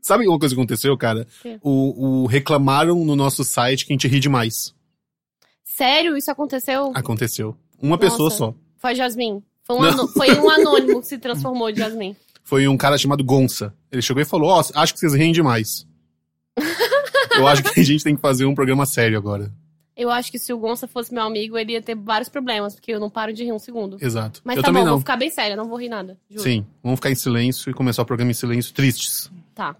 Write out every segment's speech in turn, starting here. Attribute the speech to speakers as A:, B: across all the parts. A: Sabe uma coisa que aconteceu, cara?
B: quê?
A: O, o- reclamaram no nosso site que a gente ri demais.
B: Sério, isso aconteceu?
A: Aconteceu. Uma
B: Nossa.
A: pessoa só.
B: Foi Jasmin. Foi um,
A: Não.
B: ano- foi um anônimo que se transformou de Jasmin.
A: Foi um cara chamado Gonça. Ele chegou e falou: Ó, acho que vocês riem demais. Eu acho que a gente tem que fazer um programa sério agora.
B: Eu acho que se o Gonça fosse meu amigo, ele ia ter vários problemas, porque eu não paro de rir um segundo.
A: Exato.
B: Mas
A: Eu
B: tá
A: também
B: bom,
A: não.
B: vou ficar bem séria, não vou rir nada. Juro.
A: Sim, vamos ficar em silêncio e começar o programa em silêncio, tristes.
B: Tá.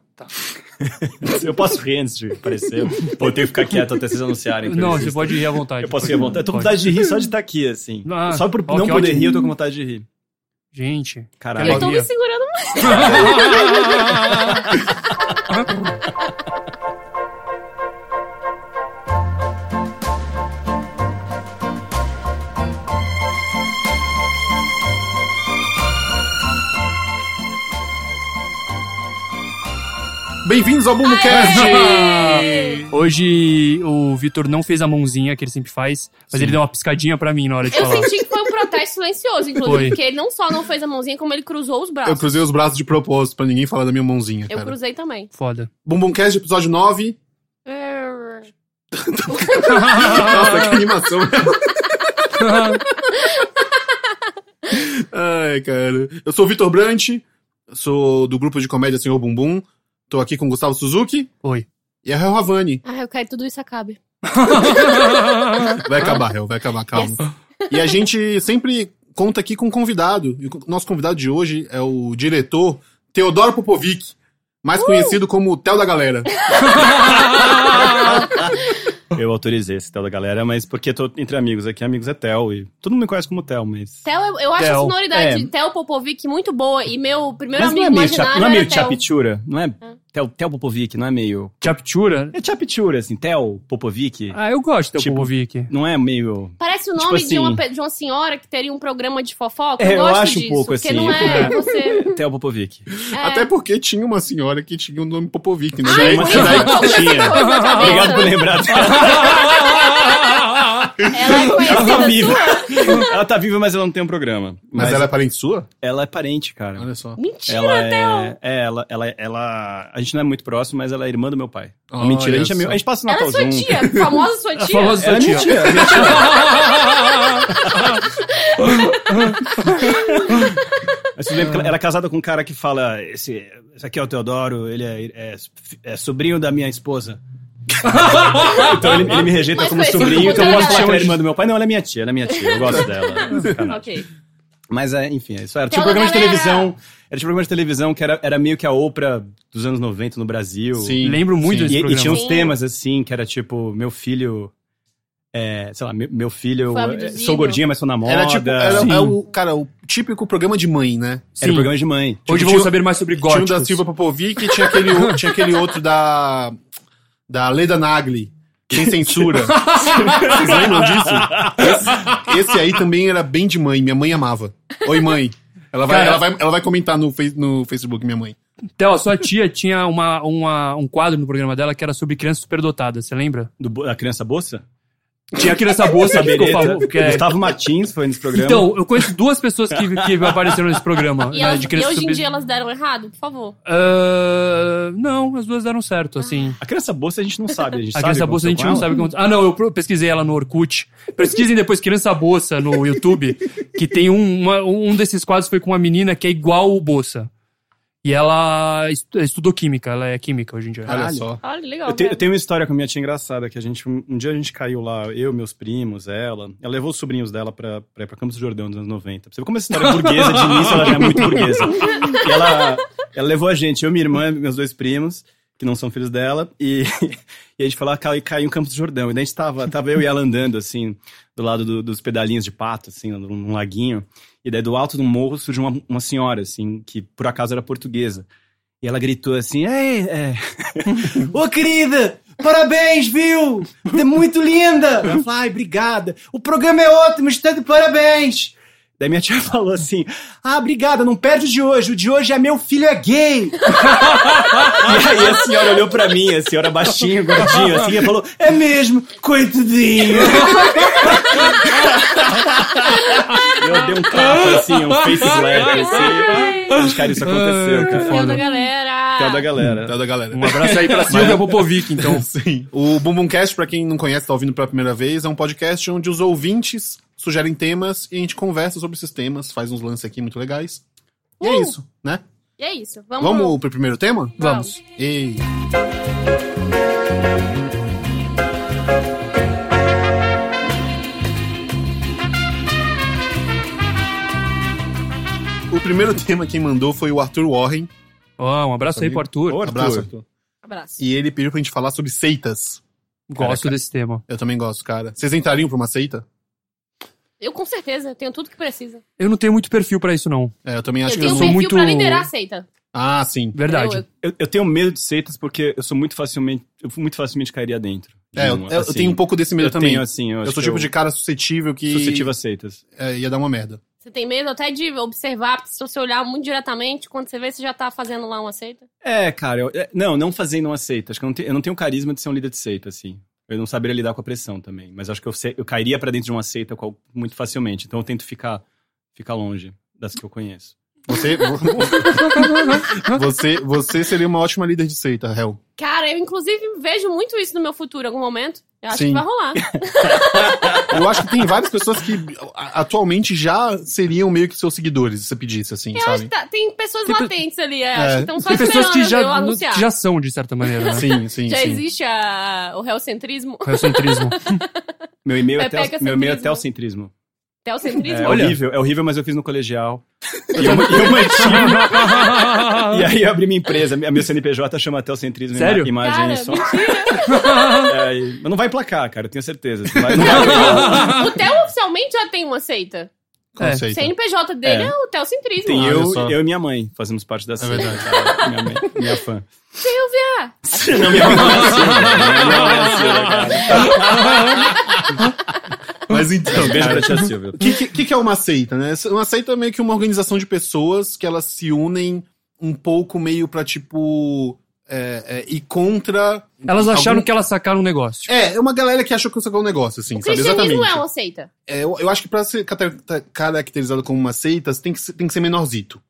C: Eu posso rir antes de aparecer? Ou eu tenho que ficar quieto até vocês anunciarem? pra
D: Não,
C: eles?
D: você pode rir à vontade.
C: Eu posso
D: pode-
C: rir à vontade. Eu tô com vontade de rir só de estar aqui, assim.
D: Ah,
C: só por
D: ó,
C: não
D: que
C: poder
D: ótimo.
C: rir, eu tô com vontade de rir.
D: Gente.
C: Caralho.
B: Eu tô me
D: Alegria.
B: segurando muito.
A: Bem-vindos ao BumboCast!
B: um
D: Hoje o Vitor não fez a mãozinha que ele sempre faz, mas ele deu uma piscadinha pra mim na hora de
B: Eu
D: falar.
B: senti que foi um protesto silencioso, inclusive,
D: Foi.
B: porque ele não só não fez a mãozinha, como ele cruzou os
A: Eu
B: braços.
A: cruzei os braços de propósito pra ninguém falar da minha mãozinha,
B: Eu,
A: cara.
B: cruzei também.
D: Foda.
A: BumboCast, episódio 9.
B: É
A: Nossa, que animação. né? Ai, cara. Eu sou o Vitor Brant, sou do grupo de comédia Senhor Bumbum. Tô aqui com o Gustavo Suzuki
D: Oi.
A: e a Hel Havani.
B: Ah, eu quero que tudo isso acabe.
A: Vai acabar, Hel, vai acabar, calma. E a gente sempre conta aqui com um convidado. E o nosso convidado de hoje é o diretor Teodoro Popovic, mais conhecido como o Theo da Galera.
C: Eu autorizei esse Theo da galera, mas porque tô entre amigos aqui. Amigos é Theo e todo mundo me conhece como Theo, mas...
B: Theo, eu, eu acho
D: Theo.
B: a sonoridade
C: É.
B: de Theo Popovic muito boa. E meu primeiro
C: mas
B: amigo
C: não é meio,
B: imaginário
C: não
B: era
C: é meio
B: Theo. Ah.
C: Chapitura? Não é Theo, Theo Popovic, não é meio...
D: Captura?
C: É Chapitura, assim, Theo Popovic.
D: Ah, eu gosto do
C: Tipo,
D: Popovic.
C: Não é meio...
B: Parece o
C: Tipo
B: nome de,
C: assim-
B: uma, pe- de uma senhora que teria um programa de fofoca.
C: É,
B: eu
C: eu
B: gosto
C: acho um
B: disso.
C: pouco
B: porque
C: assim.
B: não é você.
C: Theo Popovic.
B: É.
A: Até porque tinha uma senhora que tinha o nome Popovic, né?
C: Tinha uma
A: Daí-
C: cidade que tinha.
B: Coisa da cabeça.
C: Obrigado por lembrar.
B: Ela é
C: Ela tá
B: conhecida
C: viva.
B: sua?
C: ela tá viva, mas ela não tem um programa.
A: Mas, ela é parente sua?
C: ela é parente, cara.
A: Olha só.
B: Mentira,
C: Ela
B: Theo.
C: é, é ela, ela, ela. A gente não é muito próximo, mas ela é irmã do meu pai. Uma
A: Olha
C: mentira, a gente, é
A: só.
C: meio, a gente passa o
B: Ela
C: Natal
B: é sua
C: junto.
B: tia, famosa sua tia.
D: famosa
C: Ela é minha tia. minha tia. Mas tudo bem, porque ela era casada com um cara que fala: esse, esse aqui é o Teodoro, ele é, é- é sobrinho da minha esposa. então ele, ele me rejeita
B: Mas
C: como
B: conhecido
C: sobrinho,
B: como
C: então eu
B: Teodoro.
C: posso falar que ela é irmã do meu pai. Não, ela é minha tia, ela é minha tia, eu gosto dela. Sacanagem.
B: Ok.
C: Mas, é, enfim, é isso era. Tinha um
B: Fala,
C: programa de
B: Então, galera!
C: televisão. Era tipo um programa de televisão que era, era meio que a Oprah dos anos 90 no Brasil.
D: Lembro muito
C: E,
D: desse
C: e
D: programa.
C: tinha uns
B: Sim.
C: temas assim, que era tipo, meu filho. É, sei lá, meu, meu filho.
B: Foi
C: é,
B: abduzido.
C: sou gordinha, mas sou na moda.
A: Era tipo, era,
C: Sim.
A: é o, cara, o típico programa de mãe, né?
C: Era
D: Sim.
C: um programa de mãe.
D: Hoje
A: Tipo,
D: vamos
A: tinha-
D: saber mais sobre
A: Tinha um
D: góticos.
A: da Silva Popovic e tinha aquele, o- tinha aquele outro da, da Leda Nagli. Sem censura. Vocês lembram disso? Esse, esse aí também era bem de mãe. Minha mãe amava. Oi, mãe. Ela vai,
D: Cara.
A: ela vai, ela vai comentar no, fei- no Facebook, minha mãe.
D: Então, a sua tia tinha uma, uma- um quadro no programa dela que era sobre crianças superdotadas, você lembra?
C: Do bo- da criança bolsa?
D: Tinha criança bolsa que ficou famosa. que é-
C: Gustavo Martins foi nesse programa.
D: Então, eu conheço duas pessoas que, que apareceram nesse programa.
B: E,
D: né,
B: elas-
D: de
B: e
D: criança
B: hoje em
D: sub-
B: dia elas deram errado? Por favor.
D: Ah, não, as duas deram certo,
B: Ah.
D: assim.
C: a criança bolsa a gente não sabe. A, gente
D: A
C: sabe
D: criança
C: o que
D: bolsa a gente não
C: aconteceu
D: sabe o que aconteceu. Ah, não, eu pro- pesquisei ela no Orkut. Pesquisem depois criança bolsa no YouTube, que tem um, uma- um desses quadros foi com uma menina que é igual o bolsa. E ela estu- estudou química, ela é química hoje em dia.
A: Olha
C: Caralho.
A: só.
B: Olha, legal. né?
C: Eu, te- eu
B: cara.
C: tenho uma história com a minha tia engraçada, que a gente, um, um dia a gente caiu lá, eu, meus primos, ela. Ela levou os sobrinhos dela pra, pra ir pra Campos do Jordão nos anos 90. Pra você ver como essa história é burguesa, de início ela já é muito burguesa. E ela, ela levou a gente, eu, minha irmã, meus dois primos, que não são filhos dela, e, e a gente foi lá cai- caiu em Campos do Jordão. E daí a gente tava, tava eu e ela andando, assim, do lado do- dos pedalinhos de pato, assim, num, num laguinho. E daí do alto de um morro surgiu uma, uma senhora, assim, que por acaso era portuguesa. E ela gritou assim: Ei, é. Ô querida, parabéns, viu? É muito linda! Ela falou: Ai, obrigada. O programa é ótimo, está de parabéns! Daí minha tia falou assim: Ah, obrigada, não perde o de hoje. O de hoje é meu filho é gay. e aí a senhora olhou pra mim, a senhora baixinha, gordinha, assim, e falou: É mesmo, coitadinho. Eu dei um tapa, assim, um face slap, assim. Mas, cara, isso aconteceu, cara.
B: Meu da galera.
C: é o da galera.
A: Tá da galera.
D: Um abraço aí pra Silvia Popovic, então.
A: Sim. O Bumbumcast, pra quem não conhece, tá ouvindo pela primeira vez, é um podcast onde os ouvintes sugerem temas e a gente conversa sobre esses temas, faz uns lances aqui muito legais. E é
B: Uh!
A: isso, né?
B: E é isso. Vamos.
A: Vamos, pro primeiro tema?
D: Vamos.
A: Ei. O primeiro tema quem mandou foi o Arthur Warren
D: Ó, um abraço aí pro Arthur.
C: Ô,
A: Abraço,
C: Arthur.
B: Abraço.
A: e ele pediu pra gente falar sobre seitas.
D: Gosto desse tema.
A: Eu também gosto, cara. Vocês entrariam pra uma seita?
B: Eu com certeza tenho tudo que precisa.
D: Eu não tenho muito perfil pra isso, não.
A: É, eu também acho
B: eu
A: que
B: tenho
A: eu
B: um
A: sou.
B: perfil
D: muito-
B: pra liderar a seita.
A: Ah, sim.
D: Verdade.
B: Eu-
C: Eu, eu tenho medo de seitas porque eu sou muito facilmente. Eu muito facilmente cairia dentro. de
A: É, eu,
C: uma,
A: eu
C: assim.
A: tenho um pouco desse medo
C: eu
A: também.
C: Tenho, assim, eu,
A: eu
C: acho
A: sou o
C: que
A: tipo de cara suscetível que
C: suscetível a seitas.
A: é, ia dar uma merda.
B: Você tem medo até de observar, porque se você olhar muito diretamente, quando você vê, você já tá fazendo lá uma seita.
C: É, cara, eu- é, não, não fazendo uma seita. Acho que eu não, te- eu não tenho carisma de ser um líder de seita, assim. Eu não saberia lidar com a pressão também. Mas acho que eu, se- eu cairia pra dentro de uma seita qual- muito facilmente. Então eu tento ficar, ficar longe das que eu conheço.
A: Você, você, você seria uma ótima líder de seita, Hel.
B: Cara, eu inclusive vejo muito isso no meu futuro, em algum momento. Eu acho
A: Sim.
B: que vai rolar.
A: Eu acho que tem várias pessoas que a- atualmente já seriam meio que seus seguidores, se você pedisse, assim,
B: Eu acho
A: sabe?
B: que tá- tem pessoas
D: Tem pe-
B: latentes ali, é, acho que estão só
D: Tem pessoas
B: esperando
D: que
B: eu
D: já,
B: anunciar.
D: que já são, de certa maneira, né?
A: Sim, sim,
B: Já
A: sim.
B: existe a- o reocentrismo.
D: O Egocentrismo.
C: Meu e-mail é
B: Pepeca
C: até, meu e-mail é
B: centrismo.
C: até o centrismo.
B: Teocentrismo?
C: É
D: Olha.
C: horrível, é horrível, mas eu fiz no colegial. E eu, e eu mantive. E aí eu abri minha empresa, a minha CNPJ chama até o centrismo
D: Sério?
C: imagem
B: Cara,
C: e som.
B: mentira.
C: É, e- mas não vai emplacar, cara, eu tenho certeza. Não vai- não vai-
B: o Theo oficialmente já tem uma seita.
D: É.
B: O
A: Conceito.
B: CNPJ dele é,
C: É.
B: o Teocentrismo.
C: tem
A: Olha
C: eu,
A: só. É
C: eu e minha mãe fazemos parte da seita.
A: verdade.
C: cara. Minha mãe, minha fã.
B: Silvia!
C: Não, minha mãe não é assim, né? Minha mãe não é assim, né, cara?
A: Mas então,
C: Um beijo pra tia Silvia.
A: o que, que- que, que é uma seita, né? Uma seita é meio que uma organização de pessoas que elas se unem um pouco meio pra, tipo, é, é, ir contra...
D: Elas acharam
A: algum-
D: que elas sacaram o negócio.
A: É, é uma galera que achou que isso é um negócio, assim,
B: O
A: sabe?
B: cristianismo
A: Exatamente.
B: é uma seita.
A: É, eu, eu acho que pra ser cata- ta- caracterizado como uma seita, tem que, ser- tem que ser menorzito.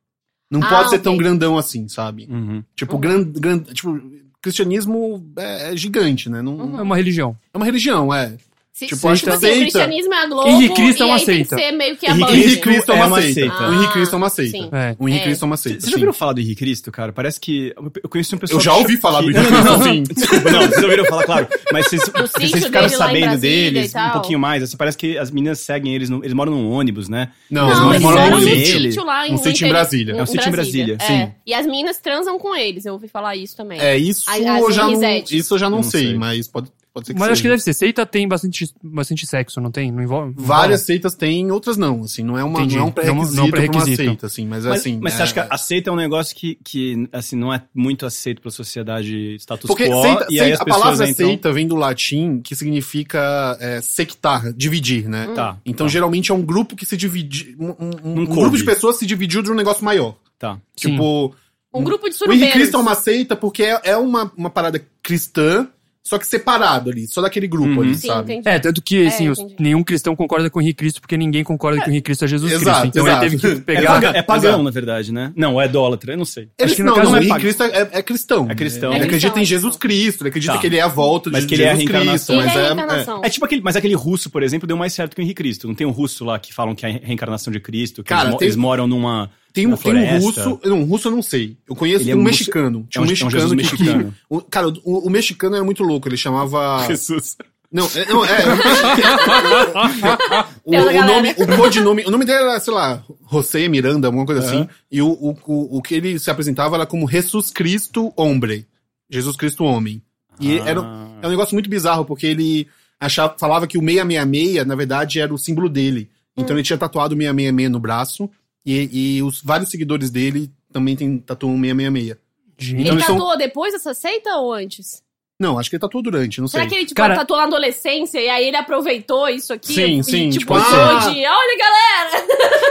A: Não
B: Ah,
A: pode ser
B: ok.
A: tão grandão assim, sabe?
C: Uhum.
A: Tipo, gran, gran, tipo cristianismo é, é gigante, né? Não,
B: Uhum.
D: É uma religião.
A: É uma religião, é.
B: Se,
A: Tipo,
B: tipo,
A: a
B: tipo assim,
A: seita.
B: o cristianismo é a Globo
D: Henrique Cristo é
B: e
D: uma
B: aí tem que
D: seita.
B: ser meio que a
C: Henrique
B: Band.
A: Henrique Cristo é uma seita.
B: Ah,
A: O Henrique Cristo é uma seita.
B: sim.
D: É.
A: O Henrique
B: É.
A: Cristo é uma
C: Vocês
A: seita.
C: já
A: sim.
C: ouviram falar do Henrique Cristo, cara? Parece que. Eu conheci um pessoal.
A: Eu já ouvi
C: que-
A: falar do Henrique
C: que-
A: Cristo, sim.
C: Desculpa, não, vocês ouviram falar, claro. Mas vocês, vocês
B: sítio
C: ficaram
B: dele lá em
C: sabendo
B: Brasília e
C: deles um
B: tal.
C: pouquinho mais. Assim, parece que as meninas seguem eles, no- eles moram num ônibus, né?
A: Não,
C: Mas
A: eles
B: Não, é
C: não
B: eles
C: moram
B: moram
C: no
B: num
C: Brasília.
B: sítio lá em
A: Um sítio em
B: interior-
A: Brasília.
C: É um sítio em Brasília,
B: É.
A: sim.
B: E as meninas transam com eles, eu ouvi falar isso também.
A: É, isso
B: As- as
A: eu já não,
B: Henrizetes.
A: isso eu já não,
C: Não
A: sei,
C: sei.
A: mas pode, pode ser né? que
D: Mas
A: seja.
D: acho que deve ser. Seita tem bastante, bastante sexo, não tem? Não envolve? É,
A: Várias seitas têm, outras não, assim, não é, uma,
D: Entendi.
A: não é um
D: Não- não é
A: pré-requisito pra uma
D: um pré-requisito.
A: seita, assim, mas,
C: Mas,
A: assim...
C: mas
A: é-
C: você acha que a seita é um negócio que, que assim, não é muito aceito pela sociedade status
A: Porque
C: quo?
A: seita-
C: e aí
A: seita-
C: as
A: a
C: pessoas
A: palavra
C: entram-
A: seita vem do latim, que significa é, sectar, dividir, né?
C: Tá,
A: Então,
C: tá.
A: geralmente é um grupo que se divide. Um, um- um
C: Não
A: grupo
C: coube.
A: de pessoas se dividiu de um negócio maior.
C: Tá.
D: Sim.
A: Tipo,
B: Um grupo de
A: o Henrique Cristo é
B: surubeiros.
A: uma seita porque é, é uma, uma parada cristã, só que separado ali, só daquele grupo
C: Uhum.
A: ali,
B: Sim,
A: sabe?
B: entendi.
D: É, tanto que assim,
B: É,
D: os-
B: entendi.
D: nenhum cristão concorda com o Henrique Cristo, porque ninguém concorda que o Henrique Cristo é Jesus
A: Exato,
D: Cristo. Então
A: exato.
D: ele teve que
C: É,
D: pegar.
C: paga- é pagão,
A: Exato.
C: na verdade, né? Não, é idólatra, eu não sei.
A: Ele,
D: Acho que no
A: não,
D: caso
A: não, o
D: não é
A: Henrique
D: pagão.
A: Cristo é, é- é cristão.
C: É cristão.
A: Ele
B: É
A: acredita
B: cristão,
A: em
B: é
A: Jesus Cristo, ele acredita
C: Tá.
A: que ele é a volta de
C: Mas que ele é a
A: Jesus Cristo.
C: reencarnação.
B: Ele
A: mas
B: é a
A: é-
B: reencarnação.
C: É tipo aquele, mas aquele russo, por exemplo, deu mais certo que o Henrique Cristo. Não tem um russo lá que falam que é a reencarnação de Cristo, que
A: Cara,
C: eles, mo-
A: tem-
C: eles moram numa.
A: Tem um,
C: na
A: tem um
C: floresta.
A: russo. Não, um russo eu não sei. Eu conheço
C: Ele
A: tem
C: é
A: um
C: um russo-
A: mexicano. Tinha um
C: é um- é um
A: mexicano
C: Jesus
A: que.
C: mexicano.
A: o- cara, o, o mexicano era muito louco. Ele chamava.
C: Jesus.
A: Não, é, não, é. o,
B: Pela
A: o nome,
B: galera.
A: o codinome. O nome dele era, sei lá, José Miranda, alguma coisa assim. E o, o, o, o que ele se apresentava era como Jesus Cristo Hombre. Jesus Cristo Homem. E
C: Ah.
A: era, é um negócio muito bizarro, porque ele achava, falava que o 666, na verdade, era o símbolo dele. Então
B: Hum.
A: ele tinha tatuado o 666 no braço, e, e os vários seguidores dele também tem, tatuam o 666.
D: Gente,
B: Ele
A: Então eles são-
B: tatuou depois dessa seita ou antes?
A: Não, acho que ele tatuou durante, não
B: Será
A: sei.
B: que ele, tipo,
D: Cara-
B: tatuou na adolescência e aí ele aproveitou isso aqui?
A: Sim,
B: e,
A: sim, tipo,
B: Tipo, usou
A: ah.
B: de, olha, galera!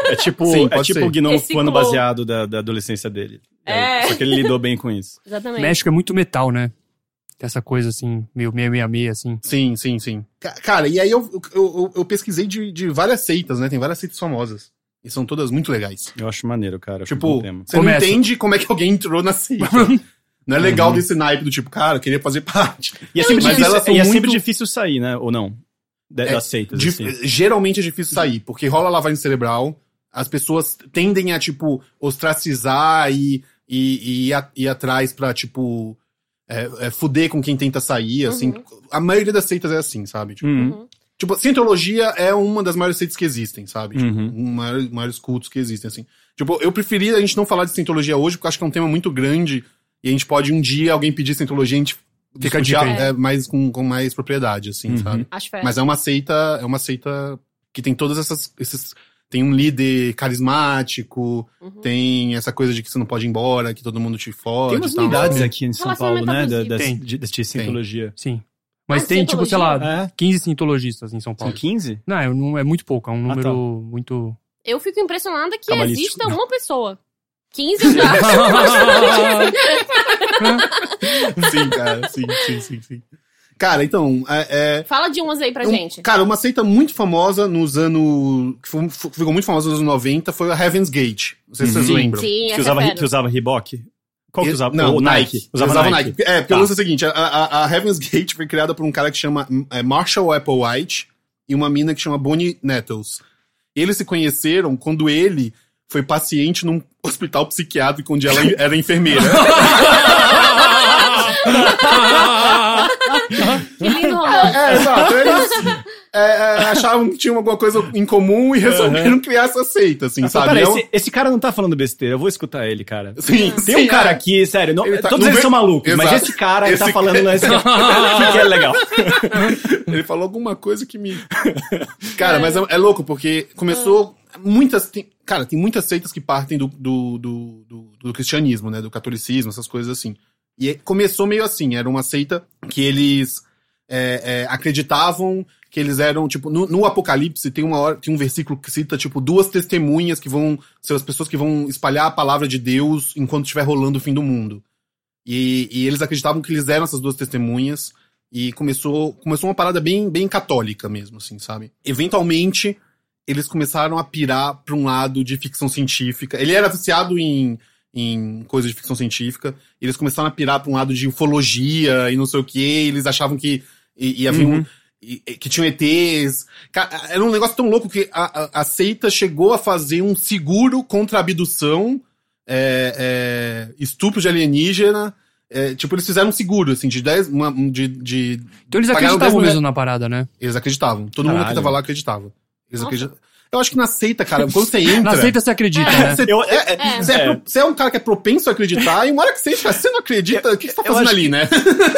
C: É tipo,
A: Sim,
C: é
A: pode
C: tipo
A: ser.
C: o gnomo
B: Reciclou.
C: voando baseado da, da adolescência dele.
B: É.
C: Só que ele lidou bem com isso.
B: Exatamente.
D: México é muito metal, né? Essa coisa assim, meio meia, meia, meia, assim.
A: Sim, sim, sim. Ca- Cara, e aí eu, eu, eu, eu pesquisei de, de várias seitas, né? Tem várias seitas famosas. E são todas muito legais.
C: Eu acho maneiro, cara. acho um
A: Tipo,
C: bom tema.
A: você não
D: Começa.
A: entende como é que alguém entrou na seita. Não é legal desse naipe do tipo, cara, eu queria fazer parte.
C: Uhum. E é sempre,
A: Mas
C: difícil,
A: elas são
C: e é sempre
A: muito-
C: difícil sair, né? Ou não? Da,
A: É,
C: das seitas,
A: Dif-
C: assim.
A: Geralmente é difícil sair, porque rola lavagem cerebral, as pessoas tendem a, tipo, ostracizar e, e, e ir a- ir atrás pra, tipo, é, é, fuder com quem tenta sair, assim. A maioria das seitas é assim, sabe? Tipo,
C: Uhum.
A: Tipo, cientologia é uma das maiores seitas que existem, sabe? Tipo,
C: Uhum.
A: um maior- maiores cultos que existem, assim. Tipo, eu preferia a gente não falar de cientologia hoje, porque eu acho que é um tema muito grande e a gente pode um dia alguém pedir cientologia e a gente fica
D: Discutir
A: dia,
D: bem.
A: é, mais com, com mais propriedade, assim,
C: Uhum.
A: sabe?
B: Acho fé.
A: Mas é uma seita, é uma seita que tem todas essas esses tem um líder carismático,
B: Uhum.
A: tem essa coisa de que você não pode ir embora, que todo mundo te fode.
C: Tem umas
A: e tal.
C: unidades aqui em São Paulo,
B: Relacionamento
C: né? Da,
B: abusivo.
C: das, de,
D: Tem.
C: de cientologia.
D: Sim. Mas
B: Ah,
D: tem, tipo, sei lá,
C: É?
D: 15 cientologistas em São
C: São
D: Paulo.
C: 15?
D: Não, é um- é muito pouco, é um
C: Ah,
D: número
C: tá.
D: muito.
B: Eu fico impressionada que
C: Cabalístico.
B: exista uma pessoa. 15 eu já.
A: Sim, cara, sim, sim, sim, sim. Cara, então, é- é,
B: Fala de umas aí pra
A: Um-
B: gente.
A: Cara, uma seita muito famosa nos anos. que foi- f- ficou muito famosa nos anos 90 foi a Heaven's Gate. Não sei se vocês
C: Uhum.
A: lembram.
B: Sim,
C: Que
B: essa
C: usava,
B: é
C: ri-
B: fera.
C: que usava Reebok? Qual que
A: Eu-
C: usava?
A: Não,
C: o Nike.
A: Usava, Nike. É, porque
C: Tá.
A: o lance é o seguinte: a, a- a Heaven's Gate foi criada por um cara que chama é, Marshall Applewhite e uma mina que chama Bonnie Nettles. Eles se conheceram quando ele foi paciente num hospital psiquiátrico onde ela era enfermeira.
B: Que lindo romance.
A: é, exato. Eles é, é, achavam que tinham alguma coisa em comum e resolveram criar essa seita, assim,
C: Mas,
A: sabe?
C: pera,
A: É um-
C: esse, esse cara não tá falando besteira, eu vou escutar ele, cara.
A: Sim,
C: Tem
A: sim,
C: um cara
A: é.
C: aqui, sério, não-
A: Ele tá-
C: todos
A: não
C: eles
A: vem-
C: são malucos, mas
A: Exato.
C: esse cara ele tá
A: Esse
C: falando esse que é legal.
A: Ele falou alguma coisa que me. Cara, mas é, é louco, porque começou. Muitas. tem- cara, tem muitas seitas que partem do, do, do, do- do cristianismo, né? Do catolicismo, essas coisas assim. E é- começou meio assim, era uma seita que eles é, é, acreditavam que eles eram, tipo, no, no Apocalipse tem uma hora, tem um versículo que cita, tipo, duas testemunhas que vão ser as pessoas que vão espalhar a palavra de Deus enquanto estiver rolando o fim do mundo. E, e eles acreditavam que eles eram essas duas testemunhas. E começou, começou uma parada bem, bem católica mesmo, assim, sabe? Eventualmente, eles começaram a pirar pra um lado de ficção científica. Ele era viciado em, em coisas de ficção científica. Eles começaram a pirar pra um lado de ufologia e não sei o quê. Eles achavam que e, e havia um- e- e- que tinham ETs. Ca- Era um negócio tão louco que a, a, a seita chegou a fazer um seguro contra abdução, é, é, estupro de alienígena. É, tipo, eles fizeram um seguro, assim, de 10. uma- um de- de
D: Então eles
A: Pagaram
D: acreditavam
A: 10
D: mesmo na parada, né?
A: eles acreditavam. Todo mundo que
C: Caralho.
A: tava lá acreditava. Eles
B: Nossa.
A: acreditavam. Eu acho que na seita, cara, quando você entra.
D: Na seita você acredita, né?
A: Você,
C: Eu-
A: é, é,
B: É.
A: Você, é, pro- você é um cara que é propenso a acreditar, e uma hora que você entra, você não acredita, o que, que você tá
C: eu
A: fazendo
C: acho
A: ali, né?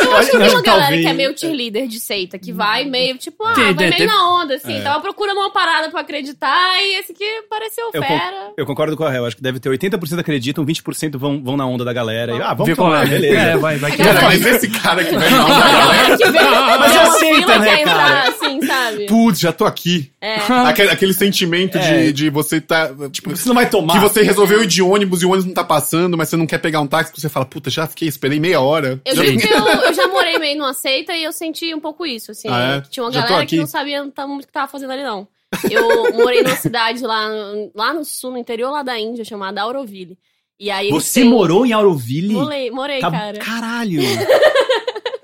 B: Eu acho que tem uma galera que é
C: talvez-
B: meio cheerleader de seita, que vai meio, tipo, ah,
D: Tem,
B: vai
D: tem,
B: meio
D: tem.
B: na onda, assim.
C: É.
B: Tava procurando uma parada pra acreditar e esse aqui pareceu
C: Eu
B: fera.
C: Eu concordo com a Hel, acho que deve ter 80% acreditam, 20% vão, vão na onda da galera. E, ah, vamos
D: Vê qual
C: tomar,
D: é.
C: beleza.
D: É, vai, vai.
A: Cara, mas esse cara que vai falar,
B: Que veio-
C: Mas
B: é uma
C: aceita,
B: fila
C: né,
B: pra entrar,
C: cara?
B: assim, sabe?
A: putz, já tô aqui.
D: Ah.
A: Aquele, aquele sentimento
C: É.
A: de, de você tá. Tipo,
C: Você não vai tomar.
A: que você resolveu ir de ônibus e o ônibus não tá passando, mas você não quer pegar um táxi, porque você fala, puta, já fiquei, esperei meia hora.
B: Eu
A: já
B: digo que eu, eu já morei meio numa seita e eu senti um pouco isso, assim.
A: Ah, é?
B: que Tinha uma
A: Já tô
B: galera que
A: aqui.
B: não sabia tam- muito o que tava fazendo ali, não. Eu morei numa cidade lá, no- lá no sul, no interior lá da Índia, chamada Auroville. E aí eles
C: Você
B: têm-
C: morou em Auroville?
B: Morei, morei,
C: Tá-
B: cara.
C: Caralho!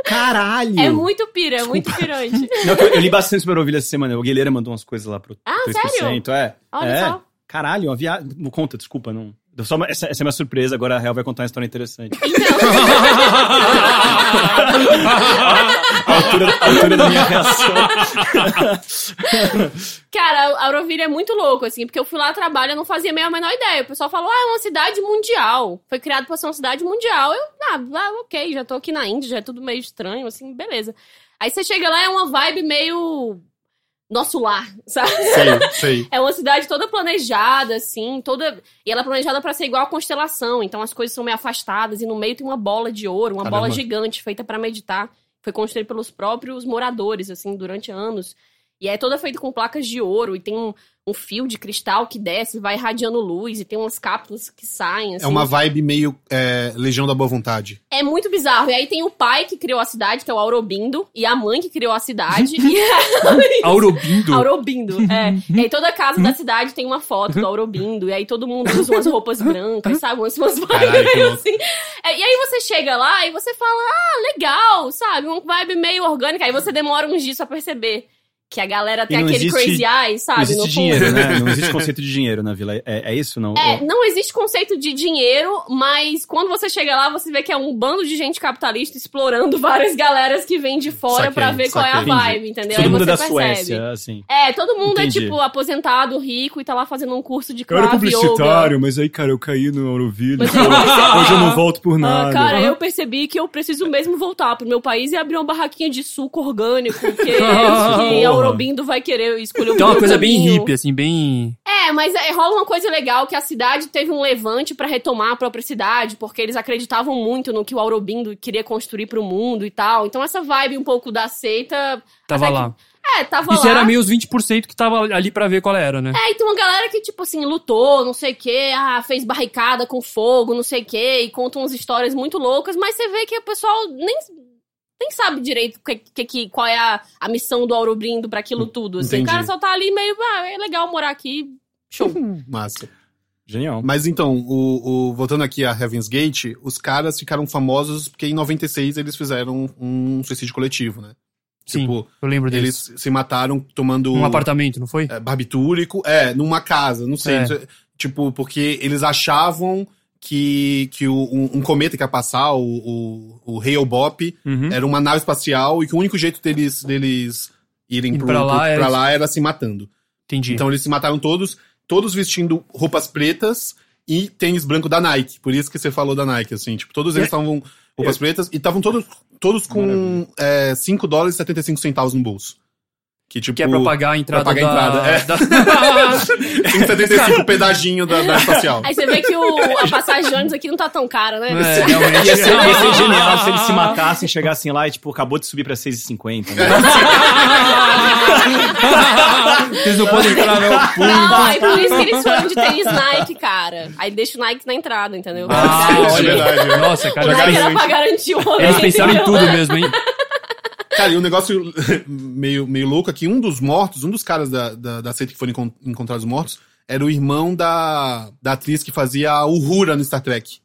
C: Caralho!
B: É muito pira, é muito pirante.
C: Não, eu, eu li bastante sobre Auroville essa semana. O Guilherme mandou umas coisas lá pro
B: Ah,
C: 3%. É.
B: Olha
C: é.
B: só.
C: Caralho, uma viagem. Conta, desculpa, não. Deu Só uma- essa, essa é minha surpresa, agora a Real vai contar uma história interessante.
B: Então,
C: a, altura, a altura da minha reação.
B: Cara, a Auroville é muito louco, assim, porque eu fui lá a trabalho, eu não fazia meio a menor ideia. O pessoal falou, ah, é uma cidade mundial. Foi criado pra ser uma cidade mundial. Eu, ah, ah, ok, já tô aqui na Índia, já é tudo meio estranho, assim, beleza. Aí você chega lá, é uma vibe meio nosso lar, sabe?
A: Sei, sei.
B: É uma cidade toda planejada, assim, toda. E ela é planejada pra ser igual a constelação. Então as coisas são meio afastadas e no meio tem uma bola de ouro, uma
C: Caramba.
B: bola gigante feita pra meditar. Foi construída pelos próprios moradores, assim, durante anos. E é toda feita com placas de ouro e tem um, um fio de cristal que desce, vai irradiando luz e tem umas cápsulas que saem. Assim.
A: É uma vibe meio é, Legião da Boa Vontade.
B: É muito bizarro. E aí tem o pai que criou a cidade, que é o Aurobindo, e a mãe que criou a cidade. e
D: Aurobindo.
B: Aurobindo, é. E aí toda casa da cidade tem uma foto do Aurobindo, e aí todo mundo usa umas roupas brancas, sabe? Umas, umas
A: Caralho, que
B: vibes assim. É, e aí você chega lá e você fala, ah, legal, sabe? Uma vibe meio orgânica, aí você demora uns dias pra perceber. Que a galera tem
C: não
B: aquele
C: existe-
B: crazy eye, sabe? no
C: Não existe
B: fundo.
C: dinheiro, né? Não existe conceito de dinheiro na vila. É, é isso, não?
B: É,
C: Eu-
B: não existe conceito de dinheiro, mas quando você chega lá, você vê que é um bando de gente capitalista explorando várias galeras que vêm de fora
A: Saquei,
B: pra ver qual é a
A: saquei.
B: vibe, entendeu?
C: Todo
B: Aí
C: mundo
B: você
C: é da
B: percebe.
C: Suécia, assim.
B: É, todo mundo
C: Entendi.
B: é tipo aposentado, rico e tá lá fazendo um curso de crave yoga.
C: mas aí, cara, eu caí no Auroville.
B: Mas eu-
C: Hoje eu não volto por
B: Ah, cara, eu percebi que eu preciso mesmo voltar pro meu país e abrir uma barraquinha de suco orgânico, porque
D: Porra.
B: a Aurobindo vai querer escolher o
D: Então é uma
B: meu
D: coisa bem
B: caminho.
D: hippie, assim, bem.
B: É, mas é, rola uma coisa legal que a cidade teve um levante pra retomar a própria cidade, porque eles acreditavam muito no que o Aurobindo queria construir pro mundo e tal. Então essa vibe um pouco da seita
D: Tava
B: Até que-
D: lá.
B: é, tava
D: Isso
B: lá.
D: era meio os 20% que tava ali pra ver qual era, né?
B: É, e tem uma galera que, tipo assim, lutou, não sei o quê, ah, fez barricada com fogo, não sei o quê, e conta umas histórias muito loucas, mas você vê que o pessoal nem, nem sabe direito que, que, que- qual é a, a missão do Aurobindo pra
D: Hum,
B: aquilo tudo. Assim, o
A: Entendi.
B: cara só tá ali meio, ah, é legal morar aqui, show.
D: Uhum.
A: Massa.
C: Genial.
A: Mas então, o, o- voltando aqui a Heaven's Gate, os caras ficaram famosos porque em 96 eles fizeram um suicídio coletivo, né?
D: Sim,
A: Tipo,
D: eu lembro deles.
A: eles se mataram tomando
D: Um apartamento, não foi?
A: é, barbitúrico, é, numa casa, não sei.
D: É.
A: não sei, Tipo, porque eles achavam que, que o- um, um cometa que ia passar, o, o, o Hale-Bopp,
D: Hum?
C: Uhum.
A: era uma nave espacial e que o único jeito deles, deles irem
D: Ir
A: pro,
D: pra lá
A: pro-
D: era-
A: pra lá era se matando.
D: Entendi.
A: Então eles se mataram todos, todos vestindo roupas pretas e tênis branco da Nike. Por isso que você falou da Nike, assim. Tipo, todos
D: É.
A: eles estavam roupas pretas e estavam todos, todos com
C: Maravilha.
A: é, 5 dólares e 75 centavos no bolso. Que tipo.
D: que é pra pagar a entrada
A: pra pagar
D: da...
A: a
D: da-
A: 175 pedaginho da, da espacial.
B: Aí você vê que o, a passagem de ônibus aqui não tá tão cara, né?
D: é, realmente. Ah.
C: Ia ser, ia ser genial se eles se matassem, chegassem lá e, tipo, acabou de subir pra 6,50. Né?
D: Vocês não podem entrar, não.
B: Não, é aí por isso que eles foram de tênis Nike, cara. Aí deixa o Nike na entrada, entendeu?
D: Ah,
B: Pra
A: é
B: garantir.
A: verdade.
D: Nossa,
B: o
D: cara.
B: Nike
D: eles-
B: era pra garantir o rolê.
D: Eles pensaram em tudo mesmo, hein?
A: Cara, e um negócio meio, meio louco aqui, um dos mortos, um dos caras da, da, da seita que foram encon- encontrados mortos, era o irmão da, da atriz que fazia a Uhura no Star Trek.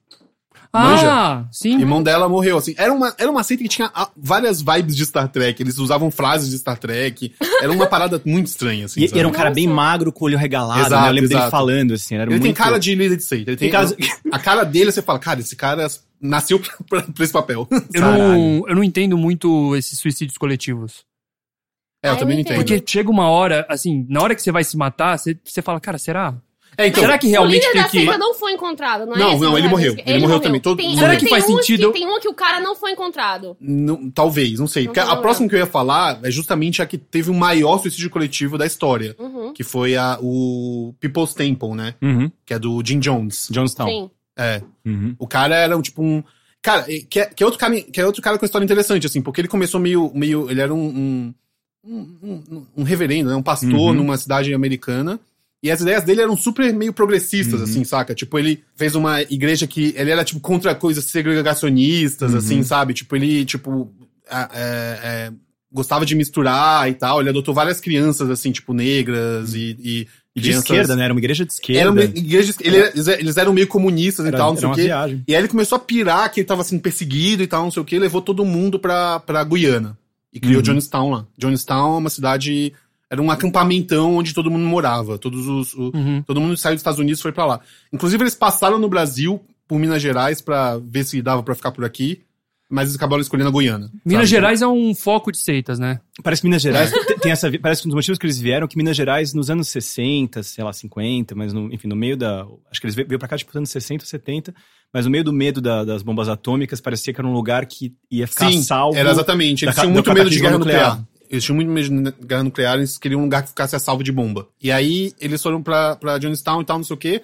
D: Ah, sim.
A: irmão dela morreu, assim. Era uma, era uma seita que tinha ah, várias vibes de Star Trek. Eles usavam frases de Star Trek. Era uma parada muito estranha, assim.
C: E
A: sabe?
C: era um cara bem
B: Nossa.
C: magro, com o olho regalado,
A: Exato,
C: né? Eu lembro dele
A: exato.
C: falando, assim. Era
A: Ele
C: muito...
A: tem cara de líder de seita. Ele tem,
C: Tem cara-
A: A cara dele, você fala, cara, esse cara nasceu pra, pra- pra esse papel. É,
D: Eu não, eu não entendo muito esses suicídios coletivos.
A: É, eu também não entendo.
D: Porque chega uma hora, assim, na hora que você vai se matar, você, você fala, cara, será?
A: É, então,
D: será que
B: O
D: realmente
B: líder
D: tem
B: da
D: que.
B: seita não foi encontrado, não é?
A: Não,
B: esse?
A: não, ele
B: é
A: morreu.
B: esse?
A: Ele morreu também, todo mundo.
D: Será que
B: tem
D: faz
B: uns
D: sentido?
B: Tem um que o cara não foi encontrado.
A: não- talvez, não sei.
B: Não
A: Porque
B: tô
A: a próxima
B: lembrando.
A: que eu ia falar é justamente a que teve o maior suicídio coletivo da história.
B: Uhum.
A: Que foi a, o People's Temple, né?
C: Uhum.
A: Que é do Jim Jones.
C: Jonestown.
B: Sim.
A: É.
C: Uhum.
A: O cara era um tipo um. Cara, e- que é, que é outro cara, que é outro cara com uma história interessante, assim, porque ele começou meio. meio ele era um. um, um, um- um reverendo, né? Um pastor
C: Uhum.
A: numa cidade americana. E as ideias dele eram super meio progressistas,
C: Uhum.
A: assim, saca? Tipo, ele fez uma igreja que. Ele era, tipo, contra coisas segregacionistas,
C: Uhum.
A: assim, sabe? Tipo, ele, tipo. a- é- é, gostava de misturar e tal. Ele adotou várias crianças, assim, tipo, negras e. e
C: E de
A: crianças-
C: esquerda, né? Era uma igreja de esquerda. É.
A: Era uma igreja, ele era- eles- eles eram meio comunistas
C: Era-
A: e tal, não
C: era
A: sei o
C: uma
A: quê.
C: viagem.
A: E aí ele começou a pirar que ele tava sendo perseguido e tal, não sei o que, levou todo mundo pra, pra Guiana. E criou
C: Uhum.
A: Johnstown lá. Johnstown é uma cidade. Era um acampamentão onde todo mundo morava. Todos os. o-
D: Uhum.
A: todo mundo que saiu dos Estados Unidos foi pra lá. Inclusive, eles passaram no Brasil, por Minas Gerais, pra ver se dava pra ficar por aqui. Mas eles acabaram escolhendo a Guiana.
D: Minas
A: sabe?
C: né?
D: Gerais é um foco de seitas, né?
C: Parece que Minas Gerais
A: É.
C: te- tem essa. vi- Parece que um dos motivos que eles vieram é que Minas Gerais, nos anos 60, sei lá, 50, mas no, enfim, no meio da. Acho que eles veio veio pra cá, tipo, nos anos 60, 70, mas no meio do medo da- das bombas atômicas, parecia que era um lugar que ia ficar
A: Sim,
C: salvo.
A: era exatamente. Eles
C: da ca-
A: tinham
C: do
A: muito medo de guerra
C: cataclismo
A: nuclear.
C: nuclear.
A: Eles tinham muito medo de guerra nuclear, eles queriam um lugar que ficasse a salvo de bomba. E aí eles foram pra, pra Johnstown e tal, não sei o quê.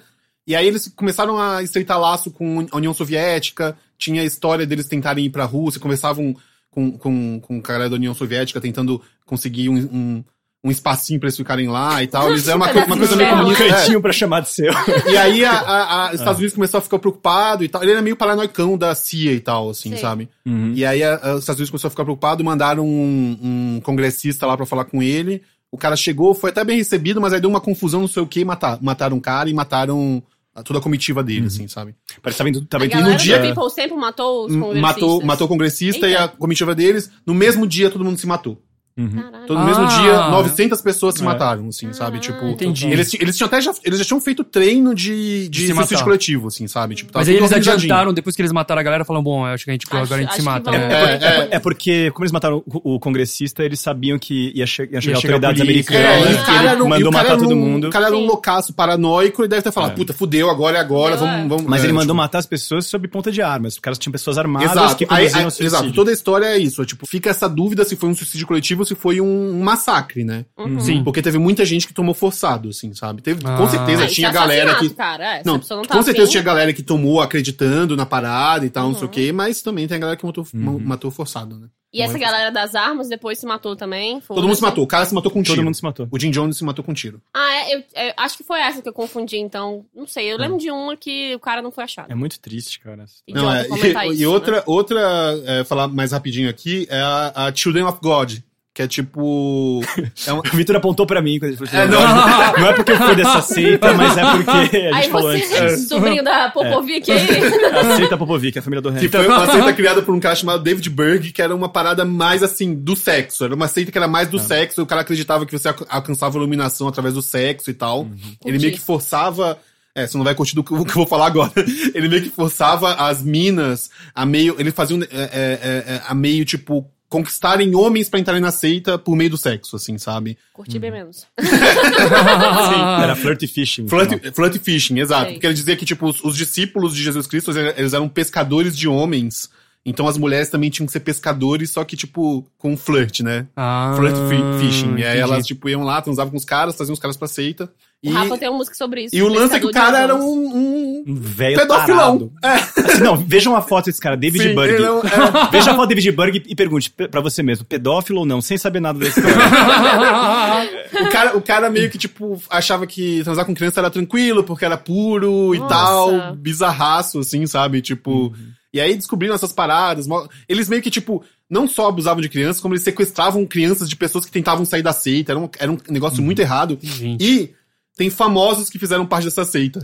A: E aí eles começaram a estreitar laço com a União Soviética, tinha a história deles tentarem ir pra Rússia, conversavam com, com, com o cara da União Soviética tentando conseguir um, um, um espacinho pra eles ficarem lá e tal. Eles eram uma,
B: Um
A: co- uma coisa
B: pedacinho
A: meio
B: de
C: Um
A: comunista. é.
C: cantinho pra chamar de seu.
A: E aí a, a- a- os Estados Unidos começou a ficar preocupado e tal. Ele era meio paranoicão da CIA e tal, assim,
B: Sei.
A: sabe?
D: Uhum.
A: E aí a- a- os Estados Unidos começou a ficar preocupado, mandaram um, um congressista lá pra falar com ele. O cara chegou, foi até bem recebido, mas aí deu uma confusão, não sei o que, mataram o cara e mataram a- toda a comitiva
D: Uhum.
A: dele, assim, sabe?
C: Parece que tá vindo, tá
B: A
C: vindo
B: galera
A: no dia-
B: do People Sample matou os congressistas.
A: Matou, matou o congressista e
B: Eita.
A: a comitiva deles. No mesmo dia, todo mundo se matou.
B: Caralho.
A: Todo
D: Ah.
A: mesmo dia, 900 pessoas se
C: É.
A: mataram, assim, sabe?
B: Caralho.
A: Tipo,
D: Entendi.
A: Eles, ti- eles tinham até já, eles já tinham feito treino de, de
D: se
A: suicídio
D: matar.
A: coletivo, assim, sabe? Tipo, tava
C: Tá
D: Mas aí
A: tudo
D: eles
A: organizadinho.
D: adiantaram, depois que eles mataram a galera, falaram, bom, acho que a gente,
B: Acho-
D: agora a gente se
B: acho que
D: mata.
B: vamos-
D: né?
A: É, é,
C: É porque, como eles mataram o, o congressista, eles sabiam que ia, che ia chegar
D: Ia chegar a
C: autoridades
D: polícia,
A: É,
C: americanas,
A: e
B: né?
A: o
C: que
A: cara era
C: ele
A: um- e
C: mandou
A: o cara
C: matar
A: era
C: todo
A: um-
C: mundo.
A: O cara era um
B: Sim.
A: loucaço paranoico e deve ter falado, puta, fudeu, agora é agora,
B: É.
A: vamos, vamos.
C: Mas
A: é,
C: ele mandou
A: tipo,
C: matar as pessoas sob ponta de armas. Os caras tinham pessoas armadas
A: Exato,
C: que
A: Aí-
C: conduziam
A: aí-
C: ao suicídio.
A: exato, toda a história é isso. é, tipo, fica essa dúvida se foi um suicídio coletivo ou se foi um, um massacre, né?
B: Uhum.
D: Sim.
A: Porque teve muita gente que tomou forçado, assim, sabe? Teve,
D: Ah.
A: Com certeza
B: Ah, isso
A: tinha
B: é
A: galera
B: assassinato,
A: que.
B: Cara. É, se a
A: Não,
B: pessoa não tá
A: com certeza
B: afim,
A: tinha
B: Uhum.
A: galera que tomou acreditando na parada e tal, não sei o quê, mas também tem a galera que matou, ma-
C: Uhum.
A: matou forçado, né?
B: E essa
A: Muito.
B: galera das armas depois se matou também? Foi
A: Todo mundo se matou, o cara se matou com um
C: Todo
A: tiro.
C: mundo se matou.
A: O Jim Jones se matou com um tiro.
B: Ah, é, eu, é, acho que foi essa que eu confundi, então. Não sei, eu lembro de uma que o cara não foi achado.
C: É muito triste, cara.
B: Idiota
A: É. Não, é,
B: comentar
A: e,
B: isso,
A: e
B: né?
A: outra, outra é, falar mais rapidinho aqui, é a, a Children of God, que é tipo. é um-
C: O Vitor apontou pra mim quando ele falou
A: É,
C: não, não é porque eu fui dessa seita, mas é porque a gente
B: Aí
C: falou
B: você,
C: antes.
B: sobrinho da
A: É.
B: Popovic aí.
C: A seita Popovic, a família do
A: que
C: Henry.
B: Então-
A: foi uma seita criada por um cara chamado David Berg, que era uma parada mais assim, do sexo. Era uma seita que era mais do
B: Ah.
A: sexo, e o cara acreditava que você alca- alcançava a iluminação através do sexo e tal.
B: Uhum.
A: Ele meio
B: Curti.
A: que forçava. É, você não vai curtir do que eu que eu vou falar agora. Ele meio que forçava as minas a meio. Ele fazia um, é, é, é, a meio, tipo, conquistarem homens pra entrarem na seita por meio do sexo, assim, sabe?
B: Curti bem menos.
D: É.
C: Sim, era flirt fishing.
A: Ah. Flirt, flirt fishing, exato.
B: Sei.
A: Quer dizer que, tipo, os, os discípulos de Jesus Cristo, eles eles eram pescadores de homens. Então as mulheres também tinham que ser pescadores, só que, tipo, com flirt, né?
D: Ah,
A: Flirt fi-
C: é,
A: fishing. E aí
D: entendi.
A: elas, tipo, iam lá, transavam com os caras, traziam os caras pra seita.
B: O
A: E,
B: Rafa tem uma música sobre isso.
A: e o lance é que o
B: pescador
A: cara
B: de
A: era
B: anões.
A: um, um
C: Um velho tarado.
A: pedofilão. É,
C: Assim, não, vejam a foto desse cara, David
A: sim,
C: Burg.
A: ele é um- é.
C: Veja a foto do David Burg e pergunte pe- pra você mesmo, pedófilo ou não, sem saber nada desse cara.
A: o, cara, o cara meio que, tipo, achava que transar com criança era tranquilo, porque era puro e
B: Nossa.
A: tal. Bizarraço, assim, sabe? Tipo.
D: Uhum.
A: E aí descobriram essas paradas. mó- Eles meio que, tipo, não só abusavam de crianças, como eles sequestravam crianças de pessoas que tentavam sair da seita. Era um, era um negócio muito errado.
D: Uhum. Gente.
A: E tem famosos que fizeram parte dessa seita.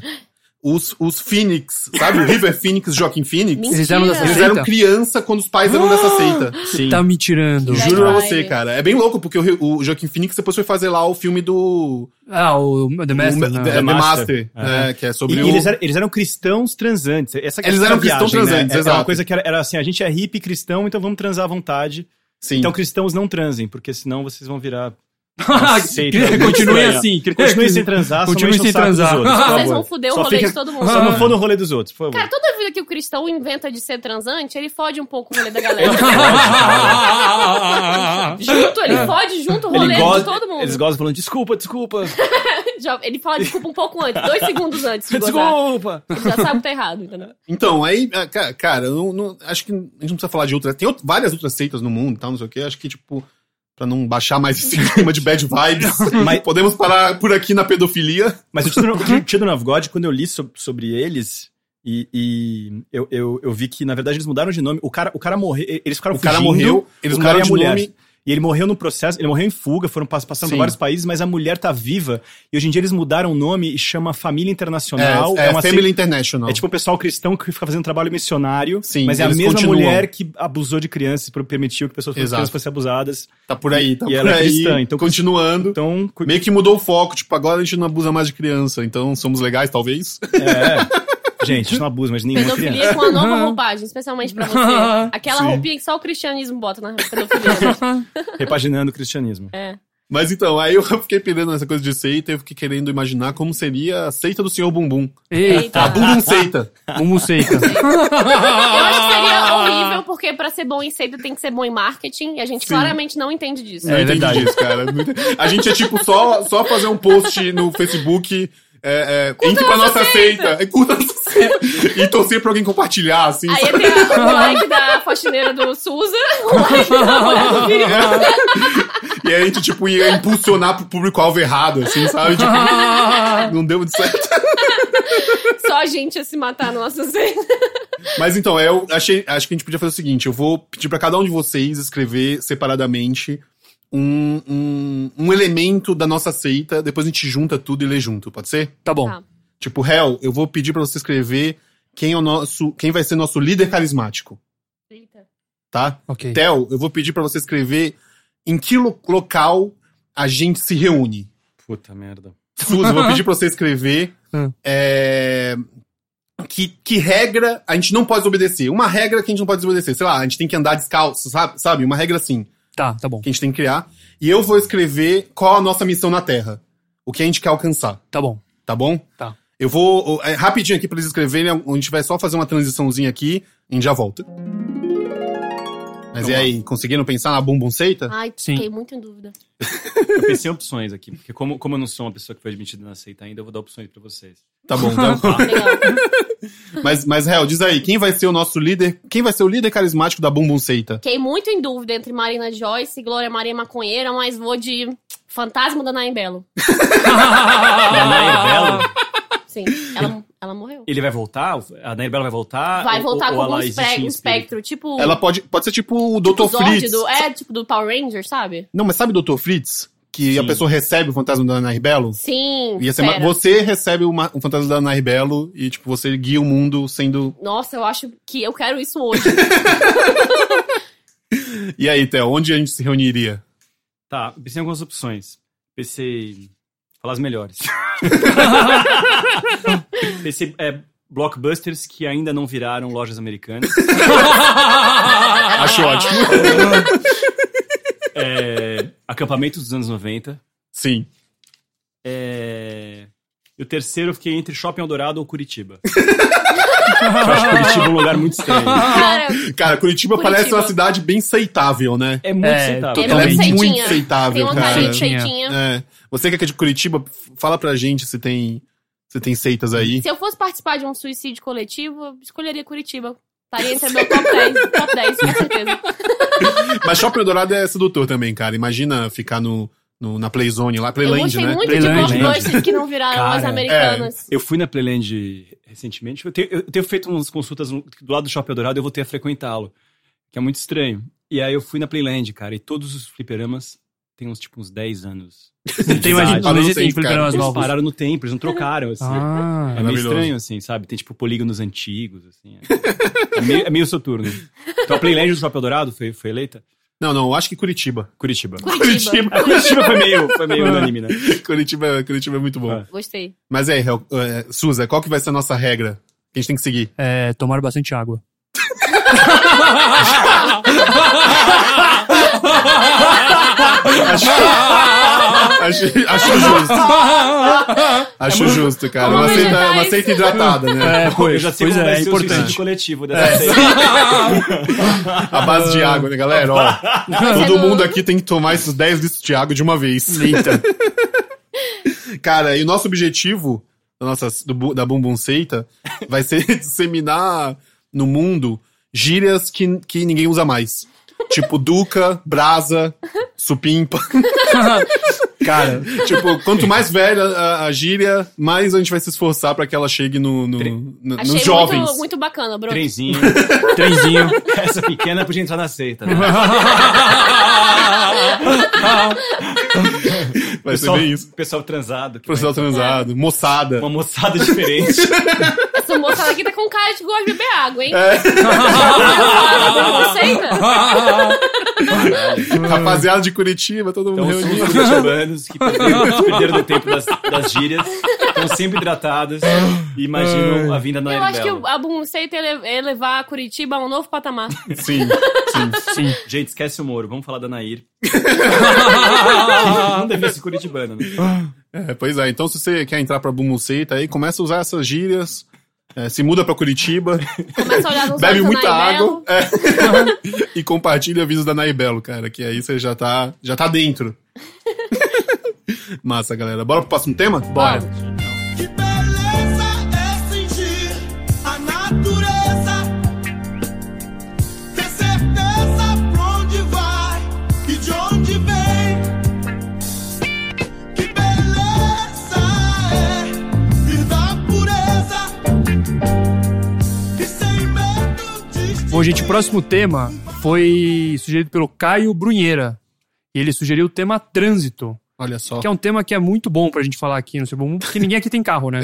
A: Os, os Phoenix, sabe? O River Phoenix, Joaquim Phoenix.
B: Mentira.
D: Eles eram dessa
A: Eles
D: seita?
A: eram criança quando os pais eram dessa seita.
C: Sim.
D: Tá me tirando.
B: Sim.
A: Juro pra
B: Caralho.
A: você, cara. É bem louco, porque o, Ri- o Joaquim Phoenix depois foi fazer lá o filme do.
D: Ah, o The Master,
A: o,
D: né?
A: The,
C: The
A: The
C: Master.
A: Master,
C: É.
A: é, que é
C: E,
A: sobre
C: e
A: o.
C: eles, eram, eles eram cristãos transantes. Essa que é
A: Eles
C: a
A: eram
C: viagem,
A: cristãos
C: né?
A: transantes,
C: É- Era uma
A: exato.
C: coisa que era, era assim, a gente é hippie cristão, então vamos transar à vontade.
A: Sim.
C: Então cristãos não transem, porque senão vocês vão virar...
A: Ah,
C: seita.
D: Que- Continue
C: Estranho.
D: assim. que-
A: É,
C: Continue sem transar,
D: Continue
C: só não enche o
D: sem
C: saco dos
D: transar.
A: Ah,
C: outros, por
B: Vocês
C: favor.
B: vão foder o
C: Ah, Só
B: rolê
C: fica- Ah,
B: de todo mundo.
C: Só não for no rolê dos outros, por favor.
B: Cara, toda vida que o cristão inventa de ser transante, ele fode um pouco o rolê da galera. junto, ele fode junto o rolê de todo mundo.
C: É. Eles gostam falando, desculpa, desculpa,
B: Já- Ele fala desculpa um pouco antes, dois segundos antes de gozar.
C: desculpa.
B: Ele já sabe que tá errado, entendeu?
A: Então, aí, é, ca- cara, eu não, não- acho que a gente não precisa falar de outras. Tem out- várias outras seitas no mundo e tal, não sei o quê. Acho que, tipo, pra não baixar mais esse clima de bad vibes,
C: Mas-
A: podemos parar por aqui na pedofilia.
C: Mas o Children of- Children of God, quando eu li so- sobre eles, e, e eu, eu, eu vi que, na verdade, eles mudaram de nome. O cara, o cara morreu, eles ficaram
A: O cara
C: fugindo,
A: morreu, eles
C: o cara e
A: mudaram
C: a
A: de
C: mulher. Então,
A: nome.
C: E ele morreu no processo, ele morreu em fuga, foram pass- passando por
A: Sim.
C: vários países, mas a mulher tá viva. E hoje em dia eles mudaram o nome e chama Família Internacional.
A: É, é,
C: uma
A: Family
C: seita-
A: International.
C: é tipo o pessoal cristão que fica fazendo trabalho missionário,
A: Sim,
C: mas é a
A: eles
C: mesma
A: continuam.
C: mulher que abusou de crianças, pro- permitiu que pessoas,
A: Exato.
C: crianças fossem abusadas.
A: tá por aí, tá
C: e
A: por
C: ela é
A: aí.
C: cristã, então-
A: continuando.
C: Então, cu-
A: Meio que mudou o foco, tipo, agora a gente não abusa mais de criança, então somos legais, talvez.
C: é, gente, isso não abuso, mas nenhuma criança.
B: Pedofilia é com uma nova roupagem, especialmente pra você. Aquela roupinha que só o cristianismo bota na pedofilia.
C: Repaginando o cristianismo.
B: É.
A: Mas então, aí eu fiquei pirando nessa coisa de seita, eu fiquei querendo imaginar como seria a seita do senhor Bumbum.
D: Eita,
A: A Bumbum Seita.
D: Mumu seita.
B: Eu acho que seria
C: Ah.
B: horrível, porque pra ser bom em seita tem que ser bom em marketing, e a gente
A: Sim.
B: claramente não entende disso.
A: Eu
D: É
A: entendi
D: verdade.
A: isso, cara. Muito- A gente é tipo só, só fazer um post no Facebook. É, é, entre pra nossa seita. É, curta a nossa seita. E torcer pra alguém compartilhar, assim.
B: Aí
A: sabe?
B: tem a- o like da faxineira do Suza, o like da mulher do Filipe.
A: E aí a gente, tipo, ia impulsionar pro público-alvo errado, assim, sabe? Tipo, não deu muito certo.
B: Só a gente ia se matar no nosso cena.
A: Mas então, eu achei, acho que a gente podia fazer o seguinte: eu vou pedir pra cada um de vocês escrever separadamente um, um, um elemento da nossa seita, depois a gente junta tudo e lê junto, pode ser?
D: Tá bom.
B: Tá.
A: Tipo, Hel, eu vou pedir pra você escrever quem é o nosso, quem vai ser nosso líder carismático,
B: Eita.
A: tá?
D: Ok.
A: Theo, eu vou pedir pra você escrever em que lo- local a gente se reúne.
C: Puta merda.
A: Suzy, eu vou pedir pra você escrever
C: Ah.
D: Hum.
A: é, que, que regra a gente não pode obedecer. Uma regra que a gente não pode desobedecer. Sei lá, a gente tem que andar descalço, sabe? sabe? Uma regra assim
D: Tá, tá bom.
A: que a gente tem que criar. E eu vou escrever qual a nossa missão na Terra. O que a gente quer alcançar,
D: Tá bom.
A: tá bom?
D: Tá.
A: Eu vou é, rapidinho aqui pra eles escreverem. A gente vai só fazer uma transiçãozinha aqui e a gente já volta. Mas
C: Então Vamos
A: e
C: lá.
A: aí, conseguiram pensar na Bumbum Seita?
B: Ai,
D: Sim.
B: fiquei muito em dúvida.
C: Eu pensei em opções aqui, porque como, como eu não sou uma pessoa que foi admitida na seita ainda, eu vou dar opções pra vocês.
A: Tá bom, tá bom.
B: Legal.
A: Mas, mas, Hel, diz aí, quem vai ser o nosso líder? Quem vai ser o líder carismático da Bumbum Seita?
B: Fiquei muito em dúvida entre Marina Joyce e Glória Maria Maconheira, mas vou de Fantasma da Naim Belo. Ah.
C: E a Nair Belo,
B: Sim, ela, ela morreu.
C: ele vai voltar? A Nair Belo vai
A: Ah,
C: voltar?
B: Vai
C: Ou-
B: voltar
C: ou
B: com
C: ela
B: algum
C: existe em
B: espectro,
C: espírito?
B: espectro, tipo...
A: Ela pode, pode ser tipo o
B: tipo
A: Dr.
B: Zord
A: Fritz.
B: do- é, tipo do Power Ranger, sabe?
A: Não, mas sabe o Dr. Fritz? Que a
C: Sim.
A: pessoa recebe o fantasma da Ana Belo?
B: Sim,
A: Ia ser ma-
B: pera.
A: você recebe uma, um fantasma da Ana Belo e, tipo, você guia o mundo sendo.
B: Nossa, eu acho que eu quero isso hoje.
A: E aí, Theo, onde a gente se reuniria?
C: Tá, eu pensei em algumas opções. Pensei. Falar as melhores. pensei é, blockbusters que ainda não viraram lojas americanas.
B: Ah.
A: Acho ótimo.
C: É, acampamentos dos anos 90.
A: Sim.
C: É, E o terceiro eu fiquei entre Shopping Eldorado ou Curitiba. eu acho Curitiba um lugar muito estranho.
A: Ah, tá
B: Cara,
A: Cara, Curitiba,
B: Curitiba.
A: parece uma cidade bem aceitável, né?
C: É muito
D: É,
C: aceitável.
B: Ele é
A: Ela
B: muito
A: é muito
B: seitinha. tem
A: aceitável,
B: uma
A: cara.
B: carinha de
D: Tinha.
B: jeitinho.
A: É. Você que é de Curitiba, f- fala pra gente se tem, se tem seitas aí.
B: Se eu fosse participar de um suicídio coletivo, eu escolheria Curitiba. Estaria entre meu top 10, top 10, com certeza.
A: Mas Shopping Dourado é sedutor também, cara. Imagina ficar no, no- na Playzone lá,
B: Eu
A: Playland,
B: gostei
A: né?
B: muito
D: Playland,
B: de
D: né?
B: blockbusters que não viraram
C: Cara,
B: as americanas.
C: Eu fui na Playland recentemente. Eu tenho, eu tenho feito umas consultas no- do lado do Shopping Dourado, eu voltei a frequentá-lo, que é muito estranho. E aí eu fui na Playland, cara, e todos os fliperamas têm uns, tipo, uns 10 anos.
D: Não tem mais,
A: Verdade.
D: não existem
A: Eles
D: fliperamas
C: Eles
D: novos.
C: pararam no tempo, eles não trocaram, assim. É
D: Ah,
C: meio
A: Maravilhoso.
C: estranho, assim, sabe? Tem, tipo, polígonos antigos, assim. É, é meio, é meio soturno. Então, a Playland do Shopping Dourado foi, foi eleita?
A: Não, não, eu acho que Curitiba.
C: Curitiba.
B: Curitiba.
C: A Curitiba foi meio, foi meio unânime, né?
A: Curitiba, Curitiba é muito bom.
C: Ah.
B: Gostei.
A: Mas é, Hel- é, Suza, qual que vai ser a nossa regra? Que a gente tem que seguir.
D: É, tomar bastante água.
A: Acho, acho, acho justo. Acho
B: É
A: justo, cara.
B: Como
A: Uma seita,
B: vegetais.
A: uma seita hidratada, né?
D: É,
C: eu
D: pois,
C: já sei
D: pois
C: como
D: é,
C: vai
D: é
C: ser o suicídio
D: importante. É.
C: coletivo dessa série.
A: A base
D: Ah.
A: de água, né, galera? Ó, todo mundo aqui tem que tomar esses 10 litros de água de uma vez.
D: Eita.
A: Cara, e o nosso objetivo da, nossa, do bu- da Bumbum Seita vai ser disseminar no mundo gírias que, que ninguém usa mais. Tipo duca, brasa, supimpa.
D: Cara,
A: tipo, quanto mais velha a, a gíria, mais a gente vai se esforçar pra que ela chegue no, no- no-
B: Achei
A: nos jovens.
B: Muito, muito bacana, Bruno.
C: Trenzinho.
D: trenzinho.
C: Essa pequena podia entrar na seita, né?
A: Vai ser
C: pessoal,
A: bem isso.
C: pessoal transado. que
A: Profissional transado, moçada.
C: vai- Uma moçada diferente.
B: Essa moça aqui tá com cara de que gosta de beber água, hein? Não sei, né?
A: Rapaziada de Curitiba, todo mundo
C: Então, são
A: reunido.
C: os curitibanos que perderam, perderam no tempo das, das gírias, estão sempre hidratados e imaginam a vinda na
B: Eu acho que
C: Airbel.
B: o- a Bunseita é levar a Curitiba a um novo patamar.
A: Sim, sim.
D: Sim.
C: Gente, esquece o Moro, vamos falar da Nair. não devia ser curitibana, né?
A: É, pois é, então se você quer entrar pra Bumbum Seita aí, começa a usar essas gírias. é, se muda pra Curitiba,
B: Começa a olhar nos
A: bebe
B: olhos da
A: muita
B: Nair
A: água
B: Belo.
A: é. e compartilha avisos da Naibelo, cara, que aí você já tá, já tá dentro. Massa, galera. Bora pro próximo tema?
D: Bora.
E: Que beleza é sentir a natureza, ter certeza pra onde vai e de onde vem. é
D: gente, o próximo tema foi sugerido pelo Caio Brunheira. E ele sugeriu o tema trânsito,
A: Olha só.
D: que é um tema que é muito bom pra gente falar aqui no Seu Bom, porque ninguém aqui tem carro, né?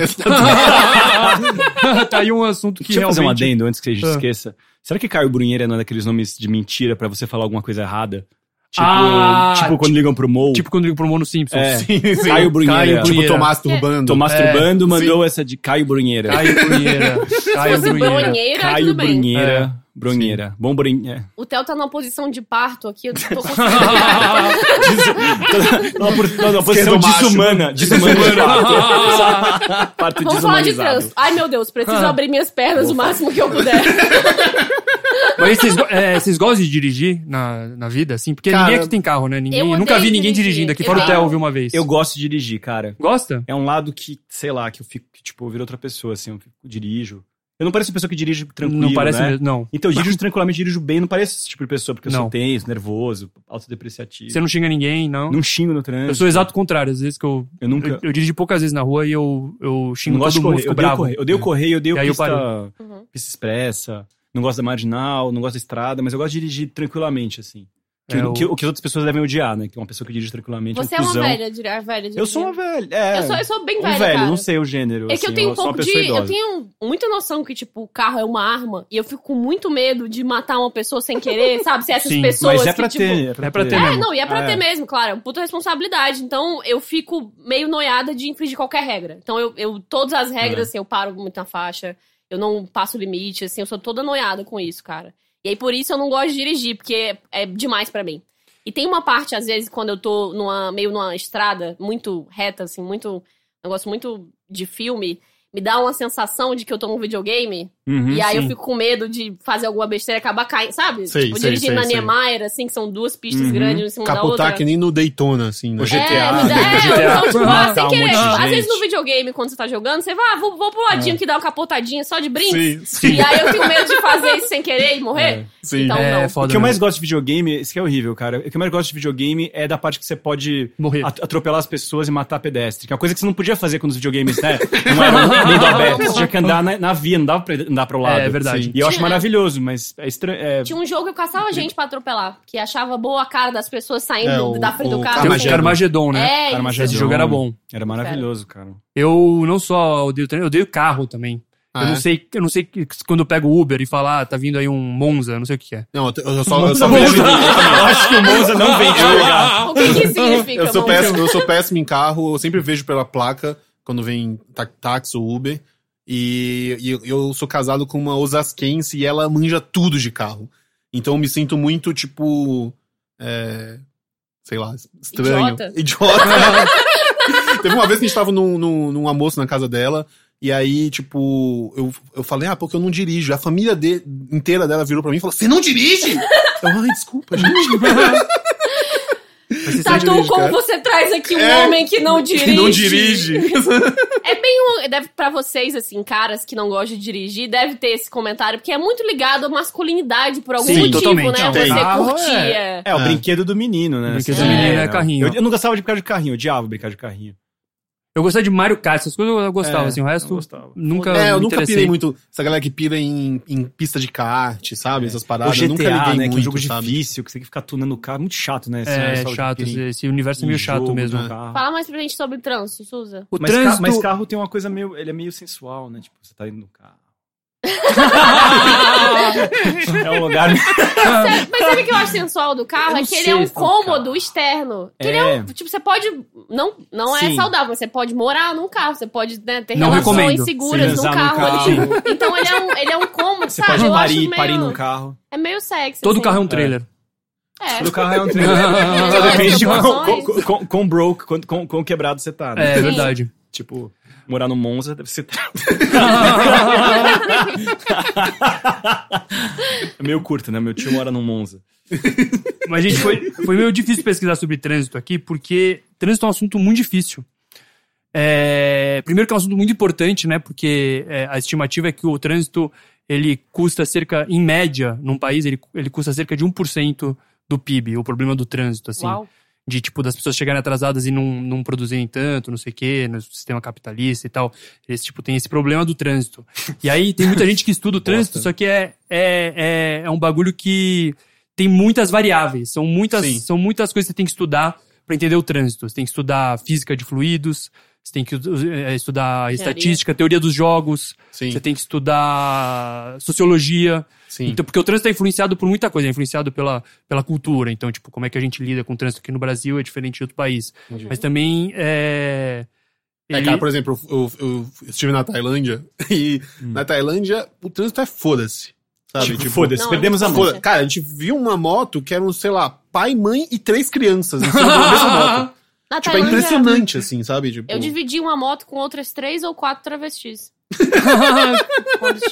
D: tá aí um assunto que
C: Deixa eu fazer um
D: realmente...
C: adendo antes que a gente
D: Ah.
C: esqueça. Será que Caio Brunheiro é um daqueles nomes de mentira pra você falar alguma coisa errada? Tipo,
D: Ah,
C: tipo quando ligam pro Mou.
D: Tipo quando ligo pro Mono Simpsons.
C: É.
A: Sim, sim.
C: Caio Brunheira.
D: Caio
A: Tipo,
D: Brunheira.
A: Tomás Turbando.
B: É.
C: Tô masturbando, mandou essa de É, Caio Brunheira.
D: Caio Brunheira. Caio
B: fosse
D: Brunheira.
B: Brunheira,
C: Caio
B: tudo bem.
C: Brunheira. Brunheira. Bom
D: é.
C: Brunheira.
B: O Theo tá numa posição de parto aqui, eu tô conseguindo.
C: Uma por- uma posição
A: macho.
C: desumana. Desumana. de parto. Parto
B: Vamos falar de
C: desumanizado.
B: trânsito. Ai, meu Deus, preciso
D: Ah.
B: abrir minhas pernas o máximo que eu puder.
D: Mas vocês, go- é, vocês gostam de dirigir na, na vida, assim? Porque
A: Cara,
D: ninguém aqui tem carro, né? Ninguém,
B: eu odeio
D: nunca vi ninguém
B: dirigir.
D: dirigindo. Aqui
B: Eu
D: fora o
B: odeio.
D: Theo ouviu uma vez.
C: Eu gosto de dirigir, cara.
D: Gosta?
C: É um lado que, sei lá, que eu fico, que, tipo, eu viro outra pessoa, assim, eu fico- dirijo. Eu não pareço uma pessoa que dirige tranquilo,
D: não parece
C: né?
D: mesmo, não.
C: Então, eu dirijo tranquilamente, dirijo bem, não pareço esse tipo de pessoa, porque eu
D: Não.
C: sou tenso, nervoso, autodepreciativo.
D: Você não xinga ninguém, não.
C: Não xingo no trânsito.
D: eu sou o exato contrário. Às vezes que eu,
C: Eu nunca.
D: eu, eu dirijo poucas vezes na rua e eu, eu
C: não
D: xingo
C: gosto
D: todo
C: de
D: mundo,
C: correr.
D: fico
C: Eu dei o correio, eu dei o
D: bravo. É.
C: correio, eu dei
D: E aí eu
C: o pista,
B: parei. Uhum.
C: pista expressa. Não gosto da marginal, não gosto da estrada, mas eu gosto de dirigir tranquilamente, assim. Que,
D: É, eu-
C: que- o que as outras pessoas devem odiar, né? Que uma pessoa que dirige tranquilamente
B: Você
C: um
B: é uma
C: cuzão.
B: velha, dir- a velha
C: Eu sou uma
B: dirigir.
C: velha. É,
B: Eu sou, eu sou bem
C: um
B: velha,
C: velho,
B: cara.
C: não sei o gênero.
B: É
C: assim,
B: que eu tenho um
C: sou uma
B: pouco de.
C: pessoa
B: Eu
C: idosa.
B: tenho muita noção que, tipo, o carro é uma arma e eu fico com muito medo de matar uma pessoa sem querer, sabe? Se essas
D: Sim,
B: pessoas.
C: Mas é
B: que,
C: pra
B: tipo,
C: ter.
D: é pra ter
B: É,
D: mesmo.
B: não, e é pra
C: É.
B: ter mesmo, claro. É uma puta responsabilidade. Então, eu fico meio noiada de infringir qualquer regra. Então, eu, eu- todas as
D: É.
B: regras, assim, eu paro muito na faixa. Eu não passo limite, assim, eu sou toda noiada com isso, cara. E aí, por isso, eu não gosto de dirigir, porque é, é demais pra mim. E tem uma parte, às vezes, quando eu tô numa, meio numa estrada muito reta, assim, muito... Negócio muito de filme. Me dá uma sensação de que eu tô num videogame
C: Uhum,
B: É. e aí eu
D: sim.
B: fico com medo de fazer alguma besteira e acabar caindo, sabe?
A: Sei,
B: tipo,
A: sei,
B: dirigindo
A: sei,
B: na
A: sei.
B: Niemeyer, assim, que são duas pistas
C: Uhum.
B: grandes em cima da é outra.
A: Capotar que nem no Daytona, assim, né?
C: O G-
B: É,
C: GTA.
B: me dá- é,
D: GTA.
B: então, tipo,
D: Matar
B: ah, sem
C: um
B: querer.
C: monte de
B: Às vezes
C: gente.
B: no videogame, quando você tá jogando, você vai, ah, vou, vou pro ladinho que dá uma capotadinha só de brinde.
A: É. Sim, sim,
B: E aí eu tenho medo de fazer isso sem querer e morrer.
A: sim.
B: Então
D: É,
B: não.
D: foda
C: O que eu
D: mesmo.
C: mais gosto de videogame, isso que é horrível, cara. O que eu mais gosto de videogame é da parte que você pode
D: Morrer.
C: at- atropelar as pessoas e matar pedestre. Que é uma coisa que você não podia fazer quando os videogames, né? Não era mundo aberto. Você tinha que andar na, na via, não dava pra andar pro lado.
D: É, é verdade.
C: assim, E eu acho
B: Tinha-
C: maravilhoso, mas é estranho. É,
B: Tinha um jogo que eu caçava gente pra atropelar, que achava boa a cara das pessoas saindo
A: É, o-
B: da frente do
A: o
B: carro.
D: Tem um
A: Armagedon.
D: Carmagedon, né?
B: É, isso.
C: Armagedon.
D: Esse jogo era bom.
C: Era maravilhoso, cara.
D: Eu não só odeio trânsito, eu odeio carro também.
A: Ah,
D: eu não
A: é?
D: sei, eu não sei que- quando eu pego o Uber e falar, ah, tá vindo aí um Monza, não sei o que é.
A: Não, eu t- eu só, eu só
D: Monza.
A: vejo-
C: Eu acho que o Monza não vem jogar.
B: O Ah, que que significa,
A: Eu sou,
B: bom?
A: péssimo, eu sou péssimo em carro, eu sempre vejo pela placa quando vem ta- táxi ou Uber. E, e eu- eu sou casado com uma osasquense e ela manja tudo de carro. Então eu me sinto muito, tipo. É, sei lá, estranho.
B: Idiota.
A: Teve uma vez que a gente tava num, num, num almoço na casa dela. E aí, tipo, eu, eu falei, ah, porque eu não dirijo. A família de- inteira dela virou pra mim e falou: Você não dirige? Eu, ai, desculpa, gente.
D: Mas
B: Tatu,
A: dirige,
B: Tá como
A: cara.
B: você traz aqui um
A: É,
B: homem que não dirige.
A: Que não dirige.
B: É bem um. Deve, pra vocês, assim, caras que não gostam de dirigir, deve ter esse comentário, porque é muito ligado à masculinidade por algum
D: Sim,
B: motivo,
D: totalmente.
B: né?
D: Não,
B: você
D: tem.
B: curtia.
C: É, o
A: Ah.
C: brinquedo do menino, né?
D: O brinquedo
B: do menino
D: é carrinho.
C: Eu, eu não gostava de brincar de carrinho, eu odiava brincar de carrinho.
D: Eu gostava de Mario Kart, essas coisas eu gostava,
C: É,
D: assim, o
C: eu
D: resto
C: gostava.
D: nunca
A: É, eu
D: me
A: nunca
D: interessei.
A: pirei muito. Essa galera que pira em, em pista de kart, sabe? Essas
C: O
A: paradas.
C: GTA,
A: eu nunca liguei
C: né? que é
A: muito,
C: um jogo
A: sabe?
C: difícil, que você tem que ficar tunando o carro. Muito chato, né?
D: É, chato, esse, esse universo é meio chato mesmo.
B: Fala mais pra gente sobre trânsito, Suza.
D: O
C: Mas, ca-
D: trânsito...
C: mas carro tem uma coisa meio. Ele é meio sensual, né? Tipo, você tá indo no carro. é um lugar.
B: Sabe- Mas sabe o que eu acho sensual do
C: Eu
B: carro? É
C: não
B: que ele
C: sei
B: é um
C: esse tal
B: cômodo
C: carro.
B: externo. Que ele é
C: É.
B: um. Tipo, você pode. Não, não é
C: Sim.
B: saudável, mas você pode morar num carro, você pode né, ter
D: Não
B: relações
D: recomendo.
B: seguras
C: Sim,
B: num
C: transar
B: carro.
C: num carro.
B: Então ele é um, ele é um cômodo,
C: Você
B: sabe?
C: pode
B: eu acho
C: parir,
B: meio.
C: parir num carro.
B: É meio sexy.
D: Todo
B: assim.
D: carro é um trailer.
B: É.
C: O carro é um trem. Só
D: é,
C: depende de um quão,
B: proporções.
C: quão, quão- quão broke, quão, quão, quão quebrado você tá, né?
D: é verdade.
C: Tipo, morar no Monza tá deve ser. é meio curto, né? Meu tio mora no Monza.
D: Mas, gente, foi, foi meio difícil pesquisar sobre trânsito aqui, porque trânsito é um assunto muito difícil. É, primeiro que é um assunto muito importante, né? Porque é, a estimativa é que o trânsito, ele custa cerca, em um média, num país, ele, ele custa cerca de 1% do PIB, o problema do trânsito, assim.
B: Uau.
D: de tipo das pessoas chegarem atrasadas e não, não produzirem tanto, não sei o quê, no sistema capitalista e tal. Eles tipo tem esse problema do trânsito. E aí tem muita gente que estuda o trânsito, só que é, é, é, é um bagulho que tem muitas variáveis, são muitas,
A: Sim.
D: são muitas coisas que você tem que estudar para entender o trânsito. Você tem que estudar física de fluidos, você tem que eh, estudar estatística, teoria dos jogos,
A: Sim.
D: você tem que estudar sociologia.
A: Sim.
D: Então, porque o trânsito é influenciado por muita coisa, é influenciado pela, pela cultura. Então, tipo, como é que a gente lida com o trânsito aqui no Brasil é diferente de outro país. Mas também é.
A: É,
D: ele-
A: cara, por exemplo, eu, eu- eu estive na Tailândia e na Tailândia o trânsito é foda-se. Sabe?
C: Hum. Tipo, foda-se,
B: Não,
C: perdemos
B: é
C: a
B: muito
C: mão.
A: Foda- Cara, a gente viu uma moto que eram, sei lá, pai, mãe e três crianças. Em cima da mesma moto.
B: Na
A: Tipo, é
B: Tailândia,
A: impressionante, assim, sabe? Tipo,
B: Eu dividi uma moto com outras três ou quatro travestis.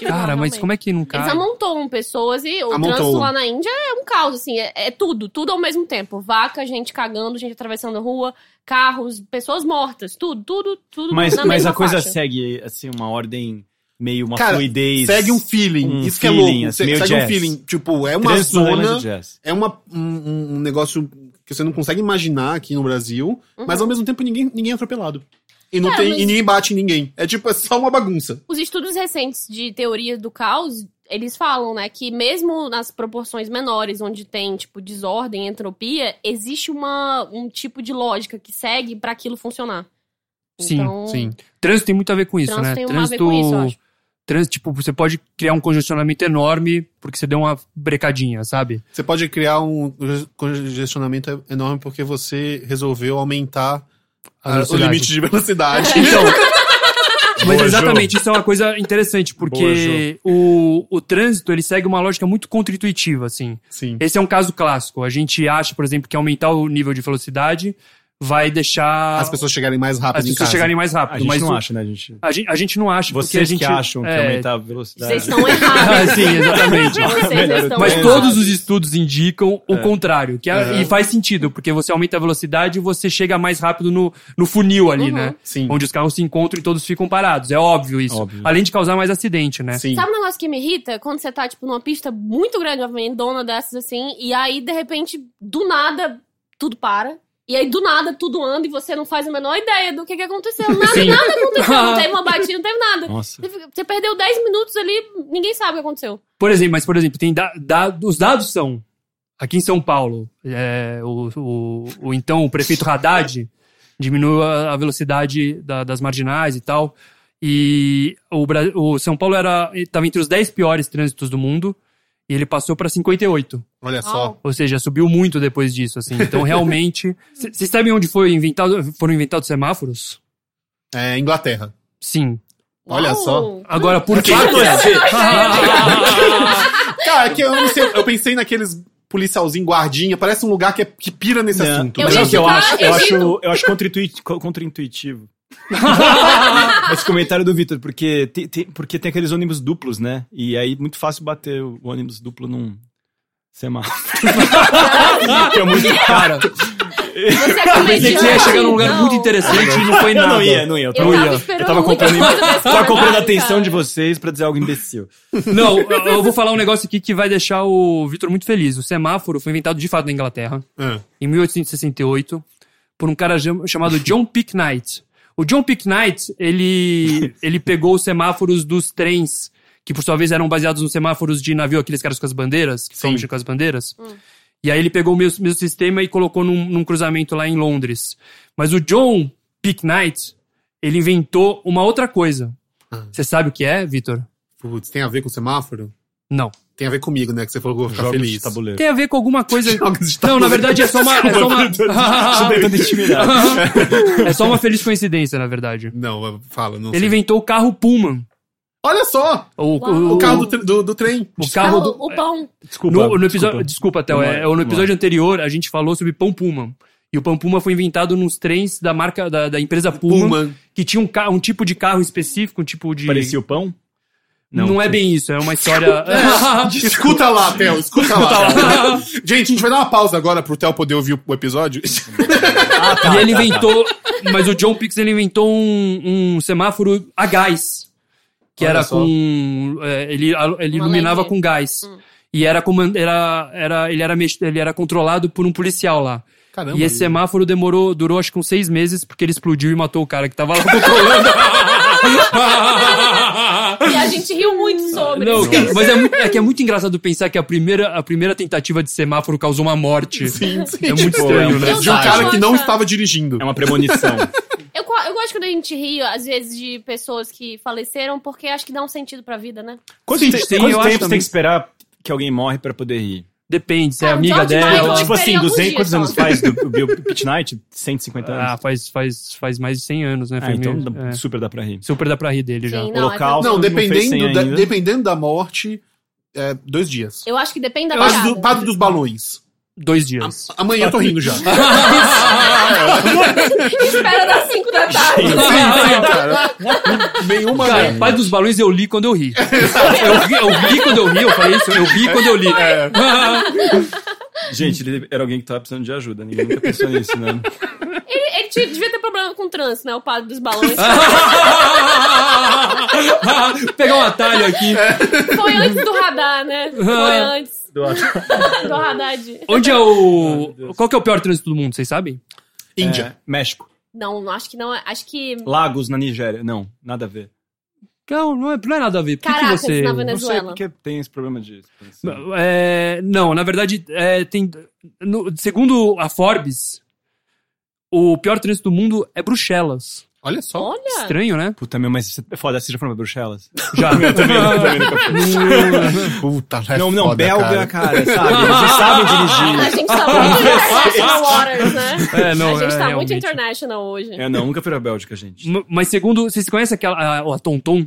D: Cara, mas como é que não
B: Eles
D: cai?
B: amontoam pessoas e o
A: Amontoam.
B: trânsito lá na Índia é um caos, assim, é, é tudo, tudo ao mesmo tempo. Vaca, gente cagando, gente atravessando a rua, carros, pessoas mortas, tudo, tudo, tudo
C: Mas,
B: na
C: mas
B: mesma
C: a coisa
B: faixa.
C: segue, assim, uma ordem meio, uma
A: Cara,
C: fluidez.
A: Segue um feeling.
C: um
A: Isso que é
C: feeling,
A: louco.
C: assim,
A: se-
C: meio
A: segue um
C: jazz.
A: feeling. Tipo, é uma
C: Trânsito na Tailândia
A: zona.
C: Jazz.
A: É uma, um- um, um negócio que você não consegue imaginar aqui no Brasil, mas ao mesmo tempo ninguém, ninguém é atropelado. E, não
B: Uhum. É,
A: tem,
B: mas-
A: e ninguém bate em ninguém. É tipo, é só uma bagunça.
B: Os estudos recentes de teoria do caos, eles falam, né, que mesmo nas proporções menores, onde tem, tipo, desordem, entropia, existe uma, um tipo de lógica que segue pra aquilo funcionar.
D: Sim,
B: então,
A: Sim.
D: Trânsito tem muito a ver com isso,
B: Trânsito
D: né?
B: tem uma a ver com isso, eu acho.
D: Trânsito, tipo, você pode criar um congestionamento enorme porque você deu uma brecadinha, sabe?
A: Você pode criar um congestionamento enorme porque você resolveu aumentar
D: A
A: a- o
D: velocidade.
A: limite de velocidade.
D: Então.
C: Boa,
D: Mas
C: Ju.
D: exatamente, isso é uma coisa interessante, porque o, o trânsito ele segue uma lógica muito contra-intuitiva, assim.
A: Sim.
D: Esse é um caso clássico. A gente acha, por exemplo, que aumentar o nível de velocidade vai deixar
A: As pessoas chegarem mais rápido
D: Ah. as
A: em
D: pessoas
A: casa.
D: chegarem mais rápido.
C: A gente
D: mas
C: não
D: o-
C: acha, né, gente?
D: A gente, a gente não acha, porque a
C: Vocês
D: gente...
C: que acham que
D: é, Ah,
C: aumentar a
B: Vocês
C: velocidade...
B: estão errados.
D: Sim, exatamente.
B: Vocês estão
D: Mas
B: errados.
D: todos os estudos indicam
C: É.
D: o contrário. Que a- E faz sentido, porque você aumenta a velocidade e você chega mais rápido no, no funil ali,
B: Uhum.
D: né?
A: Sim.
D: Onde os carros se encontram e todos ficam parados. É óbvio isso.
C: Óbvio.
D: Além de causar mais acidente, né?
A: Sim.
B: Sabe um negócio que me irrita? Quando você tá, tipo, numa pista muito grande, uma avenidona dessas, assim, e aí, de repente, do nada, tudo para. E aí, do nada, tudo anda e você não faz a menor ideia do que, que aconteceu. Nada,
D: Sim.
B: nada aconteceu. Não teve uma batida, não teve nada.
C: Nossa.
B: Você fica- Você perdeu 10 minutos ali, ninguém sabe o que aconteceu.
D: Por exemplo, mas por exemplo, tem da, da- os dados são aqui em São Paulo, é, o, o- o então o prefeito Haddad diminuiu a, a velocidade da- das marginais e tal. E o, Bra- o São Paulo era estava entre os 10 piores trânsitos do mundo e ele passou para 58.
A: Olha só.
D: Ou seja, subiu muito depois disso, assim. Então, realmente, C- vocês sabem onde foi inventado, foram inventados semáforos?
A: É Inglaterra.
D: Sim.
A: Olha só.
D: Agora, por quê?
A: Cara, é que eu não sei. Eu pensei naqueles policialzinho guardinha. Parece um lugar que, é- que pira nesse
C: Não,
A: assunto.
B: Eu
C: Mas
B: ia
C: é o que eu
B: ficar
C: acho, eu
B: exigindo.
C: acho, eu acho contraintui- co- contraintuitivo. Esse comentário do Vitor, porque tem, tem- porque tem aqueles ônibus duplos, né? E aí muito fácil bater o ônibus duplo num semáforo. que é muito
D: Cara,
B: Você é
D: pensei que
B: comediante.
D: você ia chegar num lugar
B: Não.
D: muito interessante e é não foi
C: Eu
D: nada.
C: não ia, não ia. Eu
B: Eu
C: tava,
B: tava
D: ia.
B: esperando
C: eu tava
B: muita
C: comprando,
B: coisa desse
C: tava comprando a
B: comentário,
C: atenção
B: cara.
C: de vocês pra dizer algo imbecil.
D: Não, eu eu vou falar um negócio aqui que vai deixar o Vitor muito feliz. O semáforo foi inventado de fato na Inglaterra,
A: Ah,
D: em 1868, por um cara jam- chamado John Picknight. O John Picknight, ele, ele pegou os semáforos dos trens, que por sua vez eram baseados nos semáforos de navio, aqueles caras com as bandeiras, que ficam
A: Sim.
D: mexendo com as bandeiras. E aí ele pegou o mesmo, mesmo sistema e colocou num, num cruzamento lá em Londres. Mas o John Picknight, ele inventou uma outra coisa. Você sabe o que é, Vitor?
A: Putz, tem a ver com semáforo?
D: Não.
A: Tem a ver comigo, né? Que você falou que eu vou ficar
C: Jogos
A: feliz.
C: de tabuleiro.
D: Tem a ver com alguma coisa.
A: Jogos de tabuleiro.
D: Não, na verdade é só uma. É só uma,
C: Tentando intimidar.
D: é só uma feliz coincidência, na verdade.
A: Não, fala, não
D: Ele
A: sei.
D: inventou o carro Pullman.
A: Olha só!
D: O,
B: Uau.
A: O carro do, tre- do, do trem.
D: o carro do-
B: O pão.
C: Desculpa.
D: no, no episódio,
C: desculpa.
D: desculpa, Theo.
C: Vamos lá,
D: É, no
C: vamos lá.
D: episódio anterior, a gente falou sobre Pão Pullman. E o Pão Pullman foi inventado nos trens da marca da, da empresa Pullman,
A: Pullman.
D: que tinha um, ca- um tipo de carro específico, um tipo de.
C: Parecia o pão?
D: não, é bem isso, é uma história.
A: Escuta lá, Theo, escuta lá. Theo. gente, a gente vai dar uma pausa agora pro Theo poder ouvir o episódio.
D: e ele inventou. Mas o John Pix ele inventou um, um semáforo a gás. Que
A: Olha
D: era
A: só.
D: com. é, ele a- ele
B: Uma Hum.
D: iluminava
B: lente.
D: com gás. E era, coman- era, era, ele, era mex- ele era controlado por um policial lá.
A: Caramba.
D: E esse semáforo demorou, durou acho que uns seis meses, porque ele explodiu e matou o cara que tava lá colando.
B: E a gente riu muito sobre.
D: Não, cara, mas é, muito- é que é muito engraçado pensar que a primeira, a primeira tentativa de semáforo causou uma morte.
A: Sim, sim.
D: É muito estranho, né?
A: De um cara que não
B: Nossa.
A: estava dirigindo.
C: É uma premonição.
B: Eu, go- eu gosto quando a gente ri, às vezes, de pessoas que faleceram, porque acho que dá um sentido pra vida, né?
C: Quanto,
D: Sim,
C: te-
D: sim,
C: quanto
D: eu
C: tempo
D: acho
C: você tem
D: também.
C: que esperar que alguém morre pra poder rir?
D: Depende, se é
B: Cara,
D: amiga
B: George Michael,
D: dela.
B: então tipo,
C: tipo assim,
B: esperei
C: 200,
B: alguns
C: quantos
B: dias
C: anos
B: só.
C: faz do, do Bill Pitch Night? 150 anos?
D: Ah, faz, faz, faz mais de 100 anos, né?
C: Ah,
D: Foi
C: então
D: meio-
C: dá-
D: é.
C: super dá pra rir.
D: Super dá pra rir dele já.
B: Sim.
C: o
B: Não,
C: local,
B: Não,
A: Não,
C: fez
A: dependendo,
C: cem
A: da,
C: ainda.
A: dependendo da morte, é, dois dias.
B: Eu acho que depende da
A: Eu acho
B: parada.
A: do padre dos balões.
D: Dois dias.
A: Amanhã eu tô rindo já.
B: Espera das 5 da tarde.
A: Nenhuma.
D: Cara, Pai dos Balões eu li quando eu ri. Eu, ri- eu ri quando eu ri, eu falei isso, eu ri quando eu li.
A: É.
C: Gente, ele era alguém que tava precisando de ajuda. Ninguém nunca pensou nisso, né?
B: Ele, ele tinha- devia ter problema com trânsito, né? O padre dos balões.
D: Ah. Vou Pegar um atalho aqui.
B: Foi antes do radar, né? Foi
D: Ah.
B: antes do radar de...
D: Onde é o. Qual que é o pior trânsito do mundo, vocês sabem?
A: Índia.
C: É, México.
B: Não, não, acho que não. é- Acho que...
C: Lagos na Nigéria. Não, nada a ver.
D: Não, não é, não é nada a ver. Por que que,
B: Caracas,
D: você.
B: na
C: Não sei
B: Venezuela.
C: porque tem esse problema de expansão.
D: É, não, na verdade, é, tem. no- segundo a Forbes, o pior trânsito do mundo é Bruxelas.
A: Olha só.
B: Olha...
D: é Estranho, né?
C: Puta, meu, mas você- é foda. Você já foi pra Bruxelas?
D: Já.
A: Puta, é
C: Não, não,
A: foda,
C: belga,
A: cara.
C: cara, sabe? Eles sabem dirigir.
B: A gente tá muito international waters, né?
D: É, não,
B: a gente tá
D: é,
B: muito
D: realmente.
B: international hoje.
C: É, não, nunca fui pra Bélgica, gente.
D: M- Mas segundo, vocês conhecem aquela a, a Tonton?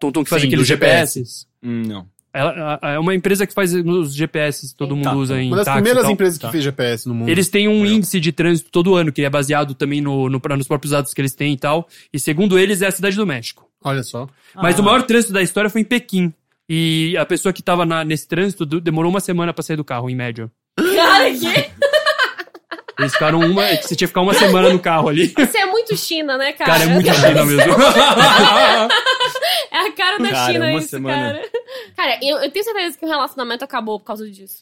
D: Tonton que faz
A: Sim,
D: aqueles
A: do GPS.
D: GPS?
C: Hum, não.
D: Ela, a- a- é uma empresa que faz os GPS, todo mundo
C: Tá.
D: usa em
A: Uma das
D: táxi e
A: primeiras
D: tal.
A: empresas que fez GPS no mundo.
D: Eles têm um índice de trânsito todo ano, que é baseado também no, no, pra- nos próprios dados que eles têm e tal. E segundo eles, é a Cidade do México.
A: Olha só.
D: Mas
A: Ah.
D: o maior trânsito da história foi em Pequim. E a pessoa que tava na- nesse trânsito du- demorou uma semana pra sair do carro, em média.
B: Cara, que...
D: Eles ficaram uma. Você tinha que ficar uma semana no carro ali.
B: Isso é muito China, né, cara?
D: Cara, é muito China mesmo.
B: É a cara da
C: Cara,
B: China
C: uma
B: isso,
C: semana.
B: cara. Cara, eu, eu tenho certeza que o relacionamento acabou por causa disso.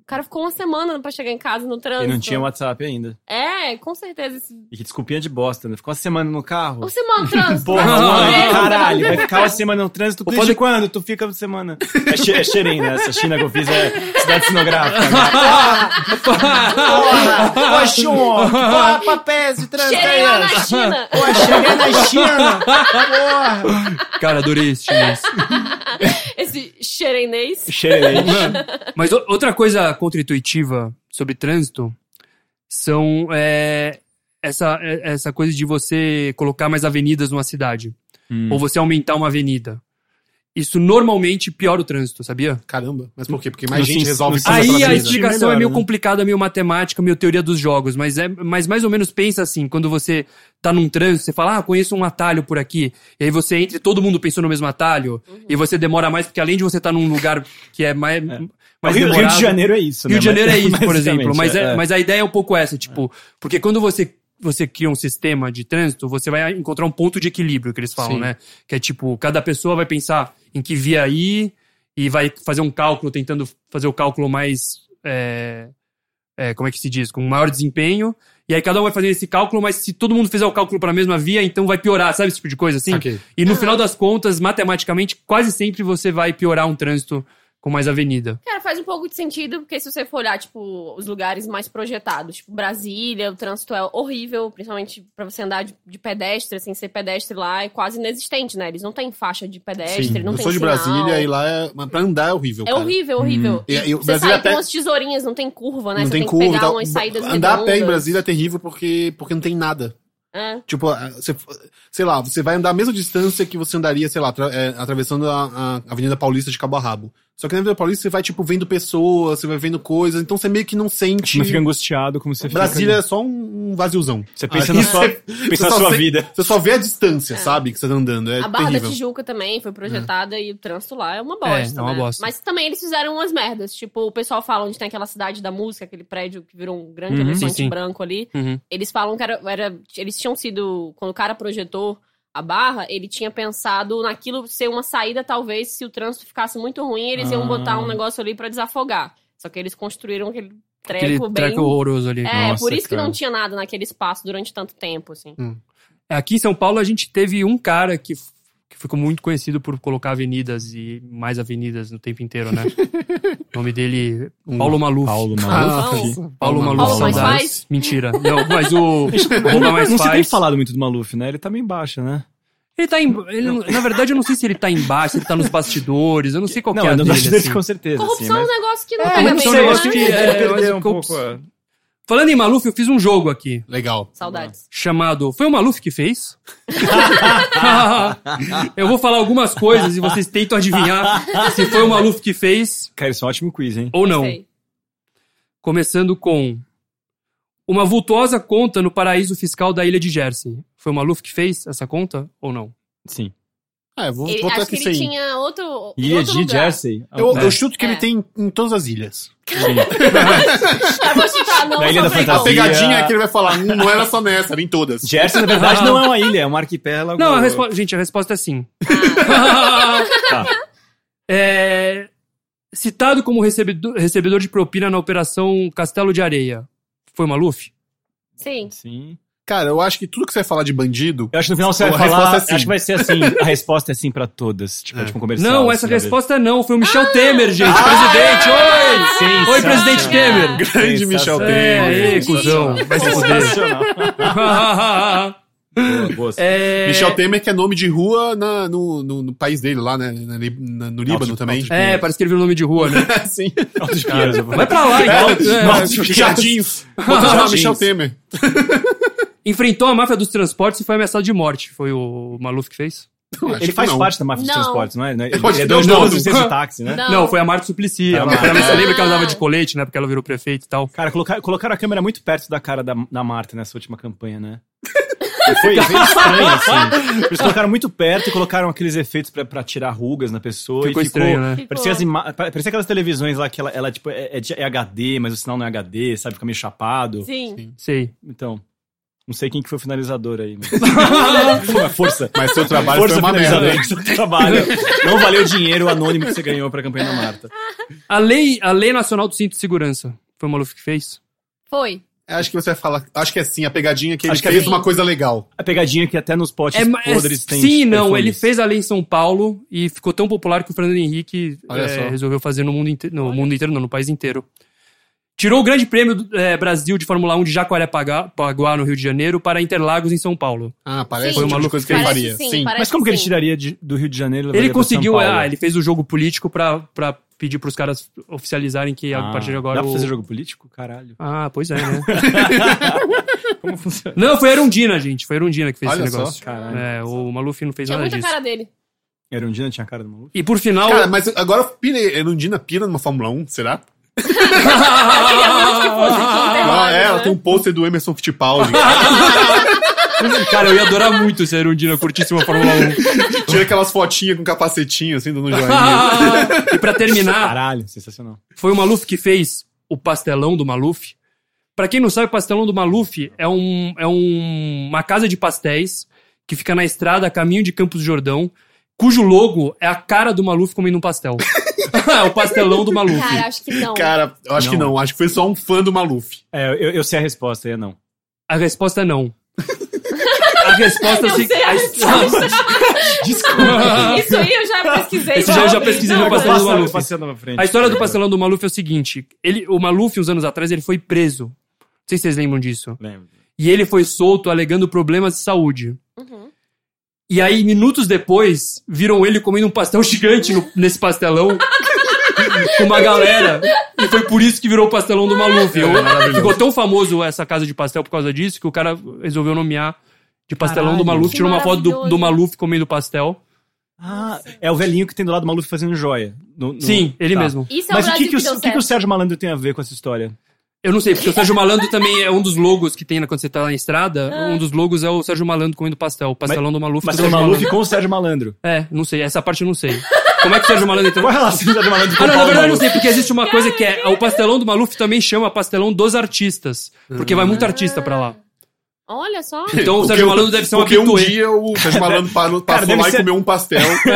B: O cara ficou uma semana pra chegar em casa no
C: E
B: trânsito.
C: não tinha WhatsApp ainda.
B: É, com certeza. Isso...
C: E que desculpinha de bosta, né? Ficou uma semana no carro.
B: Uma semana no trânsito.
C: Porra,
B: Meu
C: mano,
B: Deus.
C: caralho, vai ficar uma semana no trânsito.
D: Ou
C: Desde
D: pode-
C: quando? Tu fica uma semana. É, che é Xerém, né? Essa China que eu fiz é cidade cenográfica. Né? Porra! Ô, Xon! Porra, papéis de trânsito
B: Cheguei lá na China.
C: Cheguei é na China! Porra!
D: Cara, adorei esse chinês.
B: Esse xerenês.
C: Xerém.
D: Mas o- outra coisa contra-intuitiva sobre trânsito são é, essa, é- essa coisa de você colocar mais avenidas numa cidade.
C: Hum.
D: Ou você aumentar uma avenida. Isso normalmente piora o trânsito, sabia?
A: Caramba. Mas por quê? Porque mais
C: No
A: gente
C: sin-
A: resolve
C: no
A: coisas
C: sin-
A: pela
D: Aí a
A: vida.
C: explica-
D: explicação
C: melhora,
D: é meio
C: né?
D: complicada, meio matemática, meio teoria dos jogos, mas é mas mais ou menos pensa assim, quando você tá num trânsito, você fala, ah, conheço um atalho por aqui, e aí você entra e todo mundo pensou no mesmo atalho, e você demora mais, porque além de você estar num lugar que é mais, mais
C: Rio, Rio
D: demorado-
C: de Janeiro é isso, né?
D: Rio de Janeiro é isso, por
C: Basicamente,
D: exemplo. Mas, é- mas a ideia é um pouco essa, tipo, porque quando você, você cria um sistema de trânsito, você vai encontrar um ponto de equilíbrio que eles falam,
A: Sim.
D: né? Que é tipo, cada pessoa vai pensar em que via ir e vai fazer um cálculo, tentando fazer o cálculo mais. é, é, como é que se diz? Com maior desempenho. E aí cada um vai fazer esse cálculo, mas se todo mundo fizer o cálculo para a mesma via, então vai piorar, sabe esse tipo de coisa assim?
A: Saquei.
D: E no final das contas, matematicamente, quase sempre você vai piorar um trânsito com mais avenida.
B: Cara, faz um pouco de sentido, porque se você for olhar, tipo, os lugares mais projetados, tipo Brasília, o trânsito é horrível, principalmente pra você andar de, de pedestre, assim, ser pedestre lá é quase inexistente, né? Eles não têm faixa de pedestre,
A: Sim.
B: É, não
A: Eu
B: tem
A: sou de
B: sinal.
A: Brasília e lá é... Mas pra andar é horrível,
B: É
A: cara. Hum.
B: horrível, horrível.
A: E- e o
B: você
A: Brasília
B: sai
A: até-
B: com umas tesourinhas, não tem curva, né?
A: Não
B: você
A: tem
B: tem,
A: curva
B: que
A: e
B: pegar
A: tal.
B: umas saídas
A: Andar a pé em
B: redondas.
A: Brasília é terrível porque, porque não tem nada.
B: É.
A: Tipo, ah, você, sei lá, você vai andar a mesma distância que você andaria, sei lá, tra- é, atravessando a, a Avenida Paulista de Cabo a Rabo. Só que na Avenida Paulista você vai, tipo, vendo pessoas, você vai vendo coisas, então você meio que não sente.
C: Não fica angustiado como você
A: Brasília é só um um vaziozão.
C: Você pensa
A: Aí
C: na sua- pensa na
A: só
C: sua
A: se-
C: vida.
A: Você só vê a distância, sabe, que você tá andando. É
B: É. A Barra da
A: terrível.
B: Tijuca também foi projetada e o trânsito lá é uma
D: É,
B: bosta.
D: é uma
B: né?
D: bosta.
B: Mas também eles fizeram umas merdas. Tipo, o pessoal fala onde tem aquela cidade da música, aquele prédio que virou um grande
D: Uhum.
B: elefante
D: Sim, sim.
B: branco ali.
D: Uhum.
B: Eles falam que era, era- eles tinham sido. Quando o cara projetou a barra, ele tinha pensado naquilo ser uma saída, talvez, se o trânsito ficasse muito ruim, eles iam
C: Ah.
B: botar um negócio ali pra desafogar. Só que eles construíram aquele treco
D: Aquele
B: bem.
D: treco horroroso ali.
B: É,
C: Nossa,
B: por isso que
C: cara.
B: não tinha nada naquele espaço durante tanto tempo, assim.
D: É, Aqui em São Paulo a gente teve um cara que, f- que ficou muito conhecido por colocar avenidas e mais avenidas no tempo inteiro, né? o nome dele Paulo Maluf.
C: Um Paulo Maluco.
B: Maluf.
D: Paulo Maluf.
B: Paulo mais
D: saudades.
B: faz?
D: Mentira. Não, mas o Paulo mais
C: não se tem
D: faz.
C: falado muito do Maluf, né? Ele tá meio baixa, né?
D: Ele tá em, ele não- na verdade eu não sei se ele tá embaixo, se ele tá nos bastidores, eu não sei qual
C: não,
D: que é a
C: no
D: dele,
C: bastidores
D: assim.
C: com certeza.
B: Corrupção
C: assim,
B: é um
C: mas...
B: negócio que não
D: É,
B: pega
D: corrupção
B: bem,
D: é um
B: né?
D: negócio que- é,
C: ele
D: eu
C: perdeu um
D: acho que
C: pouco.
D: eu-
C: a-
D: Falando em Maluf, eu fiz um jogo aqui.
A: Legal.
B: Saudades.
D: chamado. Foi o Maluf que fez? eu vou falar algumas coisas e vocês tentam adivinhar se foi o Maluf que fez
C: Cara, isso é um ótimo quiz, hein?
D: ou não.
B: Sei.
D: Começando com uma vultuosa conta no paraíso fiscal da ilha de Jersey. Foi o Maluf que fez essa conta ou não?
C: Sim.
A: Ah, eu vou
B: Ele-
A: botar
B: acho que
A: que
B: ele
A: sim.
B: tinha outro.
C: E
B: outro
C: G.
B: lugar.
C: Jersey.
A: Eu,
C: né?
A: eu chuto que
B: É.
A: ele tem em todas as ilhas.
C: Sim.
B: Eu vou chutar, não.
C: Na
B: só
C: Ilha da
A: A
B: pra
C: Fantasia.
B: igual.
A: pegadinha é que ele vai falar, "Hum, não era só nessa, era em todas.
C: Jersey, na verdade, não é uma ilha, é um arquipélago.
D: Não, a resposta. Gente, a resposta é sim.
B: Ah,
D: É, Citado como recebedo- recebedor de propina na Operação Castelo de Areia. Foi o Maluf?
B: Sim.
C: Sim.
A: Cara, eu acho que tudo que você falar de bandido.
C: Eu acho que no final você
A: A
C: vai falar.
A: resposta é sim.
C: Acho que vai ser assim. A resposta é sim pra todas. Tipo, é. tipo um comercial.
D: Não,
C: assim,
D: essa
C: na verdade.
D: resposta é não. Foi o Michel Temer, gente. presidente, oi!
C: Sensacional.
D: Oi, presidente Temer.
A: Grande Michel
C: Sensacional.
A: Temer.
D: É, aí, cuzão. Vai se fuder.
C: Sensacional. Boa, boa.
D: É,
A: Michel Temer, que é nome de rua na- no, no- no país dele, lá, né? na- na- no Líbano
C: Alto-
A: também.
C: Alto-
D: É, parece que ele viu o nome de rua, né?
A: Sim.
C: Altos Pinheiros, eu vou-
D: Vai pra lá, então. É,
C: Nossa, que
A: Jardins. Bota já Michel Temer.
D: Enfrentou a máfia dos transportes e foi ameaçado de morte. Foi o Maluf que fez?
C: Ele faz
A: não.
C: parte da máfia dos
B: Não.
C: transportes, não é? Ele,
A: acho
C: ele é
A: que
C: dono
A: não.
C: do serviço de táxi, né?
B: Não.
D: Não, foi a Marta Suplicy.
C: Ah,
D: A
C: Marta.
D: Marta, você lembra que ela usava de colete, né? Porque ela virou prefeito e tal.
C: Cara, colocar, colocaram a câmera muito perto da cara da, da Marta nessa última campanha, né?
A: Foi
C: Estranho, assim. Eles colocaram muito perto e colocaram aqueles efeitos pra, pra tirar rugas na pessoa.
D: Ficou
C: e
D: estranho, né?
C: Parecia, as ima- pa- parecia aquelas televisões lá que ela, ela, tipo, é, é de- é HD, mas o sinal não é HD, sabe? Fica meio chapado.
B: Sim.
D: Sei.
C: Então, não sei quem que foi o finalizador aí. Mas... Pô, mas força.
A: Mas seu trabalho
C: Força
A: foi uma merda.
C: finalizador
A: hein?
C: do seu
D: né?
C: trabalho. Não valeu o dinheiro anônimo que você ganhou pra campanha da Marta.
D: A lei, a lei Nacional do Cinto de Segurança. Foi o Maluf que fez?
B: Foi.
A: Acho que você vai falar. Acho que é sim, a pegadinha é que ele
C: Acho que é
A: fez
C: sim.
A: uma coisa legal.
C: A pegadinha que até nos potes
D: É, ma- é,
C: podres tem.
D: sim, não. Ele
C: perfumes.
D: fez a lei em São Paulo e ficou tão popular que o Fernando Henrique
A: Olha
D: é,
A: só.
D: resolveu fazer no mundo inteiro. No mundo inteiro, não, no país inteiro. Tirou o Grande Prêmio do- é, Brasil de Fórmula 1 de Jacarepaguá, no Rio de Janeiro, para Interlagos, em São Paulo.
A: Ah, parece
B: Sim.
A: o tipo
D: Foi
A: de
D: uma
A: coisa que ele
B: Parece
A: faria.
B: sim,
A: Sim.
B: parece
C: Mas como que ele
B: sim.
C: tiraria de- do Rio de Janeiro? e levaria
D: Ele
C: pra São
D: conseguiu.
C: Paulo?
D: Ah, ele fez o jogo político pra, pra pedir pros caras oficializarem que a partir de agora.
C: Ah. Dá pra
D: o-
C: fazer jogo político? Caralho.
D: Ah, pois é, né?
C: Como funciona?
D: não, foi a Erundina, gente. Foi a Erundina que fez
A: Olha
D: esse
A: só.
D: negócio.
C: Caralho.
D: É, o Maluf não fez
B: Tinha
D: nada
B: muita
D: disso.
B: cara dele.
C: Erundina tinha a cara do maluco?
D: E por final.
A: Cara, mas agora pira, Erundina pira numa Fórmula 1, será? Ah,
B: né?
A: é, ela tem um pôster do Emerson Fittipaldi.
D: Cara, eu ia adorar muito se a Erundina curtisse uma Fórmula 1.
A: Tira aquelas fotinhas com capacetinho, assim, dando um joinha.
D: Ah, e pra terminar,
C: Caralho, sensacional.
D: foi o Maluf que fez o pastelão do Maluf. Pra quem não sabe, o pastelão do Maluf é, um, é um- uma casa de pastéis que fica na estrada a caminho de Campos do Jordão, cujo logo é a cara do Maluf comendo um pastel. é o pastelão do Maluf.
B: Cara, acho que não.
A: um Cara, eu acho
C: Não.
A: que não. Acho que foi só um fã do Maluf.
C: É, eu, eu sei a resposta, é não.
D: A resposta é não. A resposta
B: Eu
D: se-
B: sei a
D: a- Desculpa.
B: Isso aí eu já pesquisei.
D: Esse já eu já pesquisei no
B: Não,
D: pastelão do
C: Passa-
D: Maluf.
C: passeando pra frente.
D: A história do pastelão do Maluf é o seguinte: ele, o Maluf, uns anos atrás, ele foi preso. Não sei se vocês lembram disso.
C: Lembro.
D: E ele foi solto alegando problemas de saúde.
B: Uhum.
D: E aí, minutos depois, viram ele comendo um pastel gigante no- nesse pastelão com uma galera. E foi por isso que virou o pastelão do Maluf. Eu-
C: É
D: ficou tão famoso essa casa de pastel por causa disso que o cara resolveu nomear de pastelão do
C: Caralho.
D: Maluf.
B: Que
D: Tirou uma foto do,
B: maravilhoso.
D: do Maluf comendo pastel.
C: Ah, é o velhinho que tem do lado do Maluf fazendo joia. No- no-
D: Sim, ele
C: Tá.
D: mesmo.
B: Isso é
C: Mas
B: o
C: o
B: Brasil
C: que, que, o,
B: que deu
C: o que que o
B: certo.
C: Sérgio Malandro tem a ver com essa história?
D: Eu não sei, porque o Sérgio Malandro também é um dos logos que tem na- quando você tá na estrada. Um dos logos é o Sérgio Malandro comendo pastel. O pastelão do Maluf.
C: Mas
D: do
C: tem o
D: Sérgio
C: Maluf com o Sérgio Malandro.
D: É, não sei. Essa parte eu não sei. Como é que o Sérgio Malandro entrou?
C: Qual a relação do Sérgio Malandro com
D: Ah,
C: o
D: não, na
C: Paulo
D: verdade eu não
C: Maluf?
D: sei, porque existe uma coisa que é. O pastelão do Maluf também chama pastelão dos artistas. Porque vai muito artista pra lá.
B: Olha só.
D: Então o
A: Porque
D: Sérgio
A: eu-
D: Malandro deve ser um
A: Porque um
D: habitué.
A: dia o Sérgio Malandro parou-
C: Cara,
A: passou
C: deve
A: lá
C: ser-
A: e comeu um pastel.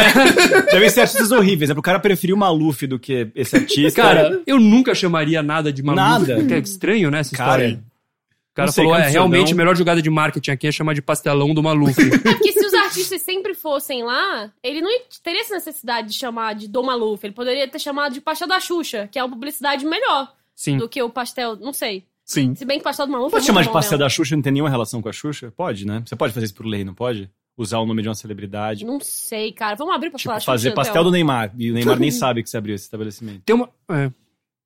C: Devem ser artistas horríveis, né? Pro cara preferir o Maluf do que esse artista.
D: Cara, eu nunca chamaria nada de maluco.
C: É. Nada.
D: Que é estranho, né, essa
C: Cara,
D: história. O cara
C: não sei,
D: falou, é,
C: cansadão.
D: realmente a melhor jogada de marketing aqui é chamar de pastelão do Maluf.
B: É porque se os artistas sempre fossem lá, ele não teria essa necessidade de chamar de Dom Maluf. Ele poderia ter chamado de Pastel da Xuxa, que é uma publicidade melhor
D: Sim.
B: do que o pastel, não sei.
A: Sim.
B: Se bem que pastel do Maluf.
C: Pode
B: é
C: chamar
B: muito
C: de
B: bom
C: pastel
B: mesmo.
C: da Xuxa e não ter nenhuma relação com a Xuxa? Pode, né? Você pode fazer isso por lei, não pode? Usar o nome de uma celebridade.
B: Não sei, cara. Vamos abrir pastel
C: Tipo,
B: da Xuxa.
C: fazer pastel do Neymar. E o Neymar nem sabe que você abriu esse estabelecimento.
D: Tem uma... É,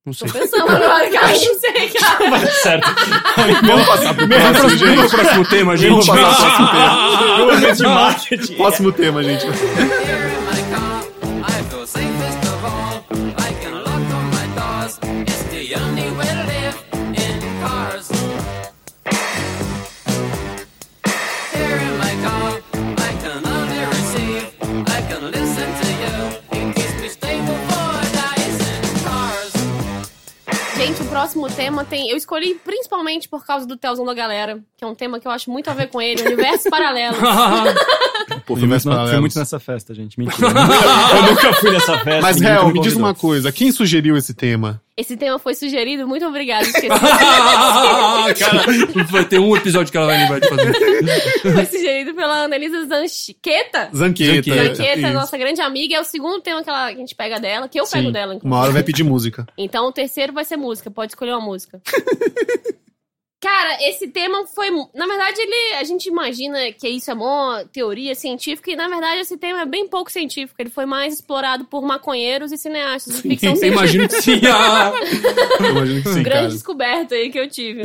D: não
B: Tô
D: sei.
B: pensando agora, cara. Não sei, cara.
C: Certo.
A: Vamos
C: Então,
A: passar pro próximo,
D: Vamos
A: gente.
D: pro é um próximo tema, gente.
A: Vamos passar pro próximo tema.
C: um de marketing.
A: Próximo tema, gente.
F: Here in my car, I feel safest of all. I can lock all my doors. It's the only way to live in cars. Here in my car, I can only receive. I can listen to you. It keeps me stable for days in cars.
B: Gente, o próximo tema tem. Eu escolhi principalmente por causa do Telzão da Galera, que é um tema que eu acho muito a ver com ele, universo paralelo.
A: Pô,
C: Fui muito, fui muito nessa festa, gente. Mentira. eu nunca fui nessa festa.
A: Mas,
C: ninguém
A: Real, me
C: convidou.
A: diz uma coisa. Quem sugeriu esse tema?
B: Esse tema foi sugerido, muito obrigada. Esqueci.
D: Cara, vai ter um episódio que ela vai lembrar de fazer.
B: foi sugerido pela Annelisa Zanchiqueta.
A: Zanqueta.
D: Zanqueta.
B: Zanchiqueta é
A: Isso.
B: nossa grande amiga, é o segundo tema que, ela, que a gente pega dela, que eu pego
C: Sim.
B: dela, inclusive.
A: Uma hora vai pedir música.
B: Então o terceiro vai ser música, pode escolher uma música. Cara, esse tema foi. Na verdade, ele. A gente imagina que isso é mó teoria científica, e na verdade esse tema é bem pouco científico. Ele foi mais explorado por maconheiros e cineastas de ficção
D: Você
B: científica.
D: imagina que sim. Ah,
A: Eu imagino que sim,
B: Grande
A: cara.
B: descoberta aí que eu tive.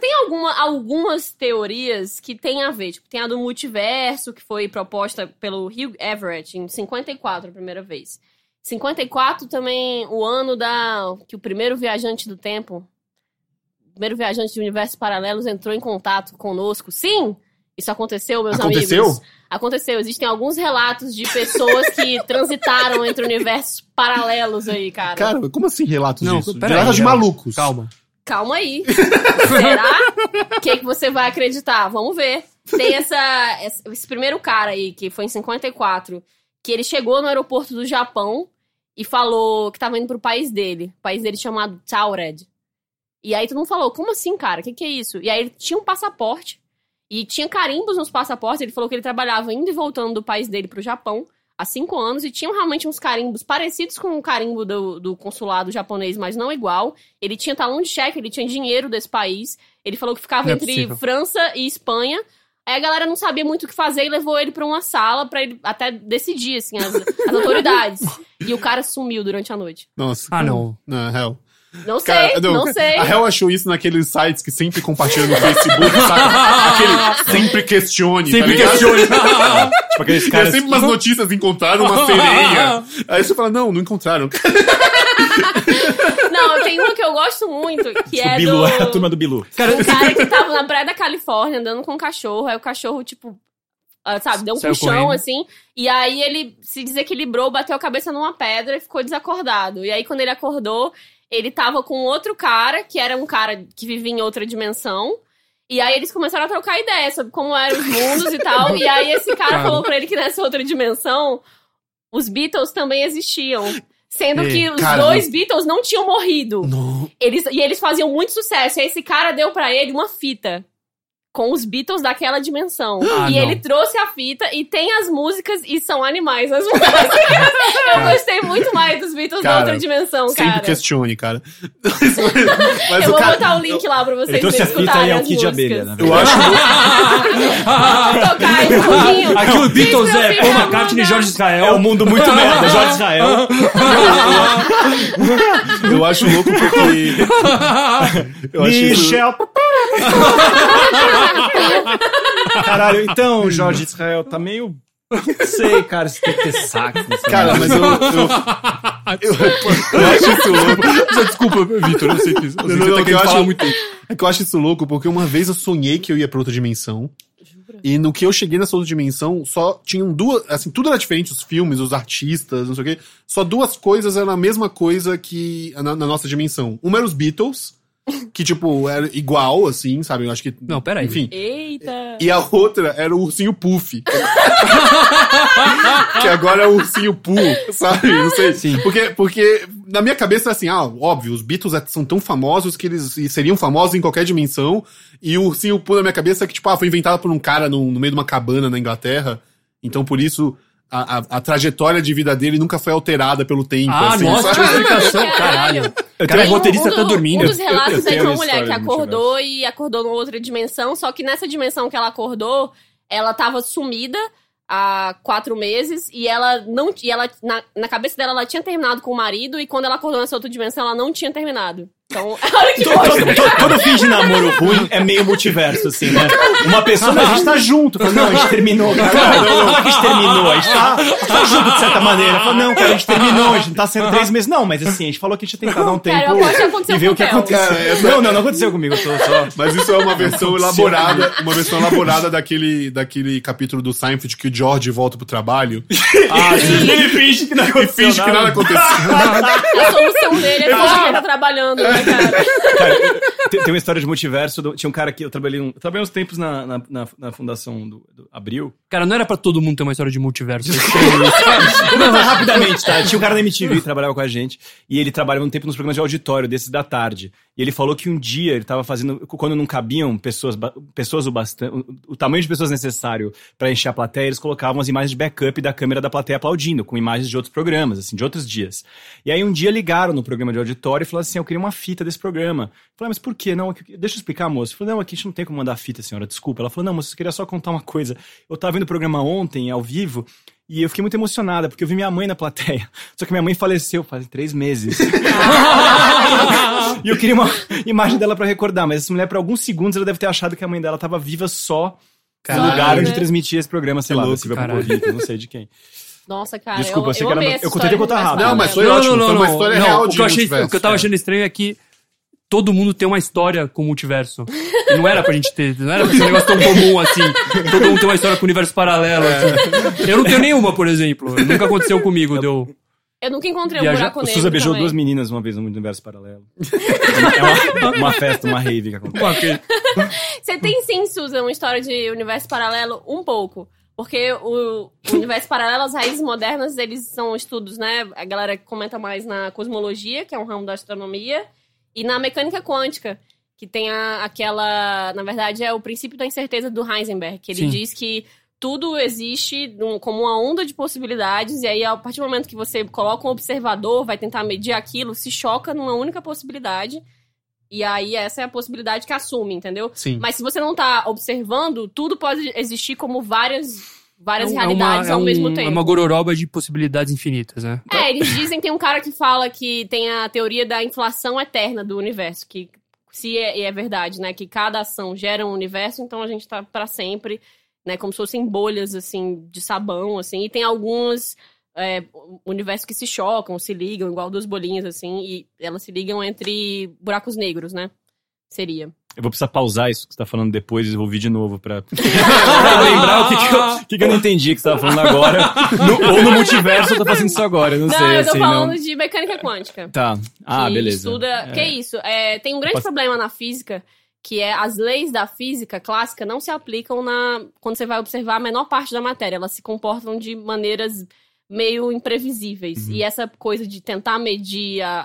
B: tem alguma, algumas teorias que tem a ver. Tipo, tem a do multiverso, que foi proposta pelo Hugh Everett em 54, a primeira vez. 54 também o ano da que o primeiro viajante do tempo, o primeiro viajante de universos paralelos entrou em contato conosco. Sim, isso aconteceu, meus
A: Aconteceu?
B: amigos. Aconteceu. Existem alguns relatos de pessoas que transitaram entre universos paralelos aí,
A: Cara, como assim relatos
D: Não,
A: disso?
D: pera aí,
A: Relatos de
D: Real.
A: malucos.
D: Calma.
B: calma aí. Será? O que, que você vai acreditar? Vamos ver. Tem essa, esse- esse primeiro cara aí, que foi em 54, que ele chegou no aeroporto do Japão e falou que tava indo pro país dele. país dele chamado Taured. E aí todo mundo falou, como assim, cara? O que, que é isso? E aí ele tinha um passaporte. E tinha carimbos nos passaportes. Ele falou que ele trabalhava indo e voltando do país dele pro Japão há cinco anos. E tinham realmente uns carimbos parecidos com o carimbo do- do consulado japonês, mas não igual. Ele tinha talão de cheque, ele tinha dinheiro desse país. Ele falou que ficava
D: Não é
B: entre
D: possível.
B: França e Espanha. Aí a galera não sabia muito o que fazer e levou ele pra uma sala pra ele até decidir, assim, as, as autoridades. E o cara sumiu durante a noite.
A: Nossa.
D: Ah, não.
A: Não, Real.
B: Não sei,
A: Cara,
B: não, sei.
A: A Hel achou isso naqueles sites que sempre compartilha no Facebook, sabe? Aquele sempre questione, tá
D: Sempre
A: ligado?
D: questione.
C: Tipo, aqueles
A: E
C: caras
A: é sempre
B: Uhum.
A: umas notícias, encontraram uma sereia. Aí você fala, não, não encontraram.
B: Não, tem uma que eu gosto muito, que
C: O
B: é
C: Bilu, a
B: do...
C: turma do Bilu.
B: Um cara que tava na praia da Califórnia andando com um cachorro, aí o cachorro, tipo, ah, sabe, deu um
D: Saiu
B: puxão,
D: correndo.
B: assim, e aí ele se desequilibrou, bateu a cabeça numa pedra e ficou desacordado. E aí, quando ele acordou, ele tava com outro cara, que era um cara que vivia em outra dimensão. E aí eles começaram a trocar ideia sobre como eram os mundos e tal. E aí esse cara
D: Cara.
B: falou pra ele que nessa outra dimensão, os Beatles também existiam. Sendo
D: Ei,
B: que os
A: cara,
B: dois Beatles não tinham morrido.
D: Não.
B: Eles, e eles faziam muito sucesso. E esse cara deu pra ele uma fita com os Beatles daquela dimensão.
D: Ah,
B: e
D: não.
B: ele trouxe a fita e tem as músicas e são animais as músicas. Eu gostei muito mais dos Beatles da
A: Cara,
B: outra dimensão, cara.
A: Sempre questione, cara. Mas, mas
B: Eu
A: o
B: vou
A: cara-
B: botar o link lá pra vocês
C: Ele trouxe a
B: escutarem
C: fita e é
B: as
C: o Kid de
B: músicas.
C: Abelha, né?
A: Eu acho
B: Vou tocar esse pouquinho.
D: Aqui o Beatles
B: Vocês
D: é
B: preferem
D: Paul
B: a
D: McCartney e
B: banda-
D: Jorge Israel.
C: É um mundo muito merda, Jorge Israel.
A: Eu acho louco porque. Eu acho isso-
C: Michel. Caralho, então, Jorge Israel, tá meio. Não sei, cara, você tem que ter saco. é
A: Cara, mas eu. eu... Eu, eu acho isso louco.
D: Desculpa, Vitor, eu não sei que isso.
A: Não, não, não, que eu acho, é que eu acho isso louco, porque uma vez eu sonhei que eu ia pra outra dimensão. E no que eu cheguei nessa outra dimensão, só tinham duas. Assim, tudo era diferente, os filmes, os artistas, não sei o quê. Só duas coisas eram a mesma coisa que na, na nossa dimensão. Uma era os Beatles, que, tipo, era igual, assim, sabe? Eu acho que.
D: Não, peraí.
A: Enfim.
B: Eita!
A: E a outra era o ursinho Puff. que agora é o ursinho Puff, sabe? Não sei.
D: Sim.
A: Porque, porque na minha cabeça é assim, ah, óbvio, os Beatles é- são tão famosos que eles e seriam famosos em qualquer dimensão. E o ursinho Puff na minha cabeça é que, tipo, ah, foi inventado por um cara num- no, meio de uma cabana na Inglaterra. Então, por isso, a, a- a trajetória de vida dele nunca foi alterada pelo tempo.
D: Ah,
A: assim,
D: nossa, que
A: sabe?
D: explicação,
B: Caralho.
D: caralho.
C: Eu
D: Cara,
C: tenho
D: o
B: Tem um-
D: roteirista
B: um
D: tá
B: do- Um
D: dormindo.
B: dos relatos
C: eu
B: é de uma
C: tenho
B: mulher que
C: história do
B: acordou e acordou numa outra dimensão, só que nessa dimensão que ela acordou, ela tava sumida há quatro meses e ela não e ela na, na cabeça dela ela tinha terminado com o marido e quando ela acordou nessa outra dimensão ela não tinha terminado. Então, olha que bosta.
C: Todo, todo- todo fim de namoro ruim é meio multiverso, assim, né? Uma pessoa, a gente tá junto. Fala, não, a gente terminou. Cara, não, não, não, por que a gente terminou? A gente tá, a gente tá junto de certa maneira. Fala, não, cara, a gente terminou, a gente tá sendo três meses. Não, mas assim, a gente falou que a gente ia tentar dar um
B: Cara,
C: tempo
B: eu acho que aconteceu
C: e ver
B: com
C: o que
B: o Theo.
C: aconteceu.
A: Cara, essa-
C: Não, não, não aconteceu comigo, eu tô só...
A: Mas isso é uma versão elaborada, uma versão elaborada daquele, daquele capítulo do Seinfeld que o George volta pro trabalho
C: Ele Ah, finge que não
A: e finge que nada aconteceu.
B: A solução dele é falar que ele tá trabalhando, né, cara?
C: Tem, tem uma história de multiverso. do- tinha um cara que eu trabalhei, um, eu trabalhei uns tempos na, na, na- na fundação do, do Abril.
D: Cara, não era pra todo mundo ter uma história de multiverso.
C: Não, mas rapidamente, tá? Tinha um cara da MTV que trabalhava com a gente. E ele trabalhava um tempo nos programas de auditório, desses da tarde. E ele falou que um dia ele tava fazendo. Quando não cabiam pessoas, ba- pessoas o bastante. O, o tamanho de pessoas necessário pra encher a plateia, eles colocavam as imagens de backup da câmera da plateia aplaudindo, com imagens de outros programas, assim, de outros dias. E aí um dia ligaram no programa de auditório e falaram assim: eu queria uma fita desse programa. Eu falei, "Ah, mas por quê? Não, aqui- deixa eu explicar, moço. Eu falei, não, aqui a gente não tem como mandar fita, senhora, desculpa. Ela falou, não, moço, eu queria só contar uma coisa. Eu tava vendo o programa ontem, ao vivo, e eu fiquei muito emocionada, porque eu vi minha mãe na plateia. Só que minha mãe faleceu faz três meses. e eu queria uma imagem dela pra recordar, mas essa mulher, por alguns segundos, ela deve ter achado que a mãe dela tava viva só no
A: Caralho.
C: lugar onde
B: né?
C: transmitia esse programa, sei
A: Que
C: lá, da
A: louco,
C: Silvia
D: caralho.
C: Popovic, não sei de quem.
B: Nossa, cara,
C: Desculpa, eu
B: eu,
C: sei que era-
B: amei essa
C: eu contei que eu
B: história
C: tava
B: do
C: errado.
B: Vasco
A: Não, mas
B: Gabriel.
A: foi ótimo. foi uma história real
D: o,
A: de
D: que eu achei,
A: multiverso.
D: o que eu tava achando estranho é que todo mundo tem uma história com o multiverso. E não era pra gente ter, não era pra ser um negócio tão comum assim. Todo mundo tem uma história com o universo paralelo. assim. Eu não tenho nenhuma, por exemplo. Nunca aconteceu comigo. Deu.
B: Eu nunca encontrei um
D: Viaja-
B: buraco
C: O
B: negro
C: Suza beijou
B: também.
C: duas meninas uma vez no universo paralelo. é uma, uma festa, uma rave que acontece.
D: é
B: Você tem sim, Susan, uma história de universo paralelo um pouco. Porque o o universo paralelo, as raízes modernas, eles são estudos, né? A galera comenta mais na cosmologia, que é um ramo da astronomia, e na mecânica quântica, que tem a- aquela. Na verdade, é o princípio da incerteza do Heisenberg, que ele
D: Sim.
B: diz que tudo existe num- como uma onda de possibilidades, e aí, a partir do momento que você coloca um observador, vai tentar medir aquilo, se choca numa única possibilidade. E aí, essa é a possibilidade que assume, entendeu?
A: Sim.
B: Mas se você não tá observando, tudo pode existir como várias, várias
D: uma-
B: realidades
D: é
B: ao
D: um-
B: mesmo tempo.
D: É uma gororoba de possibilidades infinitas, né?
B: É, eles dizem, tem um cara que fala que tem a teoria da inflação eterna do universo, que se é, e é verdade, né, que cada ação gera um universo, então a gente tá pra sempre, né, como se fossem bolhas, assim, de sabão, assim, e tem alguns é, universos que se chocam, se ligam, igual duas bolinhas, assim, e elas se ligam entre buracos negros, né, seria.
C: Eu vou precisar pausar isso que você tá falando depois e eu vou ouvir de novo pra, pra lembrar o que, que, eu, o que que eu não entendi que você tava falando agora. No- ou no multiverso eu tô fazendo isso agora, eu não,
B: Não,
C: sei.
B: eu tô
C: assim,
B: falando
C: não.
B: de mecânica quântica.
C: Tá. Ah,
B: que
C: beleza.
B: Estuda... Que é isso? É, tem um grande
C: Posso-
B: problema na física, que é as leis da física clássica não se aplicam na quando você vai observar a menor parte da matéria. Elas se comportam de maneiras meio imprevisíveis. E essa coisa de tentar medir a,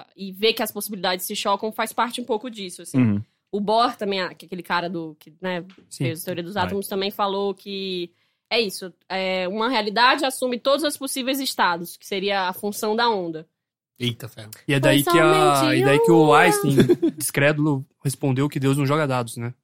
B: a- e ver que as possibilidades se chocam faz parte um pouco disso, assim.
C: Uhum.
B: O Bohr também, ah, que é aquele cara do que né,
D: Sim.
B: fez a teoria dos átomos, também falou que é isso. é, uma realidade assume todos os possíveis estados, que seria a função da onda.
A: Eita, ferro.
D: E é daí
B: Foi
D: que a,
B: somente
D: e daí que
B: um
D: o Einstein, descrédulo, respondeu que Deus não joga dados, né?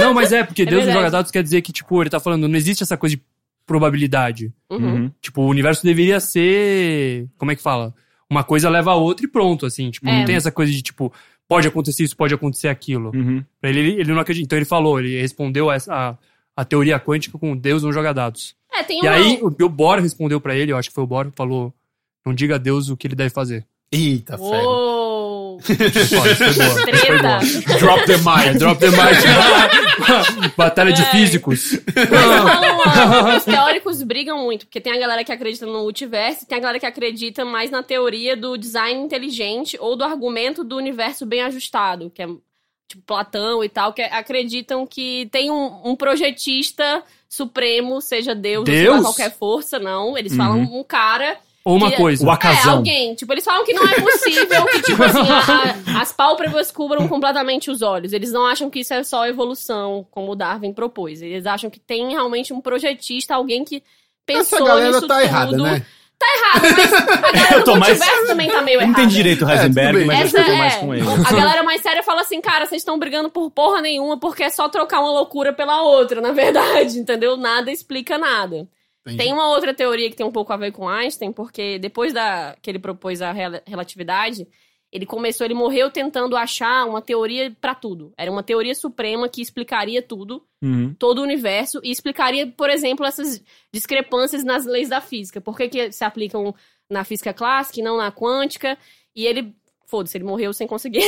D: não, mas é, porque
B: É
D: Deus não
B: verdade.
D: joga dados quer dizer que, tipo, ele tá falando, não existe essa coisa de probabilidade.
B: Uhum.
D: Tipo, o universo deveria ser. Como é que fala? Uma coisa leva a outra e pronto, assim. Tipo,
B: É.
D: não tem essa coisa de, tipo, pode acontecer isso, pode acontecer aquilo.
C: Uhum.
D: Pra ele, ele não acredita. Então ele falou, ele respondeu a, essa- a, a teoria quântica com Deus não joga dados.
B: É, tem
D: E
B: uma-
D: aí o, o Bohr respondeu pra ele, eu acho que foi o Bohr, falou: não diga a Deus o que ele deve fazer. Tipo,
A: Eita, ferro.
B: Uou! Treta.
D: Drop the Maia, É, drop the Maia. Batalha de
B: Ai.
D: físicos.
B: Mas então, ah, os teóricos brigam muito, porque tem a galera que acredita no multiverso, e tem a galera que acredita mais na teoria do design inteligente ou do argumento do universo bem ajustado, que é tipo Platão e tal, que é, acreditam que tem um, um projetista supremo, seja Deus, ou sei lá,
D: Deus?
B: qualquer força, não. Eles falam um cara
D: Ou uma
B: Que-
D: coisa.
G: O acasão.
B: é, alguém. Tipo, eles falam que não é possível que, tipo assim, a- a- as pálpebras cubram completamente os olhos. Eles não acham que isso é só evolução, como o Darwin propôs. Eles acham que tem realmente um projetista, alguém que pensou
A: Essa galera
B: nisso
A: tá
B: tudo.
A: errada, né?
B: Tá errado, mas a galera
G: Eu tô
B: do
G: mais-
B: multiverso também tá meio
C: Não
B: errada.
C: tem direito o Heisenberg,
A: bem.
C: mas
B: Essa
C: eu estou
B: é.
C: mais com ele.
B: A galera mais séria fala assim, cara, vocês estão brigando por porra nenhuma porque é só trocar uma loucura pela outra, na verdade, entendeu? Nada explica nada.
A: Entendi.
B: Tem uma outra teoria que tem um pouco a ver com Einstein, porque depois da que ele propôs a rela- relatividade, ele começou, ele morreu tentando achar uma teoria pra tudo. Era uma teoria suprema que explicaria tudo
G: Uhum.
B: todo o universo e explicaria, por exemplo, essas discrepâncias nas leis da física. Por que, que se aplicam na física clássica e não na quântica? E ele. Foda-se, ele morreu sem conseguir.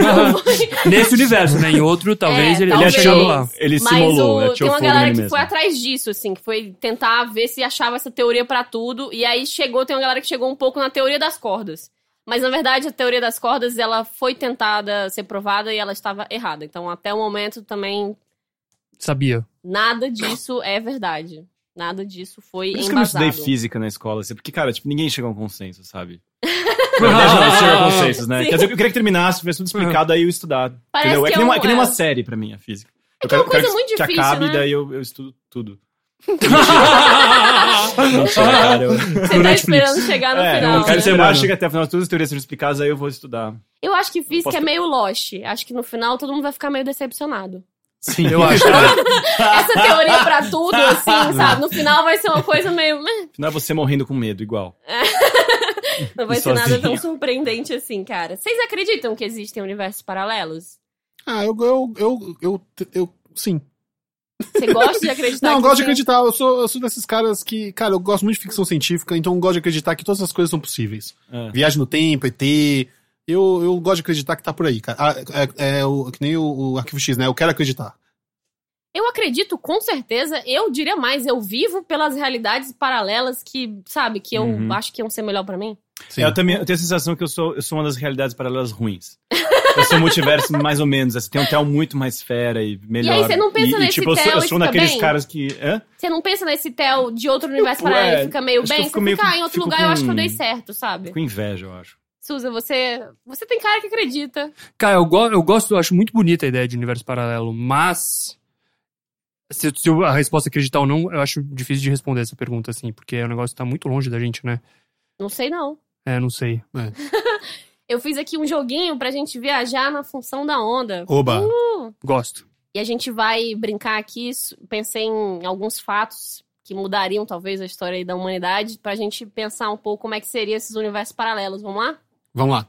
B: Não foi.
D: Nesse universo, né? Em outro, talvez ele,
B: É, talvez.
D: ele achou lá.
C: É, Ele
B: Mas
C: simulou,
B: o- tem
C: atirou
B: uma
C: fogo
B: galera
C: nele
B: que
C: mesmo.
B: foi atrás disso, assim, que foi tentar ver se achava essa teoria pra tudo. E aí chegou, tem uma galera que chegou um pouco na teoria das cordas. Mas na verdade a teoria das cordas ela foi tentada ser provada e ela estava errada. Então até o momento também
D: Sabia.
B: Nada disso é verdade. Nada disso foi
C: Por isso que eu não
B: embasado.
C: estudei física na escola, assim, porque, cara, tipo, ninguém chega a um consenso, sabe? Na verdade, não, chega a consensos, né?
B: Sim.
C: Quer dizer, eu queria que terminasse, tivesse tudo explicado, aí eu estudar.
B: Parece
C: entendeu? É
B: que
C: que, nem
B: é
C: uma,
B: um-
C: que nem
B: é.
C: uma série pra mim, a física. Eu
B: que é uma coisa
C: que-
B: muito
C: que
B: difícil,
C: acabe
B: né?
C: e daí eu, eu estudo tudo. Mentira, cara, eu-
B: Você tá esperando chegar no
C: É,
B: final.
C: eu quero
B: né?
D: ser-
C: esperar,
D: Semana.
C: chega até o final, todas as teorias serão explicadas, aí eu vou estudar.
B: Eu acho que física
C: Posso-
B: é meio lost. Acho que no final todo mundo vai ficar meio decepcionado.
C: Sim,
A: Eu acho.
B: Essa teoria pra tudo, assim, sabe? No final vai ser uma coisa meio. "Meh",
C: Não é você morrendo com medo, igual.
B: Não vai
C: E
B: ser nada
C: sozinho.
B: tão surpreendente assim, cara. Vocês acreditam que existem universos paralelos?
A: Ah, eu, eu, eu, eu, eu- sim.
B: Tá, Você gosta de acreditar?
A: Não, eu
B: que
A: gosto de
B: sim?
A: acreditar. Eu sou, eu sou desses caras que, cara, eu gosto muito de ficção científica, então eu gosto de acreditar que todas as coisas são possíveis.
C: É.
A: Viagem no tempo, ET. Eu, eu gosto de acreditar que tá por aí, cara. Ah, é, é o, que nem o, o Arquivo X, né? Eu quero acreditar.
B: Eu acredito, com certeza. Eu diria mais, eu vivo pelas realidades paralelas que, sabe, que eu
C: Uhum.
B: acho que iam ser melhor pra mim.
A: Sim.
C: É, Eu também eu tenho a sensação que eu sou, eu sou uma das realidades paralelas ruins. Eu sou multiverso mais ou menos, assim, tem um Theo muito mais fera e melhor.
B: E aí, você não pensa
C: e,
B: nesse
C: tipo, eu sou,
B: Theo
C: eu
B: e fica
C: sou naqueles
B: bem?
C: caras que... Hã?
B: Você não pensa nesse Theo de outro universo paralelo
C: é,
B: e fica meio
C: acho que eu
B: bem?
C: fico
B: Você
C: meio
B: fica, ah,
C: com-
B: em outro
C: fico
B: lugar, eu acho que eu
C: com-
B: dei certo, sabe?
C: Com inveja, eu acho.
B: Suza, você, você tem cara que acredita.
D: Cara, eu, go- eu gosto, eu acho muito bonita a ideia de universo paralelo, mas. Se, eu- se eu- a resposta é acreditar ou não, eu acho difícil de responder essa pergunta, assim, porque o negócio tá muito longe da gente, né?
B: Não sei, não.
D: É, não sei.
B: Eu fiz aqui um joguinho pra gente viajar na função da onda.
A: Oba.
D: Gosto.
B: E a gente vai brincar aqui. s- Pensei em alguns fatos que mudariam, talvez, a história aí da humanidade, pra gente pensar um pouco como é que seriam esses universos paralelos. Vamos lá?
A: Vamos lá.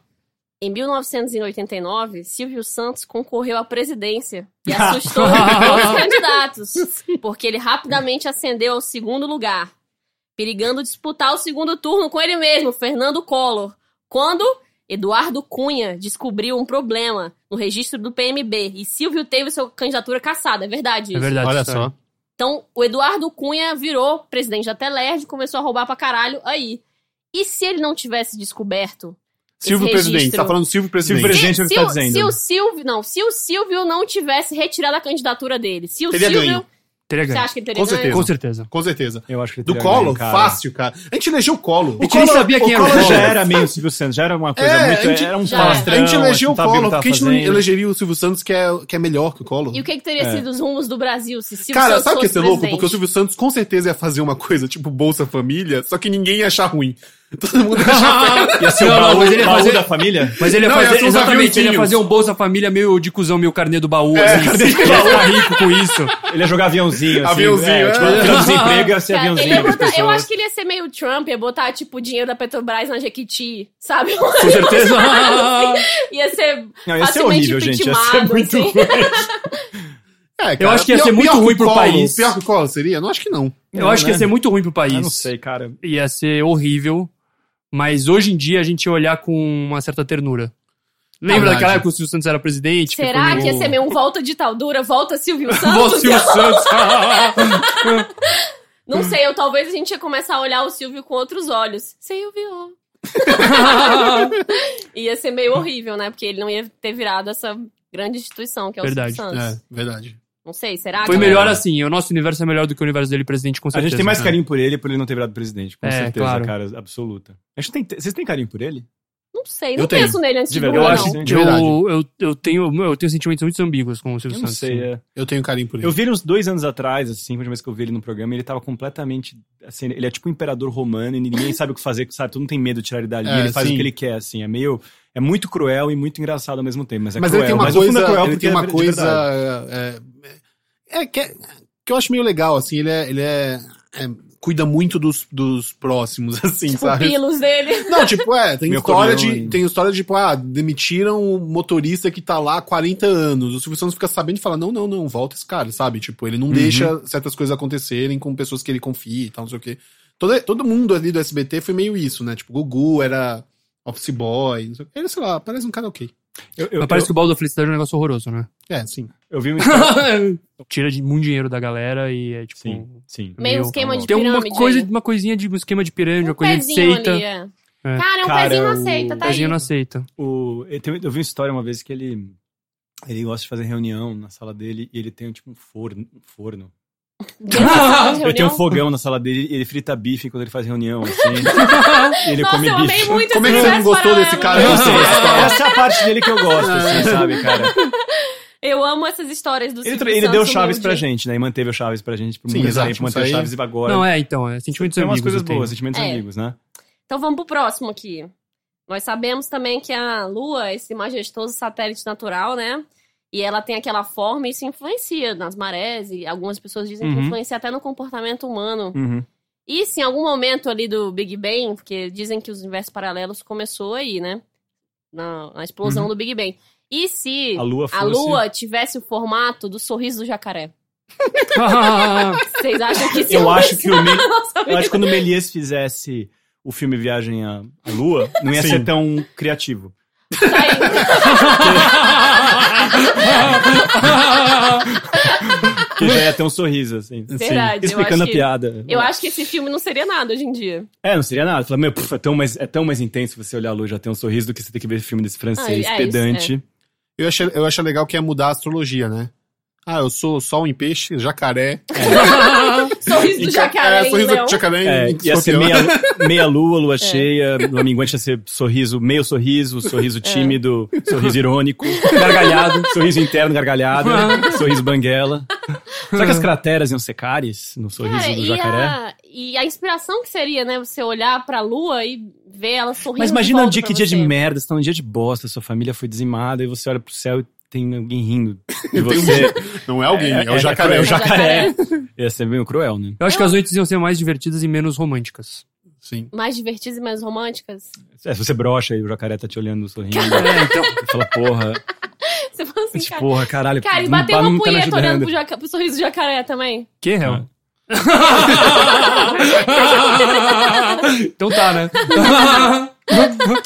B: Em 1989, Silvio Santos concorreu à presidência e assustou todos os candidatos, porque ele rapidamente ascendeu ao segundo lugar, perigando disputar o segundo turno com ele mesmo, Fernando Collor, quando Eduardo Cunha descobriu um problema no registro do PMB e Silvio teve sua candidatura caçada. É verdade isso.
D: É verdade.
A: Olha
D: história.
A: só.
B: Então, o Eduardo Cunha virou presidente da Telerj, começou a roubar pra caralho aí. E se ele não tivesse descoberto
A: Silvio
B: registro.
A: Presidente. Tá falando Silvio Presidente.
C: Silvio Presidente.
B: se,
C: é o que
B: se
C: tá
B: o-
C: dizendo.
B: se o Silvio, não, se o Silvio não tivesse retirado a candidatura dele, se o
A: Teria
B: Silvio,
A: ganho.
D: Teria
B: você
D: ganho.
B: acha que ele teria
A: Com certeza.
B: ganho?
D: Com certeza.
A: Com certeza.
C: Eu acho que ele
A: Do
C: teria
A: Colo?
C: ganho, cara.
A: Fácil, cara. A gente elegeu o Colo.
D: é um A gente nem sabia quem era o
C: Já
D: Collor.
C: era meio Silvio Santos, já era uma coisa
A: É,
C: muito...
A: a gente-
C: era um
B: já era.
A: A gente
C: palastrão,
A: elegeu
C: assim,
A: o Collor.
C: sabia que
D: tá
A: Por
C: tava
A: que a gente não
C: fazendo.
A: elegeria o Silvio Santos, que é, que é melhor que o Colo?
B: E o que, que teria
C: É.
B: sido os rumos do Brasil se Silvio
A: Cara,
B: Santos
A: sabe o que ia
B: fosse
A: ser louco?
B: presidente?
A: Porque o Silvio Santos com certeza ia fazer uma coisa tipo Bolsa Família, só que ninguém ia achar ruim. Todo mundo ia achar ruim.
C: Ia ser o
D: Não, não,
C: baú,
D: mas ele ia
C: baú
D: fazer-
C: da família?
D: Mas ele ia
A: Não, ia
D: fazer.
A: ser uns
D: exatamente, ele ia
A: aviãozinhos.
D: fazer um Bolsa Família meio de cuzão, meio carnê do baú, assim. Ele ia ficar rico com isso.
C: Ele ia jogar aviãozinho, assim.
A: Aviãozinho,
C: é.
A: é.
C: Tipo, tirando desemprego, ia ser
B: Cara, ele
C: aviãozinho
B: ia
C: pras
B: botar- eu
C: pessoas.
B: acho que ele ia ser meio Trump, ia botar, tipo, dinheiro da Petrobras na Jequiti, sabe?
D: Com certeza.
B: ia ser
C: Não, ia ser
B: facilmente
C: horrível, gente. Ia ser
B: vitimado,
C: muito
A: tipo,
B: assim.
C: ruim.
A: É,
D: Eu acho que ia ser muito
A: que o
D: ruim pro
A: Collor.
D: país.
A: Pior que o Collor seria? Não acho que não.
D: Eu acho que ia
C: né?
D: ser muito ruim pro país.
C: Eu não sei, cara.
D: Ia ser horrível. Mas hoje em dia a gente ia olhar com uma certa ternura.
C: Tá
D: Lembra
A: Verdade.
D: daquela época que o Silvio Santos era presidente?
B: Será
D: foi
B: que ia
D: o-
B: ser meio um volta de tal dura, volta Silvio
D: Nossa,
B: Santos?
D: Silvio Santos!
B: Não sei, eu talvez a gente ia começar a olhar o Silvio com outros olhos. Silvio! ia ser meio horrível, né? Porque ele não ia ter virado essa grande instituição que é o
D: Verdade,
B: Silvio
A: É,
B: Santos.
A: verdade.
B: Não sei, será
D: Foi
B: que...
D: melhor assim. O nosso universo é melhor do que o universo dele, presidente, com
C: Tá A
D: certeza.
C: gente tem mais
D: É.
C: carinho por ele por ele não ter virado presidente, com
D: É,
C: certeza,
D: claro.
C: cara, absoluta. A gente tem, vocês têm carinho por ele?
B: Não sei,
A: Eu
B: não
A: tenho.
B: penso nele antes de
C: De verdade,
D: Eu
B: Lula,
D: acho
B: não.
C: Não.
D: que eu, eu, eu, tenho, meu, eu tenho sentimentos muito ambíguos com o Silvio
C: Eu não
D: Santos.
C: sei. é.
A: Eu tenho carinho por ele.
C: Eu vi ele uns dois anos atrás, assim, a última vez que eu vi ele no programa, ele tava completamente. Assim, ele é tipo um imperador romano e ninguém sabe o que fazer, sabe? Todo mundo tem medo de tirar ele dali.
A: É,
C: ele faz
A: sim.
C: o que ele quer, assim. É meio. É muito cruel e muito engraçado ao mesmo tempo. Mas é
A: mas
C: cruel.
A: ele tem uma
C: mas o
A: coisa,
C: fundo é cruel
A: ele
C: porque
A: tem
C: é
A: uma
C: de
A: coisa
C: verdade.
A: é, é, é, que, é- que eu acho meio legal, assim, ele é, ele é, é, cuida muito dos, dos próximos, assim,
B: Tipo, o
A: sabe?
B: pilos dele.
A: Não, tipo, é, tem
C: Meu
A: história
C: caminhão,
A: de
C: hein?
A: tem história de tipo, ah, demitiram o motorista que tá lá há 40 anos. O Silvio Santos fica sabendo e fala: "Não, não, não, volta esse cara", sabe? Tipo,
C: Uhum.
A: ele não deixa certas coisas acontecerem com pessoas que ele confia e tal, não sei o quê. Todo, todo mundo ali do SBT foi meio isso, né? Tipo, Gugu era office boy, não sei o quê. ele, sei lá, parece um cara ok.
C: Eu, eu,
D: Mas parece que o balde da felicidade é um negócio horroroso, né?
A: É, sim.
C: eu, eu vi um. Instagram-
D: Tira de, muito dinheiro da galera e é tipo.
C: Sim, sim.
B: Meio
D: Meu,
B: esquema
C: tá
B: de
D: Tem uma,
B: pirâmide.
D: coisa,
B: aí.
D: uma coisinha de um esquema de pirâmide, uma
B: um
D: coisinha de
B: pezinho
D: seita.
B: ali, é.
D: É.
B: Cara, é um
C: Cara,
B: pezinho na
C: o-
B: seita, tá aí.
D: Pezinho não aceita.
C: O, eu, tenho- eu vi uma história uma vez que ele. Ele gosta de fazer reunião na sala dele e ele tem tipo um forno. Um forno.
B: Dentro da sala de
C: Ele tem um
B: reunião.
C: fogão na sala dele e ele frita bife enquanto ele faz reunião, assim. e ele
B: Nossa,
C: come
B: eu
C: bife.
B: amei muito
A: Como é
B: esse
A: que você não
B: universo
A: gostou desse
B: paralelo.
A: cara?
C: Eu não sei, essa é a parte dele que eu gosto,
A: É.
C: assim, sabe, cara?
B: Eu amo essas histórias do
C: Ele,
B: Silvio
C: tra- ele
B: Santos
C: deu Chaves
B: humilde.
C: pra gente, né? E manteve o Chaves pra gente por
A: Sim,
C: muito
A: exato,
C: tempo, manteve o
A: isso aí-
C: Chaves e agora.
D: Não, é, então. É sentimentos
C: Tem umas
D: ambíguos.
C: coisas
A: assim.
D: eu tenho.
C: boas, sentimentos
B: É.
C: amigos, né?
B: Então vamos pro próximo aqui. Nós sabemos também que a Lua, é esse majestoso satélite natural, né? E ela tem aquela forma e isso influencia nas marés. E algumas pessoas dizem que
D: Uhum.
B: influencia até no comportamento humano.
C: Uhum.
B: E se em algum momento ali do Big Bang, porque dizem que os universos paralelos começou aí, né? Na, na explosão do Big Bang. E se
C: Uhum. A lua fosse...
B: a Lua tivesse o formato do sorriso do jacaré? Vocês acham que isso
C: Eu acho que o Mi-
B: influencia na nossa
C: Eu acho que
B: vida?
C: quando o Melies fizesse o filme Viagem à à Lua, não ia
A: Sim.
C: ser tão criativo.
B: Tá aí.
C: Porque já ia ter um sorriso, assim.
B: Verdade, eu
C: Explicando
B: acho
C: a
B: que-
C: piada.
B: Eu acho que esse filme não seria nada hoje em dia.
C: É, não seria nada. Fala, meu, puf, é, tão mais, é tão mais intenso você olhar a lua e já ter um sorriso do que você ter que ver filme desse francês
B: Ah, é isso,
C: pedante.
A: Eu achei, eu achei legal que ia mudar a astrologia, né? Ah, eu sou sol em peixe, jacaré.
B: Sorriso do jacaré,
A: É, assim, sorriso
B: então.
A: do jacaré
C: É,
A: em
C: ia ser
A: escorpião.
C: meia, meia lua,
B: É.
C: lua cheia, lua minguante ia ser sorriso, meio sorriso,
B: É.
C: sorriso tímido, sorriso irônico, gargalhado, sorriso interno gargalhado, sorriso banguela. Será que as crateras iam ser cáries no sorriso
B: Cara,
C: do
B: É, e
C: jacaré?
B: a, e a inspiração que seria, né? Você olhar pra lua e ver ela sorrindo.
C: Mas
B: de
C: imagina um
B: volta
C: dia, que
B: pra
C: dia de
B: você.
C: merda, você tá num dia de bosta, sua família foi dizimada, e você olha pro céu e tem alguém rindo de você.
A: Não é alguém, um é, o
C: É,
A: jacaré.
C: o jacaré. Ia ser meio cruel, né?
D: Eu acho que as noites iam ser mais divertidas e menos românticas.
A: Sim.
B: Mais divertidas e mais românticas.
C: É, se você brocha e o jacaré tá te olhando sorrindo,
D: É, então.
C: você fala, porra,
B: Você fala assim,
C: tipo,
B: cara.
C: porra, caralho,
B: Cara, e
C: não
B: bater
C: tá-
B: uma
C: não tá me
B: punheta olhando
C: ajudando.
B: pro, jaca- pro sorriso do jacaré também.
D: Que real? então tá, né?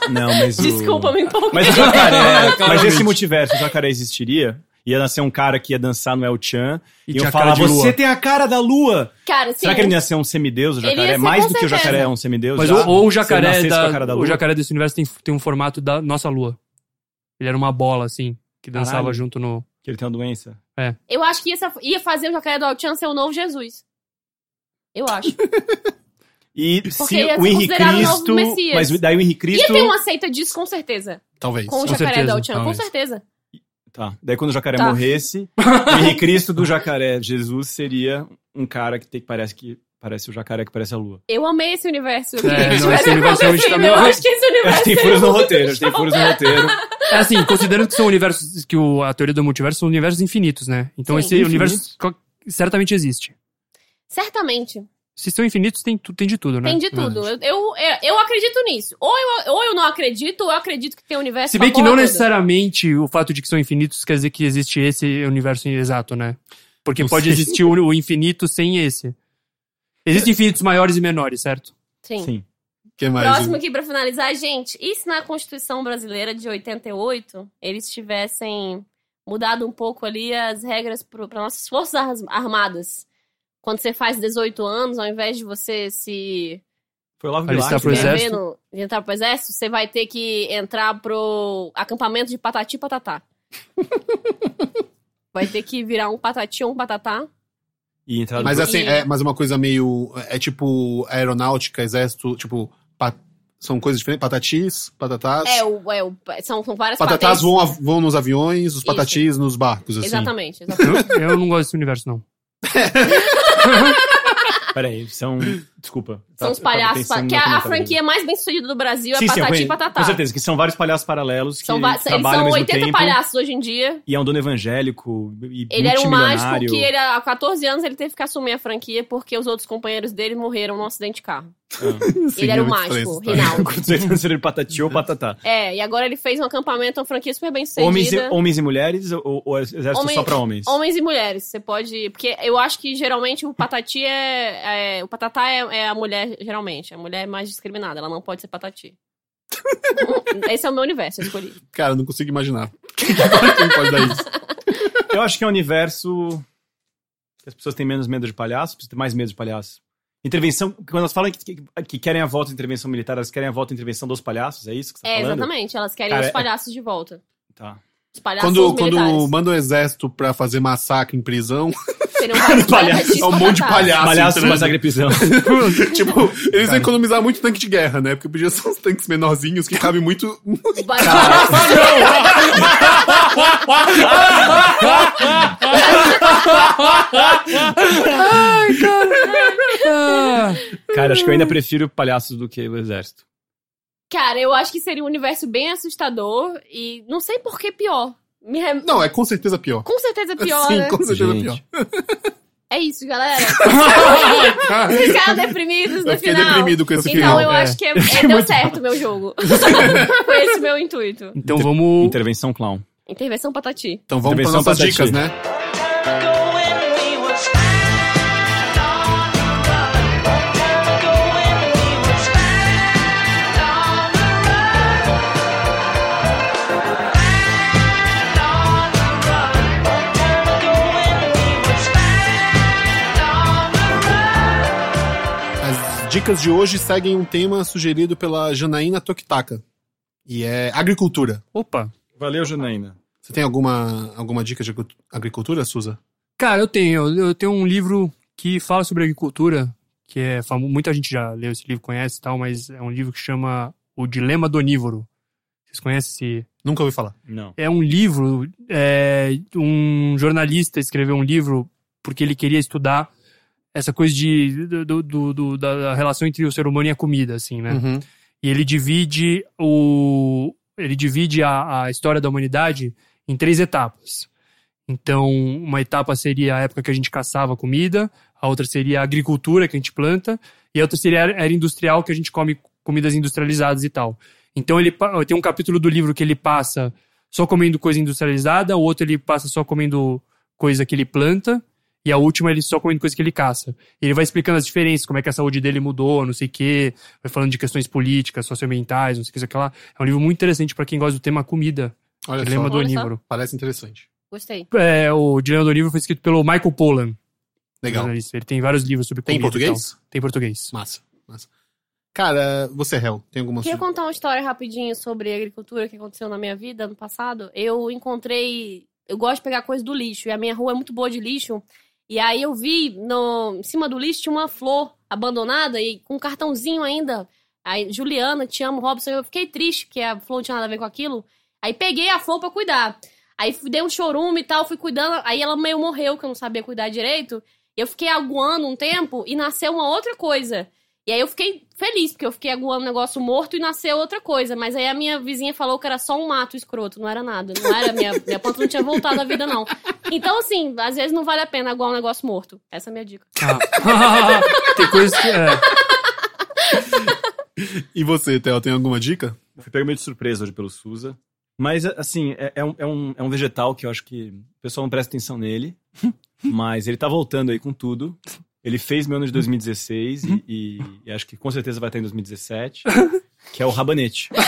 C: Não, mas o-
B: Desculpa, me empolguei.
C: Mas o jacaré, mas
D: claramente.
C: esse multiverso, o jacaré existiria? Ia nascer um cara que ia dançar no El Chan
D: E
C: e,
D: tinha
C: ia
D: a cara
C: falar:
D: de lua."
C: Você tem a cara da lua!
B: Cara, assim, sim.
C: Será que ele não ia ser um semideus, o
B: Ele ia
C: jacaré?
B: ser,
C: Mais
B: com
C: do que o
B: certeza.
C: jacaré é um semideus.
D: Mas
C: já?
D: o, ou o
C: Se ele
D: jacaré
C: nascesse com a
D: da,
C: cara da
D: o
C: lua?
D: jacaré desse universo tem, tem um formato da nossa lua. Ele era uma bola, assim, que dançava
C: Caralho.
D: junto no...
C: Que ele tem uma doença.
B: Eu acho que ia, sa- ia fazer o jacaré do Altian ser o novo Jesus. Eu acho.
C: E se
B: ia ser
C: o Henrique
B: considerado o novo
C: Cristo.
B: Messias.
C: Mas daí o Henrique
B: Ia
C: Cristo.
B: ter um- uma seita disso, com certeza.
A: Talvez.
B: Com o
D: Com
B: jacaré do
D: certeza,
B: Altian, com
D: talvez.
B: certeza.
C: Tá. Daí quando o jacaré
B: Tá.
C: morresse, o Henrique Cristo do jacaré Jesus seria um cara que, tem- parece que parece o jacaré que parece a lua.
B: Eu amei esse universo. Eu
D: É,
B: queria que
D: não, esse
B: tivesse
D: universo realmente tá
B: acontecido.
D: meio-
B: Eu acho que esse universo.
C: Tem
B: seria
C: furos no
B: muito
C: roteiro, tem furos no roteiro.
D: É assim, considerando que são universos... Que o, a teoria do multiverso são universos infinitos, né? Então
B: Sim.
D: esse universo co- certamente existe.
B: Certamente.
D: Se são infinitos, tem, tu- tem de tudo, né?
B: Tem de tudo. Eu, eu, é, eu acredito nisso. Ou eu, ou eu não acredito, ou eu acredito que tem um universo.
D: Se bem
B: pra
D: que
B: porra
D: não
B: toda.
D: necessariamente o fato de que são infinitos quer dizer que existe esse universo exato, né? Porque
A: Não
D: pode
A: sei.
D: existir o o infinito sem esse. Existem infinitos maiores e menores, certo?
B: Sim.
C: Sim.
A: que é mais?
B: Próximo aqui pra finalizar, gente. E se na Constituição Brasileira de 88 eles tivessem mudado um pouco ali as regras pro- pra nossas forças arras- armadas? Quando você faz 18 anos, ao invés de você se
C: Foi lá
D: Alistar pro
C: né?
D: exército.
B: inscrever no, de entrar pro exército, você vai ter que entrar pro acampamento de patati e patatá. vai ter que virar um patati ou um patatá.
C: E entrar
A: Mas
C: no...
A: assim,
B: E-
A: é mas uma coisa meio. É tipo aeronáutica, exército, tipo. pa- São coisas diferentes. Patatis, patatás.
B: É, o, é, o, são, são várias
A: patatás
B: patentes.
A: vão, a- vão nos aviões, os
B: Isso.
A: patatis nos barcos, assim.
B: Exatamente, exatamente.
D: Eu, eu não gosto desse universo, não.
C: Peraí, são... Desculpa.
B: São
C: Tá-
B: os
C: eu tava
B: palhaços.
C: pensando
B: Que
C: no
B: a, a
C: comentário.
B: franquia mais bem sucedida do Brasil
C: Sim,
B: é
C: sim, eu
B: Patati
C: conheço.
B: e Patatá.
C: Com certeza, que são vários palhaços paralelos que
B: São, va- eles
C: trabalham
B: são
C: ao mesmo
B: 80
C: tempo.
B: palhaços hoje em dia.
C: E é um dono evangélico e
B: Ele era um mágico
C: multimilionário.
B: que ele, há 14 anos ele teve que assumir a franquia porque os outros companheiros dele morreram num acidente de carro. ele era um
A: é muito
B: mágico,
A: estranho essa história.
B: Rinaldo.
C: Ah, Com 18 anos ele patati ou patatá.
B: É, e agora ele fez um acampamento, uma franquia super bem sucedida.
C: Homens e, homens e mulheres ou, ou exército
B: Homem-
C: só pra homens?
B: Homens e mulheres, você pode. Porque eu acho que geralmente o patati é. é- o patatá é, é a mulher, geralmente. A mulher é mais discriminada, ela não pode ser patati. Esse é o meu universo, eu escolhi.
A: Cara, eu não consigo imaginar. Quem pode dar isso?
C: Eu acho que é um universo que as pessoas têm menos medo de palhaço, precisam ter mais medo de palhaço. Intervenção, quando elas falam que, que- que querem a volta da intervenção militar, elas querem a volta da intervenção dos palhaços, é isso que você tá
B: É,
C: falando?
B: exatamente. Elas querem
C: Cara,
B: os
C: é-
B: palhaços de volta.
C: Tá.
B: Os palhaços
A: Quando, quando
B: militares.
A: manda o exército pra fazer massacre em prisão,
B: Seriam vários
A: palhaço, é um monte de
B: patatas.
A: palhaço.
C: palhaço é
A: entendeu?
C: mais agriprisão.
A: tipo, eles economizaram muito tanque de guerra, né? Porque podia ser uns tanques menorzinhos que cabem muito.
B: Ba- Palhaço.
D: Ah,
C: Cara, acho que eu ainda prefiro palhaços do que o exército.
B: Cara, eu acho que seria um universo bem assustador e não sei por que pior. Me rem-
A: Não, é com certeza pior.
B: Com certeza pior,
A: Sim,
B: né?
A: com certeza
C: Gente.
A: pior.
B: É isso, galera.
A: Ah,
B: Ficaram deprimidos no
A: Eu fiquei
B: final.
A: deprimido com esse
B: então,
A: final.
B: eu
D: É.
B: acho que é, é, deu certo o meu jogo. Foi esse meu intuito.
D: então vamos.
C: Intervenção clown.
B: Intervenção Patati.
A: Então vamos para
C: Intervenção
A: nossas
C: patati.
A: dicas, né? As dicas de hoje seguem um tema sugerido pela Janaína Tokitaka. E é agricultura.
D: Opa.
C: Valeu, Janaína.
A: Você tem alguma, alguma dica de agri- agricultura, Suza?
D: Cara, eu tenho. Eu tenho um livro que fala sobre agricultura, que é famoso. Muita gente já leu esse livro, conhece e tal, mas é um livro que chama O Dilema do Onívoro. Vocês conhecem esse
A: Nunca ouvi falar.
C: Não.
D: é um livro. é, um jornalista escreveu um livro porque ele queria estudar essa coisa de, do- do- do- da da relação entre o ser humano e a comida, assim, né?
A: Uhum.
D: E ele divide o. Ele divide a, a história da humanidade em três etapas. Então, uma etapa seria a época que a gente caçava comida, a outra seria a agricultura que a gente planta, e a outra seria a era industrial que a gente come comidas industrializadas e tal. Então ele pa- tem um capítulo do livro que ele passa só comendo coisa industrializada, o outro ele passa só comendo coisa que ele planta, e a última ele só comendo coisa que ele caça. E ele vai explicando as diferenças, como é que a saúde dele mudou, não sei o quê, vai falando de questões políticas, socioambientais, não sei o que, sei o que lá. É um livro muito interessante pra quem gosta do tema comida,
A: Olha
D: Dilema
A: só,
D: é do
B: Olha só.
D: Onívoro.
A: parece interessante.
B: Gostei.
D: É, o Dilema do Onívoro foi escrito pelo Michael Pollan, é
A: Legal.
D: jornalista. ele é então. tem vários livros sobre
A: Tem em
D: comida. e
A: português?
D: tal. Tem em português.
A: Massa, massa. Cara, você, réu, tem alguma
B: Queria
A: sugestão?
B: contar uma história rapidinho sobre agricultura que aconteceu na minha vida ano passado. Eu encontrei. Eu gosto de pegar coisa do lixo e a minha rua é muito boa de lixo. E aí eu vi no, em cima do lixo tinha uma flor abandonada e com um cartãozinho ainda. Aí, Juliana, te amo, Robson. Eu fiquei triste porque a flor não tinha nada a ver com aquilo. Aí peguei a flor pra cuidar. Aí fui- dei um chorume e tal, fui cuidando. Aí ela meio morreu, que eu não sabia cuidar direito. Eu fiquei aguando um tempo e nasceu uma outra coisa. E aí eu fiquei feliz, porque eu fiquei aguando um negócio morto e nasceu outra coisa. Mas aí a minha vizinha falou que era só um mato escroto, não era nada. Não era minha, minha planta não tinha voltado à vida, não. Então, assim, às vezes não vale a pena aguar um negócio morto. Essa é a minha dica.
D: Ah. tem coisas que. é.
A: E você, Theo, tem alguma dica?
C: Eu Fui pego meio de surpresa hoje pelo Suza. Mas, a- assim, é, é um, é, um, é um vegetal que eu acho que o pessoal não presta atenção nele. mas ele tá voltando aí com tudo. Ele fez meu ano de 2016 e- e, e acho que com certeza vai ter em 2017, que é o rabanete. Acho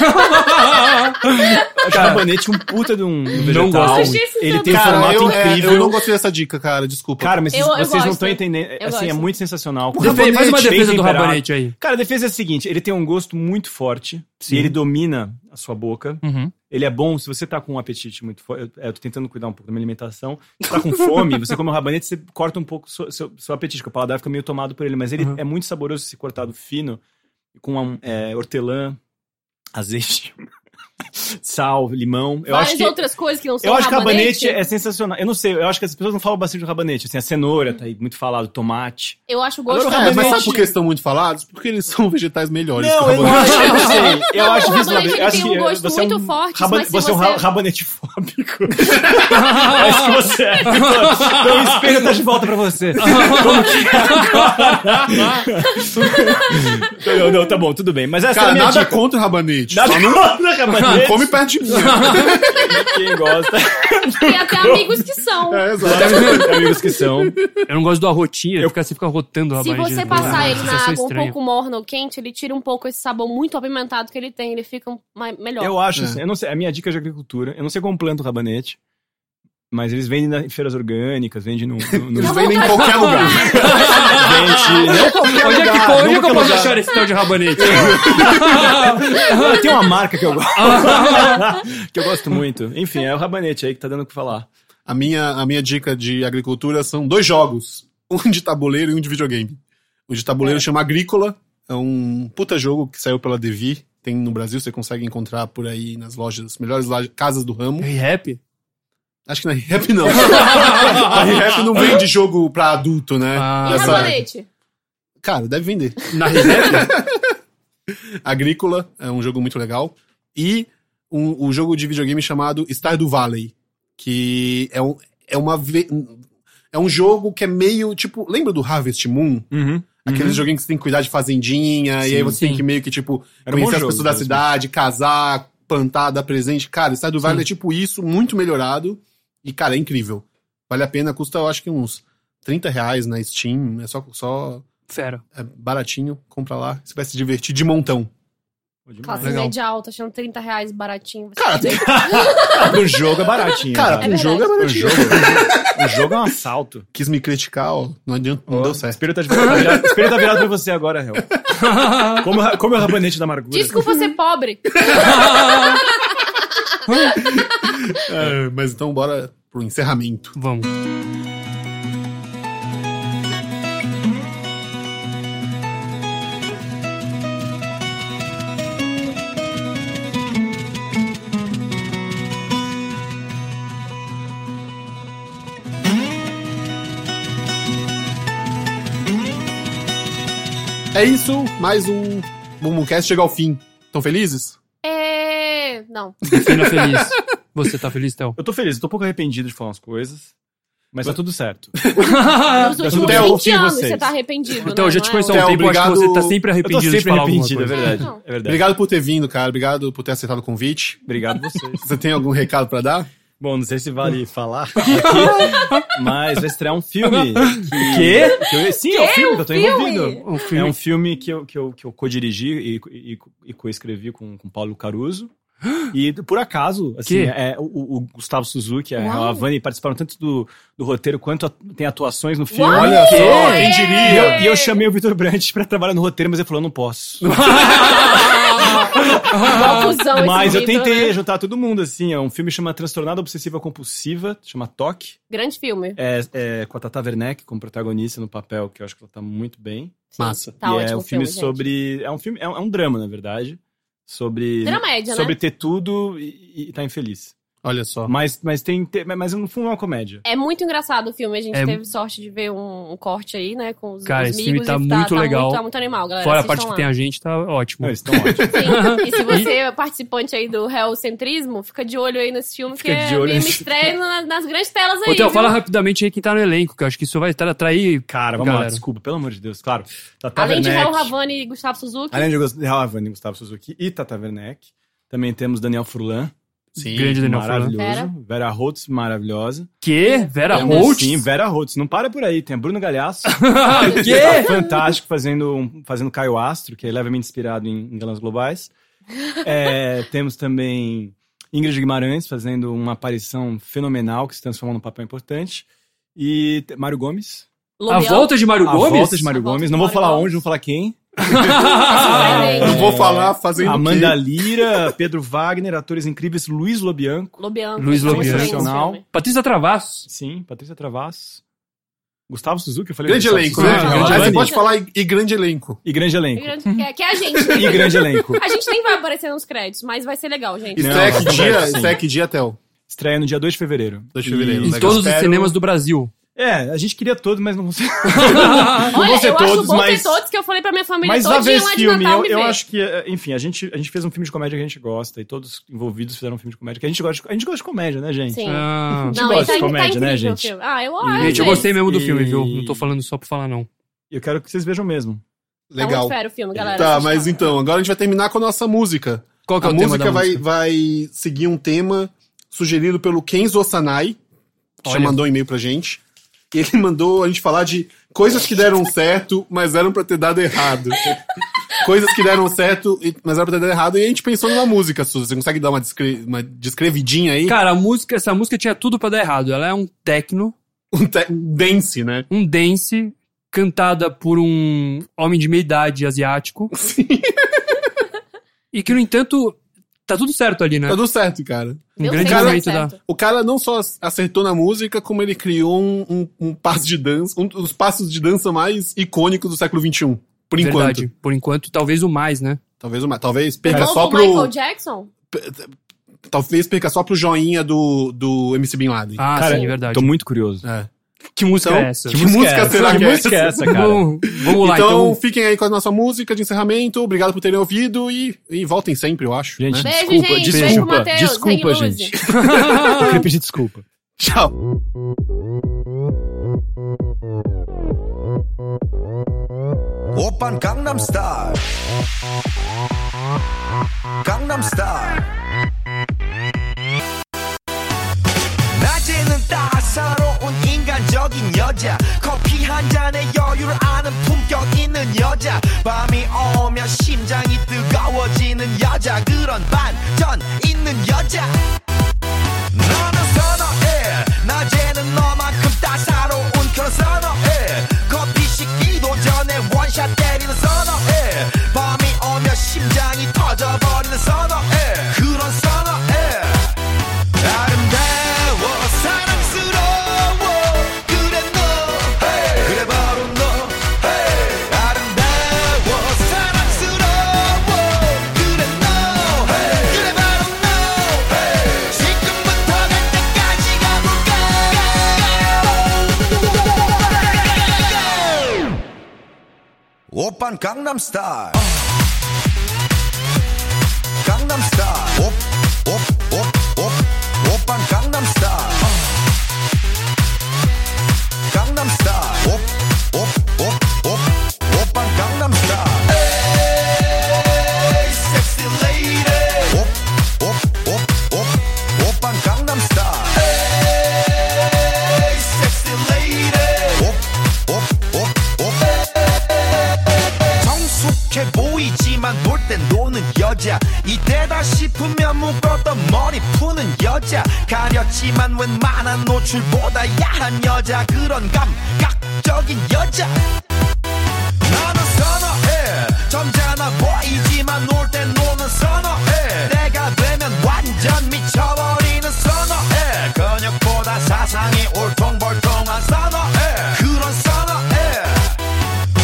C: rabanete um puta de um vegetal.
D: gosto.
B: Achei esse
C: Ele
B: seu
C: tem um
B: cara,
C: formato
A: eu, é,
C: incrível.
A: eu não gostei dessa dica, cara, desculpa.
C: Cara, mas
B: Eu- eu
C: vocês não
B: gosto.
C: estão entendendo.
B: Eu
C: assim, é
B: gosto.
C: muito sensacional.
A: O rabanete
D: Faz uma
C: bem
D: defesa do
C: temperado.
D: rabanete aí.
C: Cara, a defesa é a seguinte: ele tem um gosto muito forte e ele domina a sua boca.
D: Uhum.
C: Ele é bom se você tá com um apetite muito forte. Eu, eu tô tentando cuidar um pouco da minha alimentação. Se tá com fome, você come um rabanete, você corta um pouco seu, seu, seu apetite, que o paladar fica meio tomado por ele. Mas ele
D: Uhum.
C: é muito saboroso se cortado fino, com um, é, hortelã, azeite, sal, limão. Eu
B: Várias
C: acho que.
B: outras coisas que não são
C: Eu acho que
B: rabanete.
C: rabanete é sensacional. Eu não sei, eu acho que as pessoas não falam bastante do rabanete. Assim, a cenoura tá aí muito falado, tomate.
B: Eu acho o gosto
C: Agora o
A: É, mas
C: rabanete-
A: sabe por que estão muito falados? Porque eles são vegetais melhores. que
C: Não,
A: o
C: eu não
A: rabanete.
C: acho. Eu não sei. Eu
B: Não,
C: acho
B: o rabanete,
C: rabanete
B: ele tem um gosto muito forte, mas se
C: Você é um
B: você-
C: ra- rabanete fóbico. é isso que você é. Então o espelho tá de volta pra você. Como que é agora? não, não, tá bom, tudo bem. Mas essa é
A: Cara,
C: a minha
A: nada
C: dica.
A: contra o rabanete.
C: Nada
A: Só não
C: contra rabanete.
A: come perto de mim.
C: Quem gosta.
B: Tem até amigos que são.
A: É, exato.
C: Tem Amigos que são.
D: Eu não gosto do arrotinho, fica, você fica rotando o
B: Se
D: rabanete.
B: você
D: né?
B: passar
D: Ah,
B: ele na
D: sensação
B: água um
D: estranha.
B: pouco morna ou quente, ele tira um pouco esse sabor muito apimentado que ele tem. Ele fica mais, melhor.
C: Eu acho,
A: É.
C: assim, eu não sei, a minha dica é de agricultura. Eu não sei como planta o rabanete. Mas eles vendem na- em feiras orgânicas, vendem no. no, no
A: Eles vendem em qualquer lugar.
C: Gente, não
D: Onde é
C: lugar,
D: que, onde é que
C: nunca
D: eu posso
C: lugar.
D: achar esse tal de rabanete?
C: Ah, tem uma marca que eu gosto. que eu gosto muito. Enfim, é o rabanete aí que tá dando o que falar.
A: A minha, a minha dica de agricultura são dois jogos. Um de tabuleiro e um de videogame. O de tabuleiro chama Agrícola. É um puta jogo que saiu pela Devi. Tem no Brasil, você consegue encontrar por aí nas lojas, melhores lojas, casas do ramo.
D: Hey, Rap?
A: Acho que na Rap não. a Rap não vende jogo pra adulto, né?
D: Ah.
B: E
A: Essa-
B: rabanete?
A: Cara, deve vender.
D: Na Rap?
A: Agrícola é um jogo muito legal. E um, um jogo de videogame chamado Stardew Valley, que é um, é uma ve- é um jogo que é meio tipo, lembra do Harvest Moon?
C: Uhum.
A: Aqueles joguinhos que você tem que cuidar de fazendinha e aí você tem
D: sim.
A: que meio que tipo
C: Era um bom
A: conhecer as
C: jogo,
A: pessoas da
C: mesmo.
A: cidade, casar, plantar, dar presente. Cara, Stardew Valley é tipo isso, muito melhorado e cara, é incrível. Vale a pena, custa eu acho que uns 30 reais na Steam, é só só
D: Fera.
A: é baratinho, compra lá, você vai se divertir de montão.
B: Classe
D: Legal.
B: média alta, achando 30 reais baratinho.
A: Cara, tem
C: O jogo é baratinho.
A: Cara,
C: Cara,
A: um jogo é
C: o
A: baratinho.
C: jogo, o jogo é um assalto.
A: Quis me criticar, ó. Não adianta, não deu
C: O
A: certo.
C: espelho tá, de- tá virado, o espelho tá virado pra você agora, Hel. Como, ra- como é o rabanete da amargura.
B: Desculpa ser pobre.
A: É, mas então bora pro encerramento.
D: Vamos.
A: É isso, mais um Bumbumcast chega ao fim. Estão felizes?
B: É... Não.
D: Defina feliz. Você tá feliz, Théo?
C: Eu tô feliz, eu tô um pouco arrependido de falar umas coisas. Mas tá tudo certo.
D: Ah,
B: Nos últimos
A: Theo, eu
B: 20
C: confio em
B: anos
C: vocês.
B: você tá arrependido.
D: Então,
B: né?
D: eu já te
B: Não é
D: conheço há
A: Theo,
D: um tempo, eu acho que
A: obrigado.
D: você tá sempre
C: Eu tô
D: arrependido de
C: sempre
D: falar alguma
C: arrependido, é
D: coisa.
C: verdade.
B: Não.
C: É verdade.
A: Obrigado por ter vindo, cara. Obrigado por ter aceitado o convite.
C: Obrigado vocês.
A: Você tem algum recado pra dar?
C: Bom, não sei se vale falar aqui, mas vai estrear um filme. Que... Quê? Que eu- sim, é o filme que eu tô envolvido.
D: Um
C: É
D: filme.
C: um filme que eu, que eu, que eu co-dirigi e, e, e co-escrevi com, com Paulo Caruso. E por acaso, assim,
D: Que?
C: é, o, o Gustavo Suzuki e a
B: Uau.
C: Havani participaram tanto do, do roteiro quanto a- tem atuações no filme.
B: Uau!
A: Olha só, quem
B: Ei!
C: E eu,
A: diria?
C: e eu chamei o Vitor Brandt pra trabalhar no roteiro, mas ele falou: não posso.
D: um
B: Mó cuzão esse
C: mas eu
B: Vitor,
C: tentei
B: né?
C: juntar todo mundo, assim. É um filme que chama Transtornada Obsessiva Compulsiva, chama TOC.
B: Grande filme.
C: É, é, com a Tata Werneck como protagonista no papel, que eu acho que ela tá muito bem.
A: Massa.
B: Tá
C: e
B: ótimo
C: é um
B: o filme,
C: filme,
B: gente.
C: sobre. É um filme, é um, é um drama, na verdade. Sobre.
B: Dramédia,
C: sobre
B: né?
C: ter tudo e, e tá infeliz.
A: Olha só.
C: Mas, mas tem. tem- mas no fundo é uma comédia.
B: É muito engraçado o filme. A gente
D: É-
B: teve sorte de ver um, um corte aí, né? Com os
D: Cara,
B: os
D: esse filme
B: amigos
D: tá
B: e
D: muito legal.
B: Tá muito animal, galera.
D: Fora a
B: Assistam
D: parte que
B: lá.
D: tem a gente, tá ótimo.
C: Não, eles estão ótimos.
B: Sim. E se você é participante aí do hellcentrismo, fica de olho aí nesse filme,
C: Fica
B: que
C: de
B: é
C: olho
B: me
C: nesse-
B: estreia na- nas grandes telas aí.
D: Ô, Théo,
B: viu?
D: fala rapidamente aí quem tá no elenco, que eu acho que isso vai tra- atrair.
C: Cara, vamos lá,
D: Galera.
C: desculpa, pelo amor de Deus. Claro. Tata
B: Além de
C: Werneck,
B: Hel Havani e Gustavo Suzuki,
C: Além de Hel Havani, Gustavo Suzuki e Tata Werneck. Também temos Daniel Furlan.
A: Sim.
D: Grande Daniel Furlan.
C: maravilhoso.
B: Vera.
C: Vera Holtz, maravilhosa.
D: Que? Vera
B: Sim,
D: Holtz?
C: É um
D: Ah,
C: Sim, Vera Holtz. Não para por aí. Tem a Bruno Galhaço.
D: que?
C: fantástico fazendo, um- fazendo Caio Astro, que é levemente inspirado em, em Galãs Globais. É, temos também Ingrid Guimarães fazendo uma aparição fenomenal que se transformou num papel importante. E te- Mário Gomes.
D: A volta de Mário
C: a
D: Gomes?
C: volta de Mário
B: A volta
C: Gomes.
B: de
C: Não vou
B: Mário
C: falar
B: Gomes.
C: onde, não vou falar quem.
D: Ah!
A: Não vou falar fazendo
C: Amanda
A: o quê?
C: Lira, Pedro Wagner, atores incríveis, Luiz Lobianco.
B: Lobianco.
D: Luiz Lobianco.
C: Sensacional.
D: Patrícia Travassos.
C: Sim, Patrícia Travassos. Gustavo Suzuki, eu falei.
A: Grande
C: Gustavo
A: elenco, né?
C: Suzuki.
D: Ah,
A: Aí
D: grande
A: você
D: elenco.
A: pode falar e, e grande elenco.
C: E grande elenco.
B: Que, que é a gente. né?
C: E grande elenco.
B: A gente nem vai aparecer nos créditos, mas vai ser legal, gente.
A: Isso
C: Não,
A: é que
C: tá
A: dia,
C: certo, sim.
A: isso é que dia, Theo?
B: Tá
C: Estreia no dia 2 de fevereiro.
A: 2 de fevereiro, né?
C: E-
A: legal.
D: Em todos os
C: espero-
D: cinemas do Brasil. Ah!
C: É, a gente queria todos, mas não conseguiu.
B: Olha, eu
C: ser
B: acho
C: todos,
B: bom
C: mas-
B: ter todos que eu falei pra minha família
C: Mas vá
B: todinha
C: ver
B: lá
C: esse
B: de
C: filme.
B: Natal
C: Eu,
B: me
C: eu
B: ver.
C: acho que, eh, enfim, a gente, a gente fez um filme de comédia que a gente gosta e todos envolvidos fizeram um filme de comédia que a gente gosta. de- A gente gosta de comédia, né, gente?
B: Sim.
D: Ah,
B: Não,
C: gosta
B: ele
C: de
B: tá, ele tá
C: comédia,
B: incrível
C: né,
B: o
C: gente?
B: filme. Ah, eu
C: E-
B: acho.
D: gente, eu
B: gente.
D: gostei mesmo do
C: E-
D: filme, viu? Não tô falando só pra falar, não.
C: Eu quero que vocês vejam mesmo.
B: Tá muito
A: Legal.
B: fera o filme, galera.
A: Tá,
B: Assistam.
A: mas então, agora a gente vai terminar com a nossa música.
D: Qual que é
A: a
D: o tema
A: música,
D: da
A: vai,
D: música?
A: vai seguir um tema sugerido pelo Kenzo Sanai, que já
D: Olha.
A: mandou um e-mail pra gente. E ele mandou a gente falar de coisas que deram certo, mas eram pra ter dado errado. coisas que deram certo, e- mas eram pra ter dado errado. E a gente pensou numa música, Suzy. Você consegue dar uma, descre- uma descrevidinha aí?
D: Cara, a música, essa música tinha tudo pra dar errado. Ela é um techno,
A: Um te- dance, né?
D: um dance, cantada por um homem de meia idade asiático. e que, no entanto, tá tudo certo ali, né?
A: Tá tudo certo, cara.
D: Um
B: Deu
D: grande
B: certo,
D: momento
B: deu
D: da-
B: certo.
A: O cara não só acertou na música, como ele criou um, um, um passo de dança, um dos passos de dança mais icônicos do século um. XXI. Por
D: Verdade.
A: enquanto.
D: Por enquanto, talvez o mais, né?
A: Talvez uma, talvez perca
B: Novo
A: só pro.
B: Michael Jackson?
A: Talvez perca só pro joinha do, do MC Bin Laden.
D: Ah,
C: Cara,
D: sim, verdade.
C: Tô muito curioso.
A: É.
D: Que música
A: Então,
D: é essa?
A: que música será que é
C: música é essa, cara?
D: Bom, vamos lá,
A: Então,
D: então.
A: fiquem aí com a nossa música de encerramento. Obrigado por terem ouvido e, e voltem sempre, eu acho.
C: Gente,
A: né?
B: Beijo,
C: desculpa,
B: gente.
C: desculpa,
B: Beijo pro Matheus.
C: desculpa,
B: Hang
C: gente.
B: loose.
C: Eu queria pedir desculpa.
A: Tchau.
G: 오빤 강남 스타일 강남 스타일 낮에는 따사로운 인간적인 여자 커피 한 잔에 여유를 아는 품격 있는 여자 밤이 오면 심장이 뜨거워지는 여자 그런 반전 있는 여자 너는 선어해 낮에는 너만큼 따사로운 그런 선어해 커피 식기도 전에 원샷 때리는 선어해 밤이 오면 심장이 터져버리는 선어해 그런 선어해 아름다워 사랑스러워 그래 너 그래 바로 너 아름다워 사랑스러워 그래 너 그래 바로 너 지금부터 갈 때까지 가볼까 오빤 강남스타일 강남스타일 오 오빤 강남스타일 강남스타일 오빤 강남스타일 에이 섹시 레이디 오빤 강남스타일 에이 섹시 레이디 정숙해 보이지만 놀 땐 노는 여자 이때다 싶으면 묶었던 머리 푸는 여자 가렸지만 웬만한 노출보다 야한 여자 그런 감각적인 여자 나는 선어해 점잖아 보이지만 놀 땐 노는 선어해 내가 되면 완전 미쳐버리는 선어해 근육보다 사상이 울퉁불퉁한 선어해 그런 선어해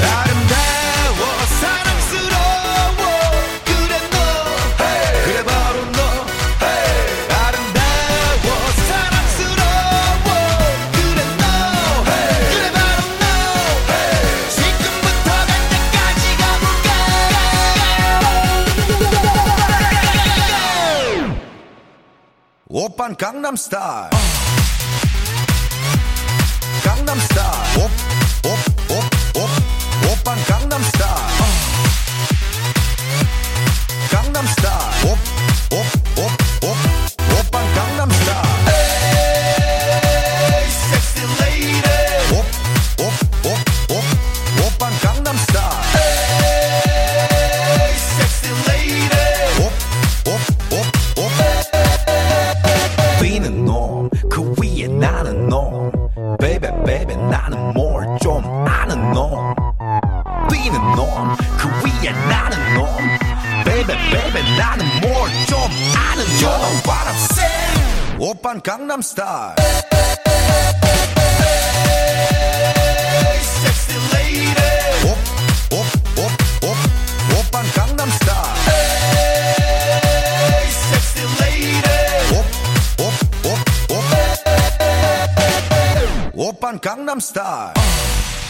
G: 아름다워 사랑스러워 그래 너 그래 바로 너 아름다워 사랑스러워 그래 너 그래 바로 너 지금부터 갈 때까지 가볼까 오빤 강남스타일 강남스타일 오오오오 오빤 강남스타일 강남스타일 오오오오 놈 그 위에 나는 놈 베베 베베 나는 뭘 좀 아는 놈 뛰는 놈 그 위에 나는 놈 베베 베베 나는 뭘 좀 아는 놈 You know what I'm saying 오빤 강남스타일 sexy lady. Op, op, op, op, op aan Gangnam Style. Hey, sexy lady. Op, op, op, op. Op aan Gangnam Style.